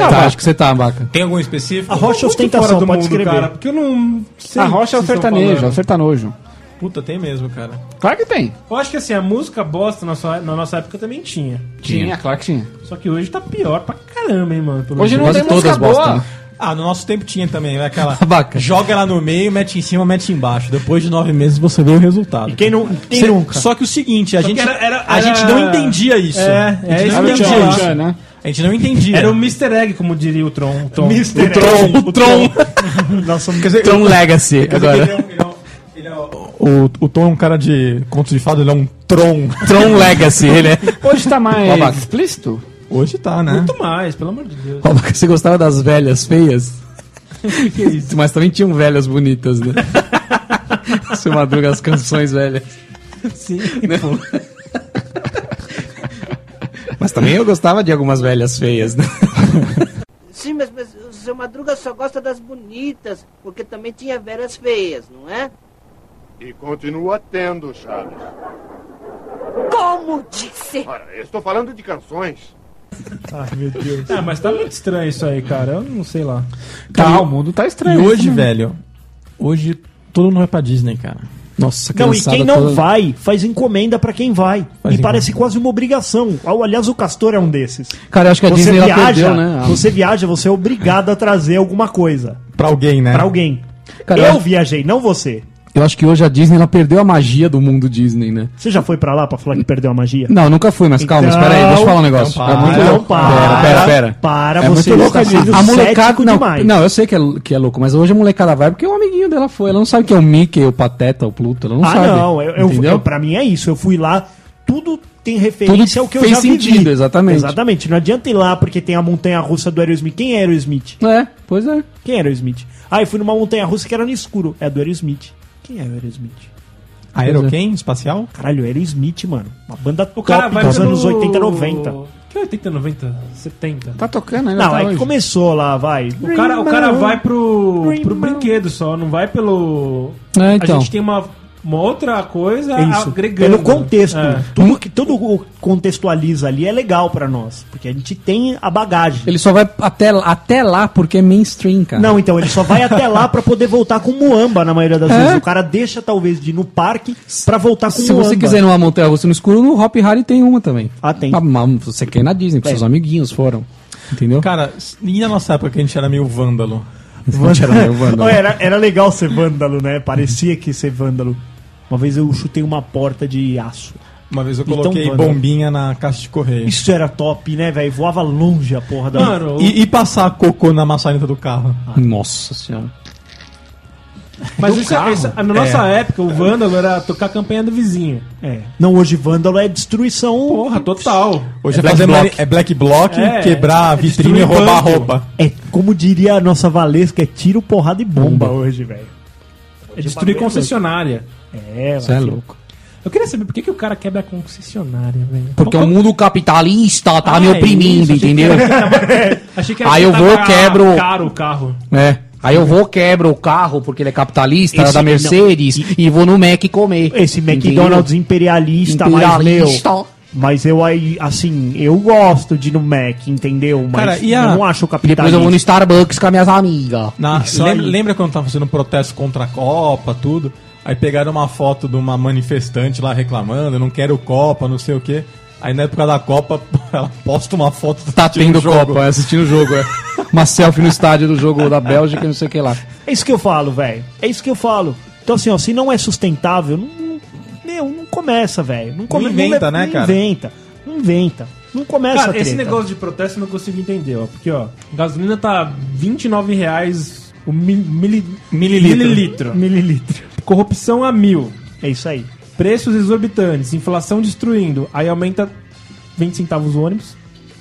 [SPEAKER 4] Tá, acho que você tá, Abaca.
[SPEAKER 1] Tem algum específico?
[SPEAKER 3] A Rocha Ostentação, pode escrever.
[SPEAKER 6] porque eu não sei.
[SPEAKER 5] a rocha é o
[SPEAKER 6] o que Tá. vocês estão
[SPEAKER 5] sertanejo, é o
[SPEAKER 6] falando.
[SPEAKER 5] sertanojo.
[SPEAKER 1] Puta, tem mesmo, cara.
[SPEAKER 5] Claro que tem.
[SPEAKER 6] Eu acho que assim, a música bosta na nossa, na nossa época também tinha.
[SPEAKER 5] Tinha, claro que tinha.
[SPEAKER 6] Só que hoje tá pior pra caramba, hein, mano. Pelo
[SPEAKER 5] Hoje não é.
[SPEAKER 6] jeito.
[SPEAKER 4] Quase
[SPEAKER 5] tem música
[SPEAKER 4] todas bosta,
[SPEAKER 5] Tá boa.
[SPEAKER 4] né?
[SPEAKER 1] Ah, no nosso tempo tinha também, né? Aquela.
[SPEAKER 4] Abaca.
[SPEAKER 1] Joga ela no meio, mete em cima, mete embaixo. Depois de nove meses você vê o resultado.
[SPEAKER 3] Quem, não, quem
[SPEAKER 1] Cê-
[SPEAKER 3] nunca?
[SPEAKER 1] Só que o seguinte, a, gente,
[SPEAKER 6] era- era-
[SPEAKER 1] a gente
[SPEAKER 6] era-
[SPEAKER 1] não entendia isso.
[SPEAKER 6] É, é
[SPEAKER 1] a gente
[SPEAKER 6] isso
[SPEAKER 1] não
[SPEAKER 6] que eu ia
[SPEAKER 1] entendia
[SPEAKER 6] falar.
[SPEAKER 1] isso.
[SPEAKER 5] né?
[SPEAKER 1] A gente não entendia.
[SPEAKER 6] Era o Mr. Egg, como diria o Tron. O Tom.
[SPEAKER 3] Mr. Egg.
[SPEAKER 4] O Tron.
[SPEAKER 3] Nossa,
[SPEAKER 4] Tron Legacy agora.
[SPEAKER 1] O, o Tom é um cara de conto de fada, ele é um Tron.
[SPEAKER 4] Tron Legacy, ele [LAUGHS] é.
[SPEAKER 5] Hoje tá mais
[SPEAKER 4] Babaca.
[SPEAKER 5] explícito?
[SPEAKER 1] Hoje tá, né?
[SPEAKER 6] Muito mais, pelo amor de Deus.
[SPEAKER 4] Ô, Abaca, você gostava das velhas [LAUGHS] feias? Mas também tinham velhas bonitas, [LAUGHS] né? Seu Madruga, as canções velhas.
[SPEAKER 6] Sim.
[SPEAKER 4] [LAUGHS] né? Mas também eu gostava de algumas velhas feias, né?
[SPEAKER 8] Sim, mas, mas o seu Madruga só gosta das bonitas, porque também tinha veras feias, não é?
[SPEAKER 9] E continua tendo, Charles.
[SPEAKER 7] Como disse?
[SPEAKER 9] Ora, eu estou falando de canções.
[SPEAKER 6] Ah, mas tá muito estranho isso aí, cara. Eu não sei lá.
[SPEAKER 5] Tá, o mundo tá
[SPEAKER 1] E
[SPEAKER 5] estranho.
[SPEAKER 1] hoje, velho, hoje todo mundo vai pra Disney, cara.
[SPEAKER 4] Nossa,
[SPEAKER 3] Não, e
[SPEAKER 4] criançada
[SPEAKER 3] quem não
[SPEAKER 4] toda-
[SPEAKER 3] vai, faz encomenda pra quem vai. e
[SPEAKER 1] encomenda.
[SPEAKER 3] parece quase uma obrigação. Aliás, o Castor é um desses.
[SPEAKER 4] Cara, eu acho que a
[SPEAKER 3] Você
[SPEAKER 4] Disney É, ela
[SPEAKER 3] viaja,
[SPEAKER 4] perdeu, né?
[SPEAKER 3] você viaja, você é obrigado a trazer alguma coisa
[SPEAKER 1] Pra alguém, né?
[SPEAKER 3] pra alguém.
[SPEAKER 4] É. Cara,
[SPEAKER 3] eu
[SPEAKER 4] eu-
[SPEAKER 3] viajei, não você.
[SPEAKER 4] Eu acho que hoje a Disney ela perdeu a magia do mundo Disney, né?
[SPEAKER 3] Você já foi pra lá pra falar que perdeu a magia?
[SPEAKER 4] Não, nunca fui, mas calma,
[SPEAKER 3] Então-
[SPEAKER 4] espera aí, deixa eu falar um negócio.
[SPEAKER 1] Então
[SPEAKER 4] é muito
[SPEAKER 1] para,
[SPEAKER 4] louco.
[SPEAKER 3] para.
[SPEAKER 4] Pera, pera, pera.
[SPEAKER 3] Para,
[SPEAKER 4] é
[SPEAKER 3] você
[SPEAKER 4] muito louco
[SPEAKER 3] está
[SPEAKER 4] a Disney.
[SPEAKER 3] sendo
[SPEAKER 4] A
[SPEAKER 3] cético
[SPEAKER 4] molecada, não,
[SPEAKER 3] demais.
[SPEAKER 4] não, eu sei que é, que é louco, mas hoje a molecada vai porque o amiguinho dela foi. Ela não sabe que é o Mickey, o Pateta, o Pluto, ela não
[SPEAKER 3] ah,
[SPEAKER 4] sabe.
[SPEAKER 3] não. Eu, eu,
[SPEAKER 4] entendeu?
[SPEAKER 3] eu- pra mim é isso. Eu fui lá, tudo tem referência
[SPEAKER 4] Tudo
[SPEAKER 3] ao que eu
[SPEAKER 4] fez
[SPEAKER 3] já vivi.
[SPEAKER 4] sentido, exatamente.
[SPEAKER 3] Exatamente. Não adianta ir lá porque tem a montanha-russa do Aerosmith. Quem é Aerosmith?
[SPEAKER 4] É, pois é.
[SPEAKER 3] Quem é Aerosmith? Ah, eu fui numa montanha-russa que era no escuro. É do Aerosmith. Quem é o Aerosmith? é.
[SPEAKER 1] Aeroquem? Espacial?
[SPEAKER 3] Caralho, Aerosmith, mano. Uma banda
[SPEAKER 6] O
[SPEAKER 3] top
[SPEAKER 6] cara vai
[SPEAKER 3] dos
[SPEAKER 6] pelo-
[SPEAKER 3] anos 80, 90.
[SPEAKER 6] Que 80, 90? 70.
[SPEAKER 5] Tá tocando ainda.
[SPEAKER 3] Não,
[SPEAKER 5] tá
[SPEAKER 3] é que
[SPEAKER 5] hoje.
[SPEAKER 3] começou lá, vai.
[SPEAKER 6] O cara, o cara vai pro,
[SPEAKER 3] Dream
[SPEAKER 6] pro
[SPEAKER 3] on.
[SPEAKER 6] brinquedo só, não vai pelo.
[SPEAKER 4] É, então.
[SPEAKER 6] A gente tem uma, uma outra coisa
[SPEAKER 3] É isso.
[SPEAKER 6] agregando.
[SPEAKER 3] Pelo contexto.
[SPEAKER 6] É.
[SPEAKER 3] Tudo que tudo o- contextualiza ali é legal pra nós. Porque a gente tem a bagagem.
[SPEAKER 4] Ele só vai até, até lá porque é mainstream, cara.
[SPEAKER 3] Não, então, ele só vai até lá pra poder voltar com Muamba na maioria das
[SPEAKER 4] É?
[SPEAKER 3] vezes. O cara deixa, talvez, de ir no parque pra voltar com
[SPEAKER 4] Se
[SPEAKER 3] Muamba.
[SPEAKER 4] você quiser ir numa montanha russa no escuro, no Hop Harry tem uma também.
[SPEAKER 3] Ah, tem.
[SPEAKER 4] Tá, mas você quer ir na Disney, porque
[SPEAKER 3] Tem.
[SPEAKER 4] seus amiguinhos foram. Entendeu?
[SPEAKER 1] Cara, e na nossa época que a gente era meio vândalo?
[SPEAKER 3] [LAUGHS] Não, era, era legal ser vândalo, né? Parecia que ser vândalo. Uma vez eu chutei uma porta de aço.
[SPEAKER 1] Uma vez eu
[SPEAKER 3] Então,
[SPEAKER 1] coloquei
[SPEAKER 3] vândalo.
[SPEAKER 1] bombinha na caixa de correio.
[SPEAKER 3] Isso era top, né, velho? Voava longe a porra da.
[SPEAKER 6] Mano,
[SPEAKER 1] E, e passar cocô na maçaneta do carro.
[SPEAKER 4] Nossa senhora.
[SPEAKER 6] mas isso, é- isso- na nossa época, o Vândalo era tocar a campanha do vizinho.
[SPEAKER 3] É. Não, hoje vândalo é destruição.
[SPEAKER 6] Porra, total.
[SPEAKER 1] Hoje é,
[SPEAKER 4] black
[SPEAKER 1] fazer
[SPEAKER 4] block.
[SPEAKER 1] mari- é black block,
[SPEAKER 6] É,
[SPEAKER 1] quebrar a
[SPEAKER 6] é
[SPEAKER 1] vitrine e
[SPEAKER 6] destruir
[SPEAKER 1] roubar
[SPEAKER 6] banco.
[SPEAKER 1] roupa.
[SPEAKER 3] É como diria a nossa Valesca, é tiro, porrada e bomba hoje, velho.
[SPEAKER 6] É destruir concessionária.
[SPEAKER 3] É,
[SPEAKER 4] Você é
[SPEAKER 3] mano.
[SPEAKER 4] louco.
[SPEAKER 6] Eu queria saber por que, que o cara quebra a concessionária, velho.
[SPEAKER 4] Porque o mundo capitalista tá
[SPEAKER 6] Ah,
[SPEAKER 4] me
[SPEAKER 6] é isso,
[SPEAKER 4] oprimindo,
[SPEAKER 6] achei que
[SPEAKER 4] entendeu?
[SPEAKER 6] Achei que
[SPEAKER 4] Aí eu vou,
[SPEAKER 6] tava
[SPEAKER 4] quebro-
[SPEAKER 6] caro o carro.
[SPEAKER 4] É. Aí eu vou, quebro o carro porque ele é capitalista,
[SPEAKER 3] Esse-
[SPEAKER 4] da Mercedes, e, vou no Mac comer.
[SPEAKER 3] Esse
[SPEAKER 4] Entendeu?
[SPEAKER 3] McDonald's imperialista, mas
[SPEAKER 4] Imperialista.
[SPEAKER 3] meu. Mas eu aí, assim, eu gosto de ir no Mac, entendeu? Mas
[SPEAKER 1] Cara, e a-
[SPEAKER 3] eu não acho
[SPEAKER 4] E Depois eu vou no
[SPEAKER 3] capitalista.
[SPEAKER 4] Starbucks com as minhas amigas.
[SPEAKER 1] Na-
[SPEAKER 3] Isso
[SPEAKER 1] lembra,
[SPEAKER 3] aí.
[SPEAKER 1] lembra quando tava fazendo protesto contra a Copa, tudo? Aí pegaram uma foto de uma manifestante lá reclamando, não quero Copa, não sei o quê. Aí na época da Copa, [LAUGHS] ela posta uma foto do
[SPEAKER 4] Tá
[SPEAKER 1] time do
[SPEAKER 4] tendo Copa, é, assistindo o jogo, é. Uma selfie no estádio do jogo da Bélgica, não sei o que lá.
[SPEAKER 3] É isso que eu falo, velho. É isso que eu falo. Então, assim, ó, se não é sustentável, não, não- meu, não começa, velho. Não, come-
[SPEAKER 1] inventa,
[SPEAKER 3] não,
[SPEAKER 1] né,
[SPEAKER 3] le- não
[SPEAKER 1] cara?
[SPEAKER 3] Inventa, não inventa. Não começa
[SPEAKER 6] Cara,
[SPEAKER 3] a treta.
[SPEAKER 6] esse negócio de protesto eu não consigo entender, ó. Porque, ó, gasolina tá R$ 29 reais o mi- mili-
[SPEAKER 1] Mililitro.
[SPEAKER 6] mililitro.
[SPEAKER 3] Mililitro.
[SPEAKER 6] Corrupção a mil.
[SPEAKER 3] É isso aí.
[SPEAKER 6] Preços exorbitantes, inflação destruindo. Aí aumenta 20 centavos o ônibus.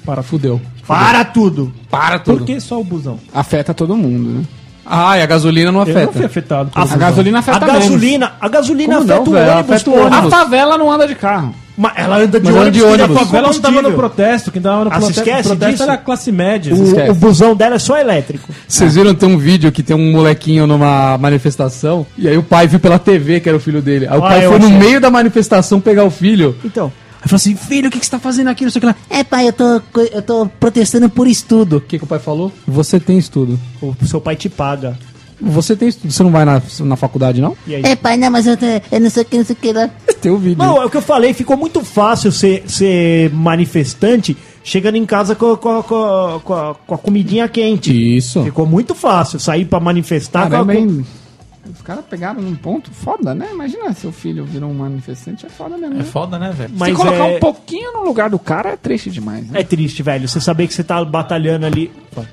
[SPEAKER 6] Para tudo.
[SPEAKER 4] Fudeu.
[SPEAKER 3] Para tudo.
[SPEAKER 4] Para
[SPEAKER 6] Por que só o busão?
[SPEAKER 5] Afeta todo mundo, né?
[SPEAKER 4] Ah, e a gasolina não
[SPEAKER 6] Eu não fui
[SPEAKER 4] afeta.
[SPEAKER 6] afetado.
[SPEAKER 5] A gasolina
[SPEAKER 3] A
[SPEAKER 5] afeta menos.
[SPEAKER 3] gasolina, a gasolina
[SPEAKER 4] Como
[SPEAKER 3] afeta
[SPEAKER 4] não,
[SPEAKER 3] o
[SPEAKER 4] velho?
[SPEAKER 3] ônibus,
[SPEAKER 4] Afeta o
[SPEAKER 3] pô.
[SPEAKER 4] ônibus.
[SPEAKER 5] A favela não anda de carro.
[SPEAKER 3] Mas ela anda de
[SPEAKER 4] Mas ela anda
[SPEAKER 3] ônibus. né? que
[SPEAKER 4] de
[SPEAKER 3] nem
[SPEAKER 4] ônibus.
[SPEAKER 3] a favela
[SPEAKER 6] Ela não tava no
[SPEAKER 3] é combustível.
[SPEAKER 6] protesto, quem tava no
[SPEAKER 3] Ah, se
[SPEAKER 6] prote-
[SPEAKER 3] esquece
[SPEAKER 6] protesto
[SPEAKER 3] disso?
[SPEAKER 6] era a classe média.
[SPEAKER 3] O, o busão dela é só elétrico.
[SPEAKER 4] Vocês viram tem um vídeo que tem um molequinho numa manifestação e aí o pai viu pela TV que era o filho dele. Aí o
[SPEAKER 3] Ah,
[SPEAKER 4] pai
[SPEAKER 3] eu
[SPEAKER 4] foi no
[SPEAKER 3] achei.
[SPEAKER 4] meio da manifestação pegar o filho.
[SPEAKER 3] Então,
[SPEAKER 4] Aí falou assim: filho, o que, que você tá fazendo aqui? Não sei o que lá. É, pai, eu tô, co- eu tô protestando por estudo. O que, que o pai falou? Você tem estudo.
[SPEAKER 3] o seu pai te paga.
[SPEAKER 4] Você tem estudo. Você não vai na, na faculdade,
[SPEAKER 5] [LAUGHS]
[SPEAKER 4] não?
[SPEAKER 3] E aí?
[SPEAKER 4] pai, não, mas eu, tô- eu não sei o que, não sei o que lá. Tem o vídeo.
[SPEAKER 3] Não, é o que eu falei, ficou muito fácil ser, ser manifestante chegando em casa com, com- com- com a, com a comidinha quente.
[SPEAKER 4] Isso.
[SPEAKER 3] Ficou muito fácil sair pra manifestar. com a-
[SPEAKER 5] Caramba, hein? Ah, Os caras pegaram num ponto foda, né? Imagina seu filho virou um manifestante, é foda mesmo. né?
[SPEAKER 1] É foda, né, velho?
[SPEAKER 3] Mas
[SPEAKER 5] Se colocar
[SPEAKER 3] é,
[SPEAKER 5] um pouquinho no lugar do cara é triste demais, né?
[SPEAKER 3] é triste, velho. Você saber que você tá batalhando ali. Opa.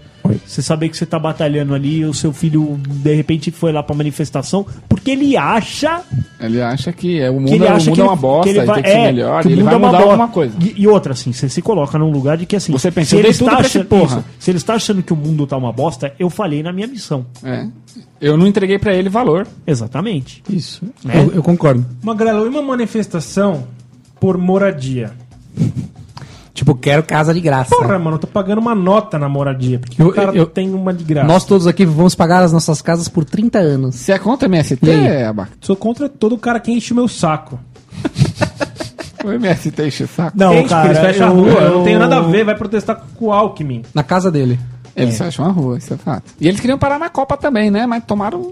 [SPEAKER 3] Você saber que você tá batalhando ali e o seu filho de repente foi lá pra manifestação porque ele acha
[SPEAKER 5] Ele acha que é, o mundo,
[SPEAKER 3] que ele
[SPEAKER 5] é, o
[SPEAKER 3] acha
[SPEAKER 5] mundo
[SPEAKER 3] que
[SPEAKER 5] é
[SPEAKER 3] ele-
[SPEAKER 5] uma bosta,
[SPEAKER 3] que
[SPEAKER 5] ele,
[SPEAKER 3] ele vai,
[SPEAKER 5] tem que ser
[SPEAKER 3] é,
[SPEAKER 5] melhor,
[SPEAKER 3] que o
[SPEAKER 5] ele
[SPEAKER 3] mundo
[SPEAKER 5] vai
[SPEAKER 3] é uma
[SPEAKER 5] mudar
[SPEAKER 3] bosta.
[SPEAKER 5] alguma coisa.
[SPEAKER 3] E, e outra, assim, você se coloca num lugar de que assim.
[SPEAKER 5] Você pensa,
[SPEAKER 3] se
[SPEAKER 5] eu
[SPEAKER 3] ele
[SPEAKER 5] dei tudo
[SPEAKER 3] está
[SPEAKER 5] pra esse
[SPEAKER 3] achando,
[SPEAKER 5] porra.
[SPEAKER 3] se ele está achando que o mundo tá uma bosta, eu falei na minha missão.
[SPEAKER 5] É. Eu não entreguei pra ele valor.
[SPEAKER 3] Exatamente.
[SPEAKER 4] Isso.
[SPEAKER 3] Né?
[SPEAKER 4] Eu, eu concordo.
[SPEAKER 6] Magrelo, e uma manifestação por moradia?
[SPEAKER 4] Tipo, quero casa de graça.
[SPEAKER 6] Porra, mano, eu tô pagando uma nota na moradia. Porque
[SPEAKER 4] Eu-
[SPEAKER 6] o cara
[SPEAKER 4] eu-
[SPEAKER 6] tem uma de graça.
[SPEAKER 4] Nós todos aqui vamos pagar as nossas casas por 30 anos.
[SPEAKER 5] Você é contra MST,
[SPEAKER 4] E aí?
[SPEAKER 5] é, Abaca?
[SPEAKER 6] Sou contra todo cara que enche o meu saco.
[SPEAKER 5] [LAUGHS] O MST enche o saco.
[SPEAKER 3] Não,
[SPEAKER 6] Enche, porque eles
[SPEAKER 3] cara,
[SPEAKER 6] fecham a
[SPEAKER 3] eu-
[SPEAKER 6] rua. Eu
[SPEAKER 3] eu-
[SPEAKER 6] não tenho nada a ver, vai protestar com o Alckmin.
[SPEAKER 4] Na casa dele.
[SPEAKER 5] Eles acham uma rua, isso é fato. E eles queriam parar na Copa também, né? Mas tomaram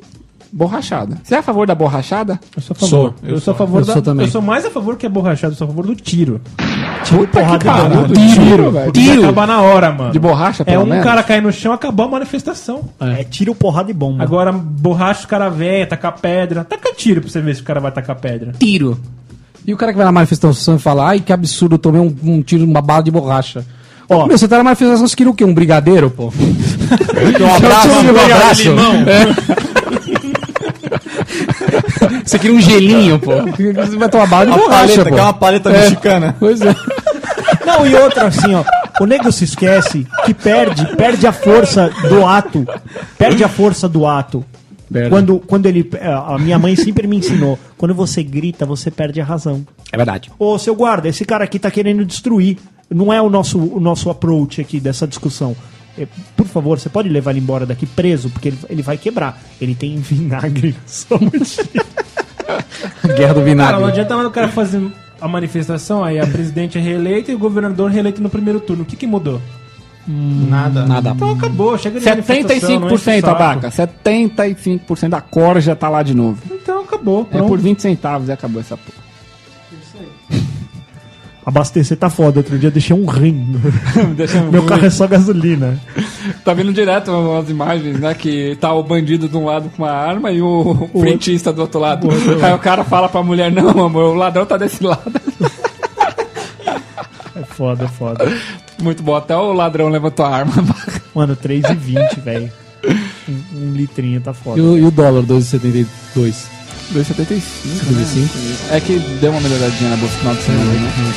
[SPEAKER 5] borrachada. Você é a favor da borrachada?
[SPEAKER 6] Eu sou a favor. eu, sou, a favor
[SPEAKER 4] Eu
[SPEAKER 6] da,
[SPEAKER 4] sou também.
[SPEAKER 6] Eu sou mais a favor que a borrachada, eu sou a favor do tiro.
[SPEAKER 5] Puta que pariu,
[SPEAKER 4] Tiro,
[SPEAKER 5] velho.
[SPEAKER 6] Porque vai acabar na hora, mano.
[SPEAKER 5] É, De borracha,
[SPEAKER 6] É
[SPEAKER 5] pelo
[SPEAKER 6] um
[SPEAKER 5] menos?
[SPEAKER 6] cara cair no chão, acabou a manifestação.
[SPEAKER 3] É, tiro, porrada e bomba.
[SPEAKER 6] Agora borracha o cara vem, tacar pedra. Taca tiro pra você ver se o cara vai tacar pedra.
[SPEAKER 4] Tiro. E o cara que vai na manifestação e fala, ai, que absurdo, eu tomei um, um tiro, uma bala de borracha.
[SPEAKER 3] Ó.
[SPEAKER 4] Meu, você tá na manifestação, você queria o quê? [LAUGHS] Um brigadeiro, pô? um
[SPEAKER 1] abraço,
[SPEAKER 4] um
[SPEAKER 1] um
[SPEAKER 4] abraço.
[SPEAKER 1] limão.
[SPEAKER 4] [LAUGHS] É. você queria um gelinho, pô? Você vai tomar bala de
[SPEAKER 1] Uma paleta,
[SPEAKER 4] borracha, pô.
[SPEAKER 1] que é uma paleta mexicana.
[SPEAKER 4] Pois é.
[SPEAKER 3] Não, e outra assim, ó. O nego se esquece que perde, perde a força do ato. Perde a força do ato.
[SPEAKER 4] Perde.
[SPEAKER 3] Quando, quando ele. é, A minha mãe sempre me ensinou: quando você grita, você perde a razão.
[SPEAKER 4] É verdade.
[SPEAKER 3] Ô, seu guarda, esse cara aqui tá querendo destruir. Não é o nosso, o nosso approach aqui dessa discussão. É, Por favor, você pode levar ele embora daqui preso, porque ele, ele vai quebrar. Ele tem vinagre no sangue.
[SPEAKER 4] Guerra do
[SPEAKER 6] Cara, não
[SPEAKER 4] vinagre.
[SPEAKER 6] adianta mais o cara fazer a manifestação, aí a presidente é reeleita e o governador é reeleito no primeiro turno. O que que mudou?
[SPEAKER 1] Nada.
[SPEAKER 4] Nada.
[SPEAKER 6] Então acabou, chega de manifestação, não enche o
[SPEAKER 5] 75%,
[SPEAKER 6] saco.
[SPEAKER 5] Abaca. 75% da corja tá lá de novo.
[SPEAKER 6] Então acabou,
[SPEAKER 5] É
[SPEAKER 6] pronto.
[SPEAKER 5] por 20 centavos e acabou essa porra.
[SPEAKER 3] [LAUGHS]
[SPEAKER 5] [LAUGHS]
[SPEAKER 3] Abastecer tá foda. Outro dia eu deixei um rim. Meu carro é só gasolina.
[SPEAKER 5] Tá vindo direto as imagens, né? Que tá o bandido de um lado com uma arma e o frentista do outro lado. Aí o cara fala pra mulher, não, amor, o ladrão tá desse lado. [LAUGHS]
[SPEAKER 3] É foda, é foda.
[SPEAKER 5] Muito bom, até o ladrão levantou a arma. [LAUGHS]
[SPEAKER 3] Mano, [LAUGHS] 3,20, velho. Um, um litrinho tá
[SPEAKER 4] E
[SPEAKER 3] foda.
[SPEAKER 4] o, e o dólar, 12,72?
[SPEAKER 5] 2,75.
[SPEAKER 4] 75?
[SPEAKER 5] É que deu uma melhoradinha na bolsa no final de semana, né?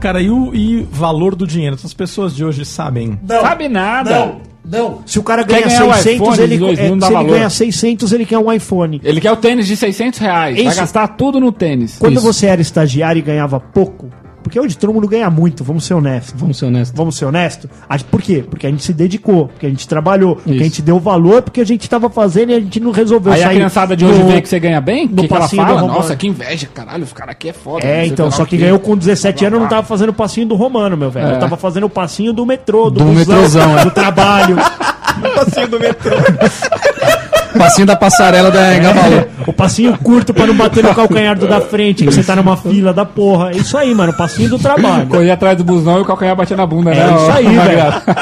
[SPEAKER 1] Cara, e o e valor do dinheiro? Essas pessoas de hoje sabem.
[SPEAKER 3] Não,
[SPEAKER 5] Sabe nada.
[SPEAKER 3] Não, não. Se o cara ganha
[SPEAKER 5] ganhar o
[SPEAKER 3] 600,
[SPEAKER 5] iPhone
[SPEAKER 3] ele,
[SPEAKER 5] de dois
[SPEAKER 3] é,
[SPEAKER 5] mil, não dá
[SPEAKER 3] se ele
[SPEAKER 5] valor.
[SPEAKER 3] ganha 600, ele quer um iPhone.
[SPEAKER 5] Ele quer o tênis de 600 reais. Vai
[SPEAKER 3] Isso.
[SPEAKER 5] gastar tudo no tênis.
[SPEAKER 3] Quando
[SPEAKER 5] Isso.
[SPEAKER 3] você era estagiário e ganhava pouco, porque hoje todo mundo ganha muito, vamos ser honestos.
[SPEAKER 4] Vamos ser honestos.
[SPEAKER 3] Vamos ser honestos? A- Por quê? Porque a gente se dedicou, porque a gente trabalhou, porque
[SPEAKER 4] Isso.
[SPEAKER 3] a gente deu valor, porque a gente tava fazendo e a gente não resolveu
[SPEAKER 5] Aí a
[SPEAKER 3] sair
[SPEAKER 5] criançada de hoje
[SPEAKER 3] do-
[SPEAKER 5] vê que você ganha bem, o
[SPEAKER 3] do
[SPEAKER 5] que, que ela
[SPEAKER 3] passinho do
[SPEAKER 5] fala?
[SPEAKER 3] Romano.
[SPEAKER 5] Nossa, que inveja, caralho, os caras aqui é foda. não
[SPEAKER 3] É,
[SPEAKER 5] sei o
[SPEAKER 3] então,
[SPEAKER 5] lá
[SPEAKER 3] só
[SPEAKER 5] o
[SPEAKER 3] que
[SPEAKER 5] quê.
[SPEAKER 3] ganhou com 17 anos não tava fazendo o passinho do Romano, meu velho.
[SPEAKER 5] É.
[SPEAKER 3] Eu tava fazendo o passinho do metrô, do,
[SPEAKER 4] Do
[SPEAKER 3] busão,
[SPEAKER 4] metrôzão,
[SPEAKER 3] [LAUGHS]
[SPEAKER 4] é.
[SPEAKER 3] do trabalho.
[SPEAKER 4] Ah. Passinho da passarela da
[SPEAKER 5] Tá
[SPEAKER 4] Engabaú.
[SPEAKER 3] É. O passinho curto pra não bater no calcanhar do da frente, que você tá numa fila da porra. É isso aí, mano, o passinho do trabalho.
[SPEAKER 5] Corria atrás do busão e o calcanhar batia na bunda,
[SPEAKER 3] um. É
[SPEAKER 5] né?
[SPEAKER 3] isso
[SPEAKER 5] [LAUGHS]
[SPEAKER 3] aí,
[SPEAKER 5] Uma
[SPEAKER 3] velho.
[SPEAKER 5] graça.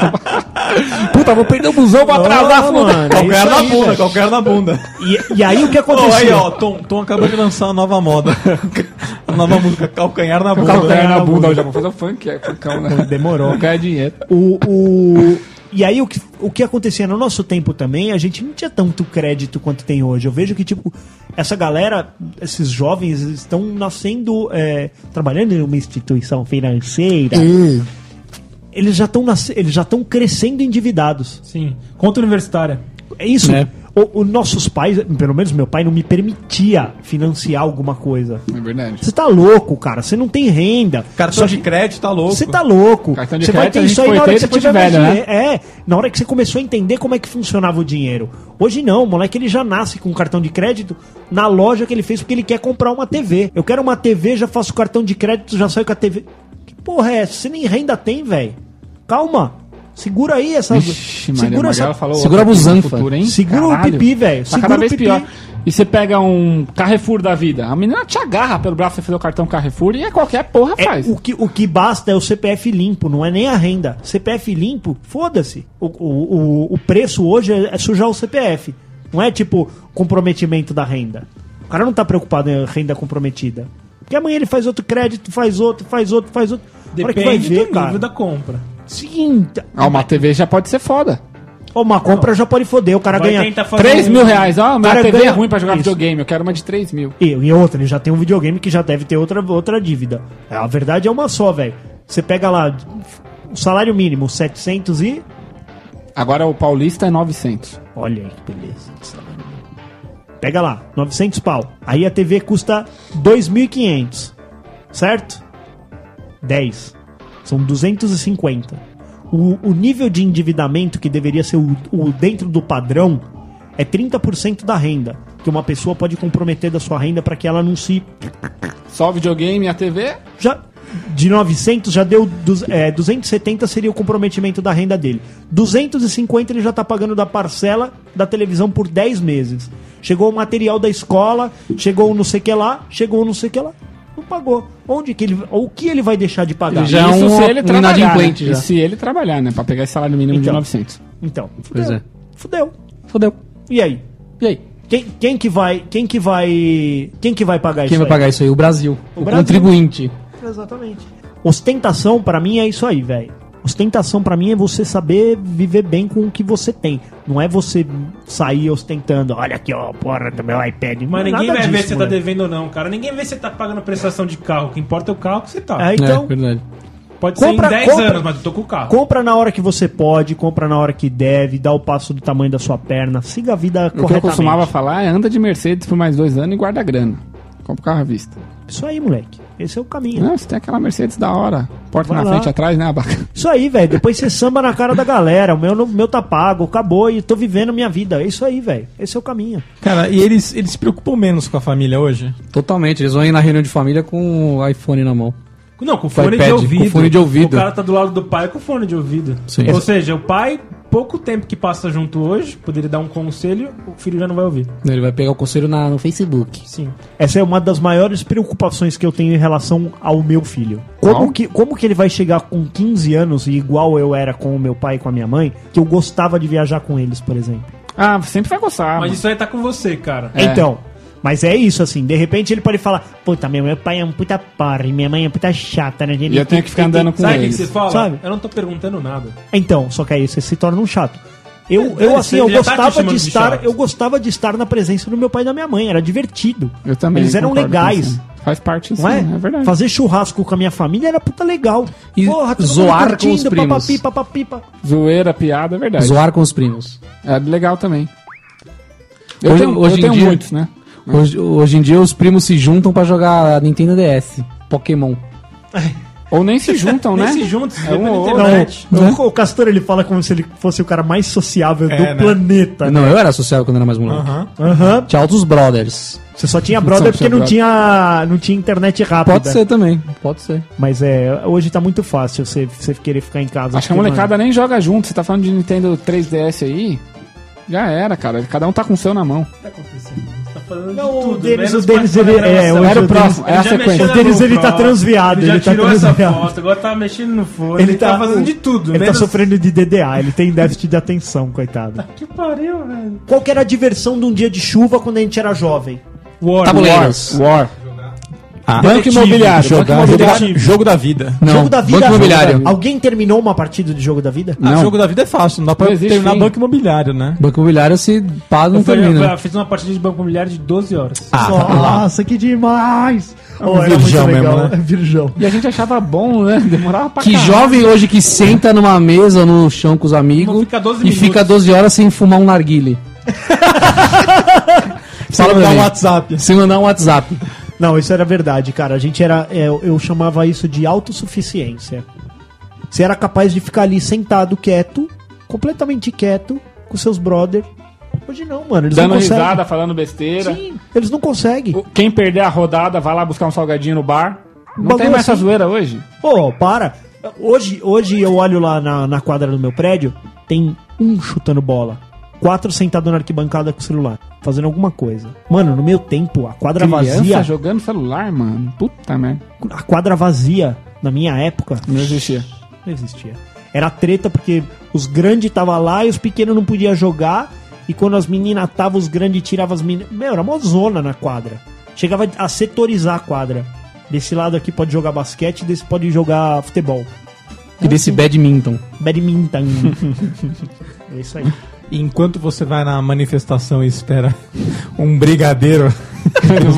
[SPEAKER 5] [LAUGHS] Puta, vou perder o busão, vou atrasar a
[SPEAKER 3] Ô,
[SPEAKER 5] funda.
[SPEAKER 3] mano, é
[SPEAKER 1] Qualquer
[SPEAKER 3] isso
[SPEAKER 1] na
[SPEAKER 3] aí,
[SPEAKER 1] bunda,
[SPEAKER 3] velho.
[SPEAKER 1] qualquer na bunda.
[SPEAKER 3] E, e aí o que
[SPEAKER 1] Pô, aí, ó,
[SPEAKER 3] aconteceu?
[SPEAKER 1] Tom, Tom acabou de lançar uma nova moda. [LAUGHS] A nova música, calcanhar na bunda.
[SPEAKER 5] Calcanhar na bunda, eu já vou fazer o funk, é funkão, né? Demorou. Não ganha dinheiro.
[SPEAKER 3] O, o- E aí o que, o que acontecia no nosso tempo também, a gente não tinha tanto crédito quanto tem hoje. Eu vejo que, tipo, essa galera, esses jovens, eles estão nascendo, é, trabalhando em uma instituição financeira.
[SPEAKER 1] É.
[SPEAKER 3] Eles já estão nasce- eles já estão crescendo endividados.
[SPEAKER 6] Sim. Conta universitária.
[SPEAKER 3] É isso.
[SPEAKER 1] Né?
[SPEAKER 4] É.
[SPEAKER 3] O- os nossos pais, pelo menos meu pai, não me permitia financiar alguma coisa.
[SPEAKER 5] É verdade.
[SPEAKER 3] Você tá louco, cara. Você não tem renda.
[SPEAKER 1] Cartão
[SPEAKER 3] Só
[SPEAKER 1] de
[SPEAKER 3] que-
[SPEAKER 1] crédito, tá louco.
[SPEAKER 3] Você tá louco.
[SPEAKER 5] Cartão de
[SPEAKER 3] Você vai
[SPEAKER 5] crédito,
[SPEAKER 3] ter
[SPEAKER 5] a gente
[SPEAKER 3] isso aí
[SPEAKER 5] foi
[SPEAKER 3] na hora
[SPEAKER 5] ter
[SPEAKER 3] que você
[SPEAKER 5] depois
[SPEAKER 3] tiver
[SPEAKER 5] de
[SPEAKER 3] mais
[SPEAKER 5] velho, né?
[SPEAKER 3] dinheiro. É, na hora que você começou a entender como é que funcionava o dinheiro. Hoje não, o moleque ele já nasce com um cartão de crédito na loja que ele fez porque ele quer comprar uma TV. Eu quero uma TV, já faço cartão de crédito, já saio com a TV. Que porra é essa? Você nem renda tem, velho. Calma. Segura aí essa.
[SPEAKER 5] Vixe, Maria
[SPEAKER 3] segura
[SPEAKER 5] Magalha falou. outra
[SPEAKER 4] segura a
[SPEAKER 5] coisa no
[SPEAKER 4] busanfa.
[SPEAKER 5] futuro, hein?
[SPEAKER 3] Segura o
[SPEAKER 5] Caralho.
[SPEAKER 3] pipi, velho.
[SPEAKER 5] Tá
[SPEAKER 3] Segura
[SPEAKER 5] cada
[SPEAKER 3] o
[SPEAKER 5] vez
[SPEAKER 3] pipi.
[SPEAKER 5] pior. E você pega um Carrefour da vida. A menina te agarra pelo braço e fazer o cartão Carrefour e é qualquer porra
[SPEAKER 3] É,
[SPEAKER 5] faz.
[SPEAKER 3] o, que, o que basta é o CPF limpo, não é nem a renda. CPF limpo, foda-se. O, o, o, o preço hoje é, é sujar o CPF. Não é tipo comprometimento da renda. O cara não tá preocupado em renda comprometida. Porque amanhã ele faz outro crédito, faz outro, faz outro, faz outro. A hora
[SPEAKER 6] Depende
[SPEAKER 3] que vai ver,
[SPEAKER 6] do
[SPEAKER 3] cara.
[SPEAKER 6] nível da compra.
[SPEAKER 3] Sim. tá-
[SPEAKER 5] Ah, uma TV já pode ser foda.
[SPEAKER 3] Ó, Uma compra já pode foder, o cara
[SPEAKER 6] Vai
[SPEAKER 3] ganha.
[SPEAKER 6] tentar fazer
[SPEAKER 5] 3
[SPEAKER 6] um-
[SPEAKER 5] mil reais. Ah, minha
[SPEAKER 3] Cara,
[SPEAKER 5] TV é
[SPEAKER 3] ganha-
[SPEAKER 5] ruim pra jogar
[SPEAKER 3] Isso.
[SPEAKER 5] videogame. Eu quero uma de 3 mil.
[SPEAKER 3] E, e outra, ele já tem um videogame que já deve ter outra, outra dívida. É, A verdade é uma só, velho. Você pega lá o salário mínimo, 700 e.
[SPEAKER 5] Agora o Paulista é 900.
[SPEAKER 3] Olha aí que beleza. Pega lá, 900 pau. Aí a TV custa 2.500, certo? 10. São 250. O, o nível de endividamento que deveria ser o, o dentro do padrão é 30% da renda. Que uma pessoa pode comprometer da sua renda para que ela não se.
[SPEAKER 5] Só o videogame e a TV?
[SPEAKER 3] Já, de 900 já deu. duz- é, 270 seria o comprometimento da renda dele. 250 ele já tá pagando da parcela da televisão por 10 meses. Chegou o material da escola, chegou o não sei o que lá, chegou o não sei o que lá. Não pagou. Onde que ele. O que ele vai deixar de pagar?
[SPEAKER 4] Ele já é um- um inadimplente
[SPEAKER 5] né? E
[SPEAKER 4] já.
[SPEAKER 5] se ele trabalhar, né? Pra pegar esse salário mínimo de
[SPEAKER 3] Então.
[SPEAKER 5] 900.
[SPEAKER 3] Então, fudeu.
[SPEAKER 4] Pois é.
[SPEAKER 3] Fudeu.
[SPEAKER 4] Fodeu.
[SPEAKER 3] E aí?
[SPEAKER 4] E aí?
[SPEAKER 3] Quem, quem que vai. Quem que vai. Quem que vai pagar
[SPEAKER 4] Quem
[SPEAKER 3] isso?
[SPEAKER 4] vai pagar isso aí? O Brasil. O,
[SPEAKER 3] Brasil.
[SPEAKER 4] contribuinte.
[SPEAKER 3] pagar? Exatamente. Ostentação, pra mim, é isso aí, velho. Ostentação, pra mim, é você saber viver bem com o que você tem. Não é você sair ostentando. Olha aqui, ó, porra do meu iPad. Não é
[SPEAKER 6] Mas ninguém
[SPEAKER 3] nada
[SPEAKER 6] vai ver
[SPEAKER 3] disso,
[SPEAKER 6] se você tá
[SPEAKER 3] moleque.
[SPEAKER 6] devendo ou não, cara. Ninguém vê se você tá pagando prestação de carro. O que importa é o carro que você tá.
[SPEAKER 3] É, então,
[SPEAKER 4] é, verdade.
[SPEAKER 6] Pode
[SPEAKER 3] compra-
[SPEAKER 6] ser em 10
[SPEAKER 3] compra-
[SPEAKER 6] anos, mas eu tô com o carro.
[SPEAKER 3] compra na hora que você pode, compra na hora que deve, dá o passo do tamanho da sua perna, siga a vida
[SPEAKER 5] O que eu
[SPEAKER 3] corretamente.
[SPEAKER 5] costumava falar é anda de Mercedes por mais dois anos e guarda a grana. Compra o carro à vista.
[SPEAKER 3] Isso aí, moleque. Esse é o caminho.
[SPEAKER 5] Não, você tem aquela Mercedes da hora. Porta
[SPEAKER 3] Vai
[SPEAKER 5] na
[SPEAKER 3] lá.
[SPEAKER 5] frente e atrás, né? Abaca.
[SPEAKER 3] Isso aí, velho. Depois você samba na cara da galera. O meu, não- meu tá pago, acabou e tô vivendo minha vida. É isso aí, velho. Esse é o caminho.
[SPEAKER 1] Cara, e eles, eles se preocupam menos com a família hoje?
[SPEAKER 4] Totalmente. Eles vão ir na reunião de família com o iPhone na mão.
[SPEAKER 6] Não, com fone
[SPEAKER 4] iPad,
[SPEAKER 6] de
[SPEAKER 4] com
[SPEAKER 6] ouvido.
[SPEAKER 4] fone de ouvido.
[SPEAKER 6] O cara tá do lado do pai com fone de ouvido.
[SPEAKER 4] Sim.
[SPEAKER 6] Ou seja, o pai, pouco tempo que passa junto hoje, poderia dar um conselho, o filho já não vai ouvir.
[SPEAKER 4] Ele vai pegar o conselho na- no Facebook.
[SPEAKER 6] Sim.
[SPEAKER 3] Essa é uma das maiores preocupações que eu tenho em relação ao meu filho. Como que, como que ele vai chegar com 15 anos, e igual eu era com o meu pai e com a minha mãe, que eu gostava de viajar com eles, por exemplo?
[SPEAKER 5] Ah, sempre vai gostar.
[SPEAKER 6] Mas
[SPEAKER 5] mano.
[SPEAKER 6] isso aí tá com você, cara.
[SPEAKER 5] É.
[SPEAKER 3] Então. Mas é isso, assim, de repente ele pode falar, puta, meu meu pai é um puta porre, minha mãe é um puta chata, né?
[SPEAKER 5] E eu tenho que ficar andando com
[SPEAKER 6] Sabe o que, que
[SPEAKER 5] eles.
[SPEAKER 6] você fala?
[SPEAKER 3] Sabe?
[SPEAKER 6] Eu não tô perguntando nada.
[SPEAKER 3] Então, só que aí você se torna um chato. Eu,
[SPEAKER 6] É,
[SPEAKER 3] eu assim,
[SPEAKER 6] ele
[SPEAKER 3] eu
[SPEAKER 6] já tá te
[SPEAKER 3] gostava
[SPEAKER 6] chamando
[SPEAKER 3] de
[SPEAKER 6] de
[SPEAKER 3] estar,
[SPEAKER 6] chato.
[SPEAKER 3] eu gostava de estar na presença do meu pai e da minha mãe, era divertido.
[SPEAKER 5] Eu também
[SPEAKER 3] Eles eram
[SPEAKER 5] concordo com
[SPEAKER 3] legais.
[SPEAKER 5] você. Faz parte,
[SPEAKER 3] Não é?
[SPEAKER 5] é verdade.
[SPEAKER 3] Fazer churrasco com a minha família era puta legal.
[SPEAKER 4] E
[SPEAKER 3] todo mundo
[SPEAKER 4] zoar com os
[SPEAKER 3] curtindo,
[SPEAKER 4] primos.
[SPEAKER 3] papapi, papapipa.
[SPEAKER 5] Zoeira, piada, é verdade.
[SPEAKER 4] Zoar com os primos.
[SPEAKER 5] É legal também. Eu
[SPEAKER 4] Hoje-
[SPEAKER 5] tenho,
[SPEAKER 4] hoje
[SPEAKER 5] eu
[SPEAKER 4] em
[SPEAKER 5] tenho
[SPEAKER 4] dia-
[SPEAKER 5] muitos, né?
[SPEAKER 4] Hoje, hoje em dia os primos se juntam pra jogar Nintendo DS, Pokémon.
[SPEAKER 5] Ou nem se juntam, né?
[SPEAKER 6] Nem se juntos,
[SPEAKER 5] É um ou outro.
[SPEAKER 6] internet.
[SPEAKER 4] né?
[SPEAKER 3] Não, o- o Castor ele fala como se ele fosse o cara mais sociável
[SPEAKER 6] É,
[SPEAKER 3] do
[SPEAKER 1] né?
[SPEAKER 3] planeta.
[SPEAKER 4] Não, eu era social quando era mais moleque.
[SPEAKER 1] Aham.
[SPEAKER 3] Aham.
[SPEAKER 4] Tinha outros brothers.
[SPEAKER 3] Você só tinha brother porque
[SPEAKER 5] Só tinha
[SPEAKER 3] não
[SPEAKER 5] brother.
[SPEAKER 3] tinha, não tinha internet rápida.
[SPEAKER 4] Pode ser também, pode ser.
[SPEAKER 3] Mas é, hoje tá muito fácil você, você querer ficar em casa.
[SPEAKER 5] Acho que a
[SPEAKER 3] porque,
[SPEAKER 5] molecada nem joga junto. Você tá falando de Nintendo 3DS aí? Já era, cara. Cada um tá com o seu na mão.
[SPEAKER 6] O que tá acontecendo? Você tá falando de
[SPEAKER 3] Não, o
[SPEAKER 6] tudo,
[SPEAKER 3] Denis-
[SPEAKER 6] menos
[SPEAKER 3] o Denis,
[SPEAKER 6] participar
[SPEAKER 3] ele-
[SPEAKER 6] da
[SPEAKER 3] é,
[SPEAKER 6] gravação.
[SPEAKER 3] hoje
[SPEAKER 5] Era o
[SPEAKER 3] Denis-
[SPEAKER 5] próximo, é
[SPEAKER 6] Ele
[SPEAKER 5] a
[SPEAKER 6] já
[SPEAKER 5] sequência.
[SPEAKER 6] mexeu
[SPEAKER 3] O Denis,
[SPEAKER 6] na
[SPEAKER 3] ele tá
[SPEAKER 6] GoPro,
[SPEAKER 3] transviado,
[SPEAKER 6] Ele já
[SPEAKER 3] ele tá
[SPEAKER 6] tirou essa
[SPEAKER 3] transviado.
[SPEAKER 6] foto, agora tá mexendo no fone.
[SPEAKER 3] mano,
[SPEAKER 6] Ele tá fazendo de tudo.
[SPEAKER 3] Ele
[SPEAKER 6] menos-
[SPEAKER 3] tá sofrendo de DDA, ele tem déficit de atenção, coitado.
[SPEAKER 6] Que pariu, velho.
[SPEAKER 3] Qual que era a diversão de um dia de chuva quando a gente era jovem?
[SPEAKER 6] Tá War.
[SPEAKER 4] Tabuleiros.
[SPEAKER 5] War.
[SPEAKER 4] Banco imobiliário.
[SPEAKER 1] Jogar,
[SPEAKER 4] Ah. Banco
[SPEAKER 1] jogo, da,
[SPEAKER 4] imobiliário.
[SPEAKER 1] jogo da vida.
[SPEAKER 4] Não,
[SPEAKER 3] jogo da vida.
[SPEAKER 4] Banco imobiliário.
[SPEAKER 3] Alguém terminou uma partida de jogo da vida?
[SPEAKER 1] Ah,
[SPEAKER 5] Não.
[SPEAKER 1] jogo da vida é fácil, não dá pra
[SPEAKER 5] Não existe
[SPEAKER 1] terminar
[SPEAKER 5] fim.
[SPEAKER 1] banco imobiliário, né?
[SPEAKER 4] Banco imobiliário se pá, não
[SPEAKER 6] Eu, fui- eu,
[SPEAKER 4] termina.
[SPEAKER 6] fiz uma partida de banco imobiliário de 12 horas.
[SPEAKER 1] Ah.
[SPEAKER 3] Nossa, que demais! Oh, era
[SPEAKER 1] virgão
[SPEAKER 3] muito
[SPEAKER 1] mesmo,
[SPEAKER 3] legal.
[SPEAKER 1] né?
[SPEAKER 3] Virgão.
[SPEAKER 5] E a gente achava bom, né? Demorava pra
[SPEAKER 4] Que
[SPEAKER 5] caralho.
[SPEAKER 4] jovem hoje que senta numa mesa no chão com os amigos
[SPEAKER 6] Não fica 12
[SPEAKER 4] e
[SPEAKER 6] minutos.
[SPEAKER 4] fica 12 horas sem fumar um narguile. Fala pra
[SPEAKER 1] Dá um
[SPEAKER 4] mim.
[SPEAKER 1] WhatsApp.
[SPEAKER 4] Se mandar um WhatsApp.
[SPEAKER 3] Não, isso era verdade, cara. A gente era. é, eu, eu chamava isso de autossuficiência. Você era capaz de ficar ali sentado, quieto, completamente quieto, com seus brother. Hoje não, mano. Eles
[SPEAKER 5] Dando
[SPEAKER 3] não conseguem.
[SPEAKER 5] risada, falando besteira.
[SPEAKER 3] Sim, eles não conseguem.
[SPEAKER 5] O- Quem perder a rodada vai lá buscar um salgadinho no bar. Não
[SPEAKER 3] Bagulho
[SPEAKER 5] tem mais essa
[SPEAKER 3] assim.
[SPEAKER 5] zoeira hoje?
[SPEAKER 3] Pô, para. Hoje, hoje eu olho lá na, na quadra do meu prédio, tem um chutando bola. Quatro sentado na arquibancada com o celular, fazendo alguma coisa. Mano, no meu tempo, a quadra
[SPEAKER 1] assim,
[SPEAKER 3] vazia.
[SPEAKER 5] jogando celular, mano. Puta merda.
[SPEAKER 3] A quadra vazia, na minha época,
[SPEAKER 5] Não existia.
[SPEAKER 3] Não existia. Era treta porque os grandes estavam lá e os pequenos não podiam jogar. E quando as meninas estavam, os grandes tiravam as meninas. Meu, era uma zona na quadra. Chegava a setorizar a quadra. Desse lado aqui pode jogar basquete, desse pode jogar futebol.
[SPEAKER 4] E desse badminton.
[SPEAKER 3] Badminton. [LAUGHS] é isso aí.
[SPEAKER 1] Enquanto você vai na manifestação e espera um brigadeiro.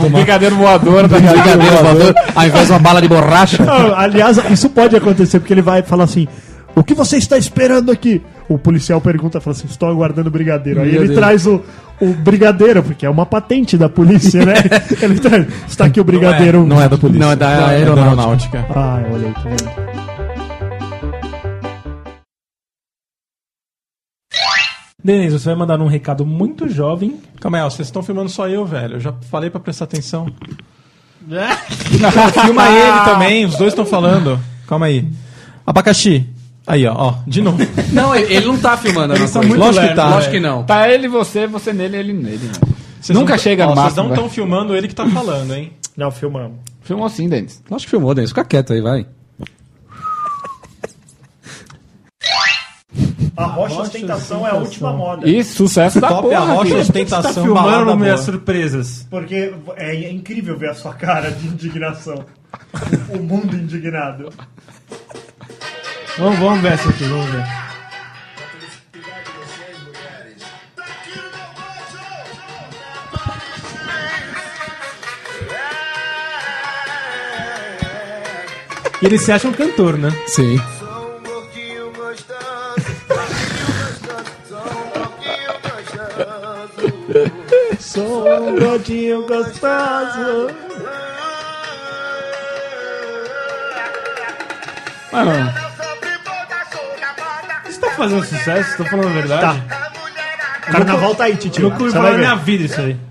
[SPEAKER 5] Um brigadeiro voador da
[SPEAKER 4] Brigadeiro né, voador, ao invés de uma bala de borracha.
[SPEAKER 3] Não, aliás, isso pode acontecer, porque ele vai falar assim: o que você está esperando aqui? O policial pergunta, fala assim: estou aguardando o brigadeiro. Aí ele
[SPEAKER 4] Brigadeiro.
[SPEAKER 3] traz o, o brigadeiro, porque é uma patente da
[SPEAKER 1] [LAUGHS]
[SPEAKER 3] polícia, né? ele traz, está aqui o brigadeiro.
[SPEAKER 1] Não é da polícia.
[SPEAKER 4] Não, é da aeronáutica.
[SPEAKER 3] Ah, olha aí, tá vendo?
[SPEAKER 6] Denis, você vai mandar um recado muito jovem.
[SPEAKER 1] Calma aí, ó, vocês estão filmando só eu, velho. Eu já falei pra prestar atenção. [LAUGHS] Filma ele também, os dois estão falando. Calma aí. Abacaxi. Aí, ó, ó, de novo.
[SPEAKER 4] Não, ele ele não tá filmando. Eles
[SPEAKER 1] são muito
[SPEAKER 4] Lógico que
[SPEAKER 1] lerdos,
[SPEAKER 4] tá.
[SPEAKER 1] velho.
[SPEAKER 4] Lógico que não.
[SPEAKER 5] Tá ele, você, você nele, ele nele. mano.
[SPEAKER 1] Vocês
[SPEAKER 5] Nunca
[SPEAKER 1] não-
[SPEAKER 5] chega no
[SPEAKER 1] ó, Vocês
[SPEAKER 5] máximo,
[SPEAKER 1] não estão
[SPEAKER 5] velho.
[SPEAKER 1] filmando ele que tá falando, hein?
[SPEAKER 3] Não, filmamos.
[SPEAKER 5] Filmou sim, Denis.
[SPEAKER 4] Lógico que filmou, Denis. Fica quieto aí, vai.
[SPEAKER 3] A rocha ostentação é a última moda.
[SPEAKER 5] E sucesso da
[SPEAKER 1] Top
[SPEAKER 5] porra,
[SPEAKER 1] é a rocha,
[SPEAKER 5] filho.
[SPEAKER 6] Tá
[SPEAKER 1] ostentação,
[SPEAKER 6] filmando
[SPEAKER 1] balada
[SPEAKER 6] minhas
[SPEAKER 1] boa.
[SPEAKER 6] surpresas.
[SPEAKER 3] Porque é incrível ver a sua cara de indignação. [LAUGHS] o mundo indignado.
[SPEAKER 6] Vamos, vamos ver essa aqui, vamos ver. E ele se acha um cantor, né?
[SPEAKER 4] Sim.
[SPEAKER 3] Sou um gordinho gostoso.
[SPEAKER 5] Mano,
[SPEAKER 6] Isso tá fazendo sucesso, tô falando a verdade.
[SPEAKER 3] Carnaval tá aí, tio.
[SPEAKER 6] Nunca ouvi falar na minha vida isso aí.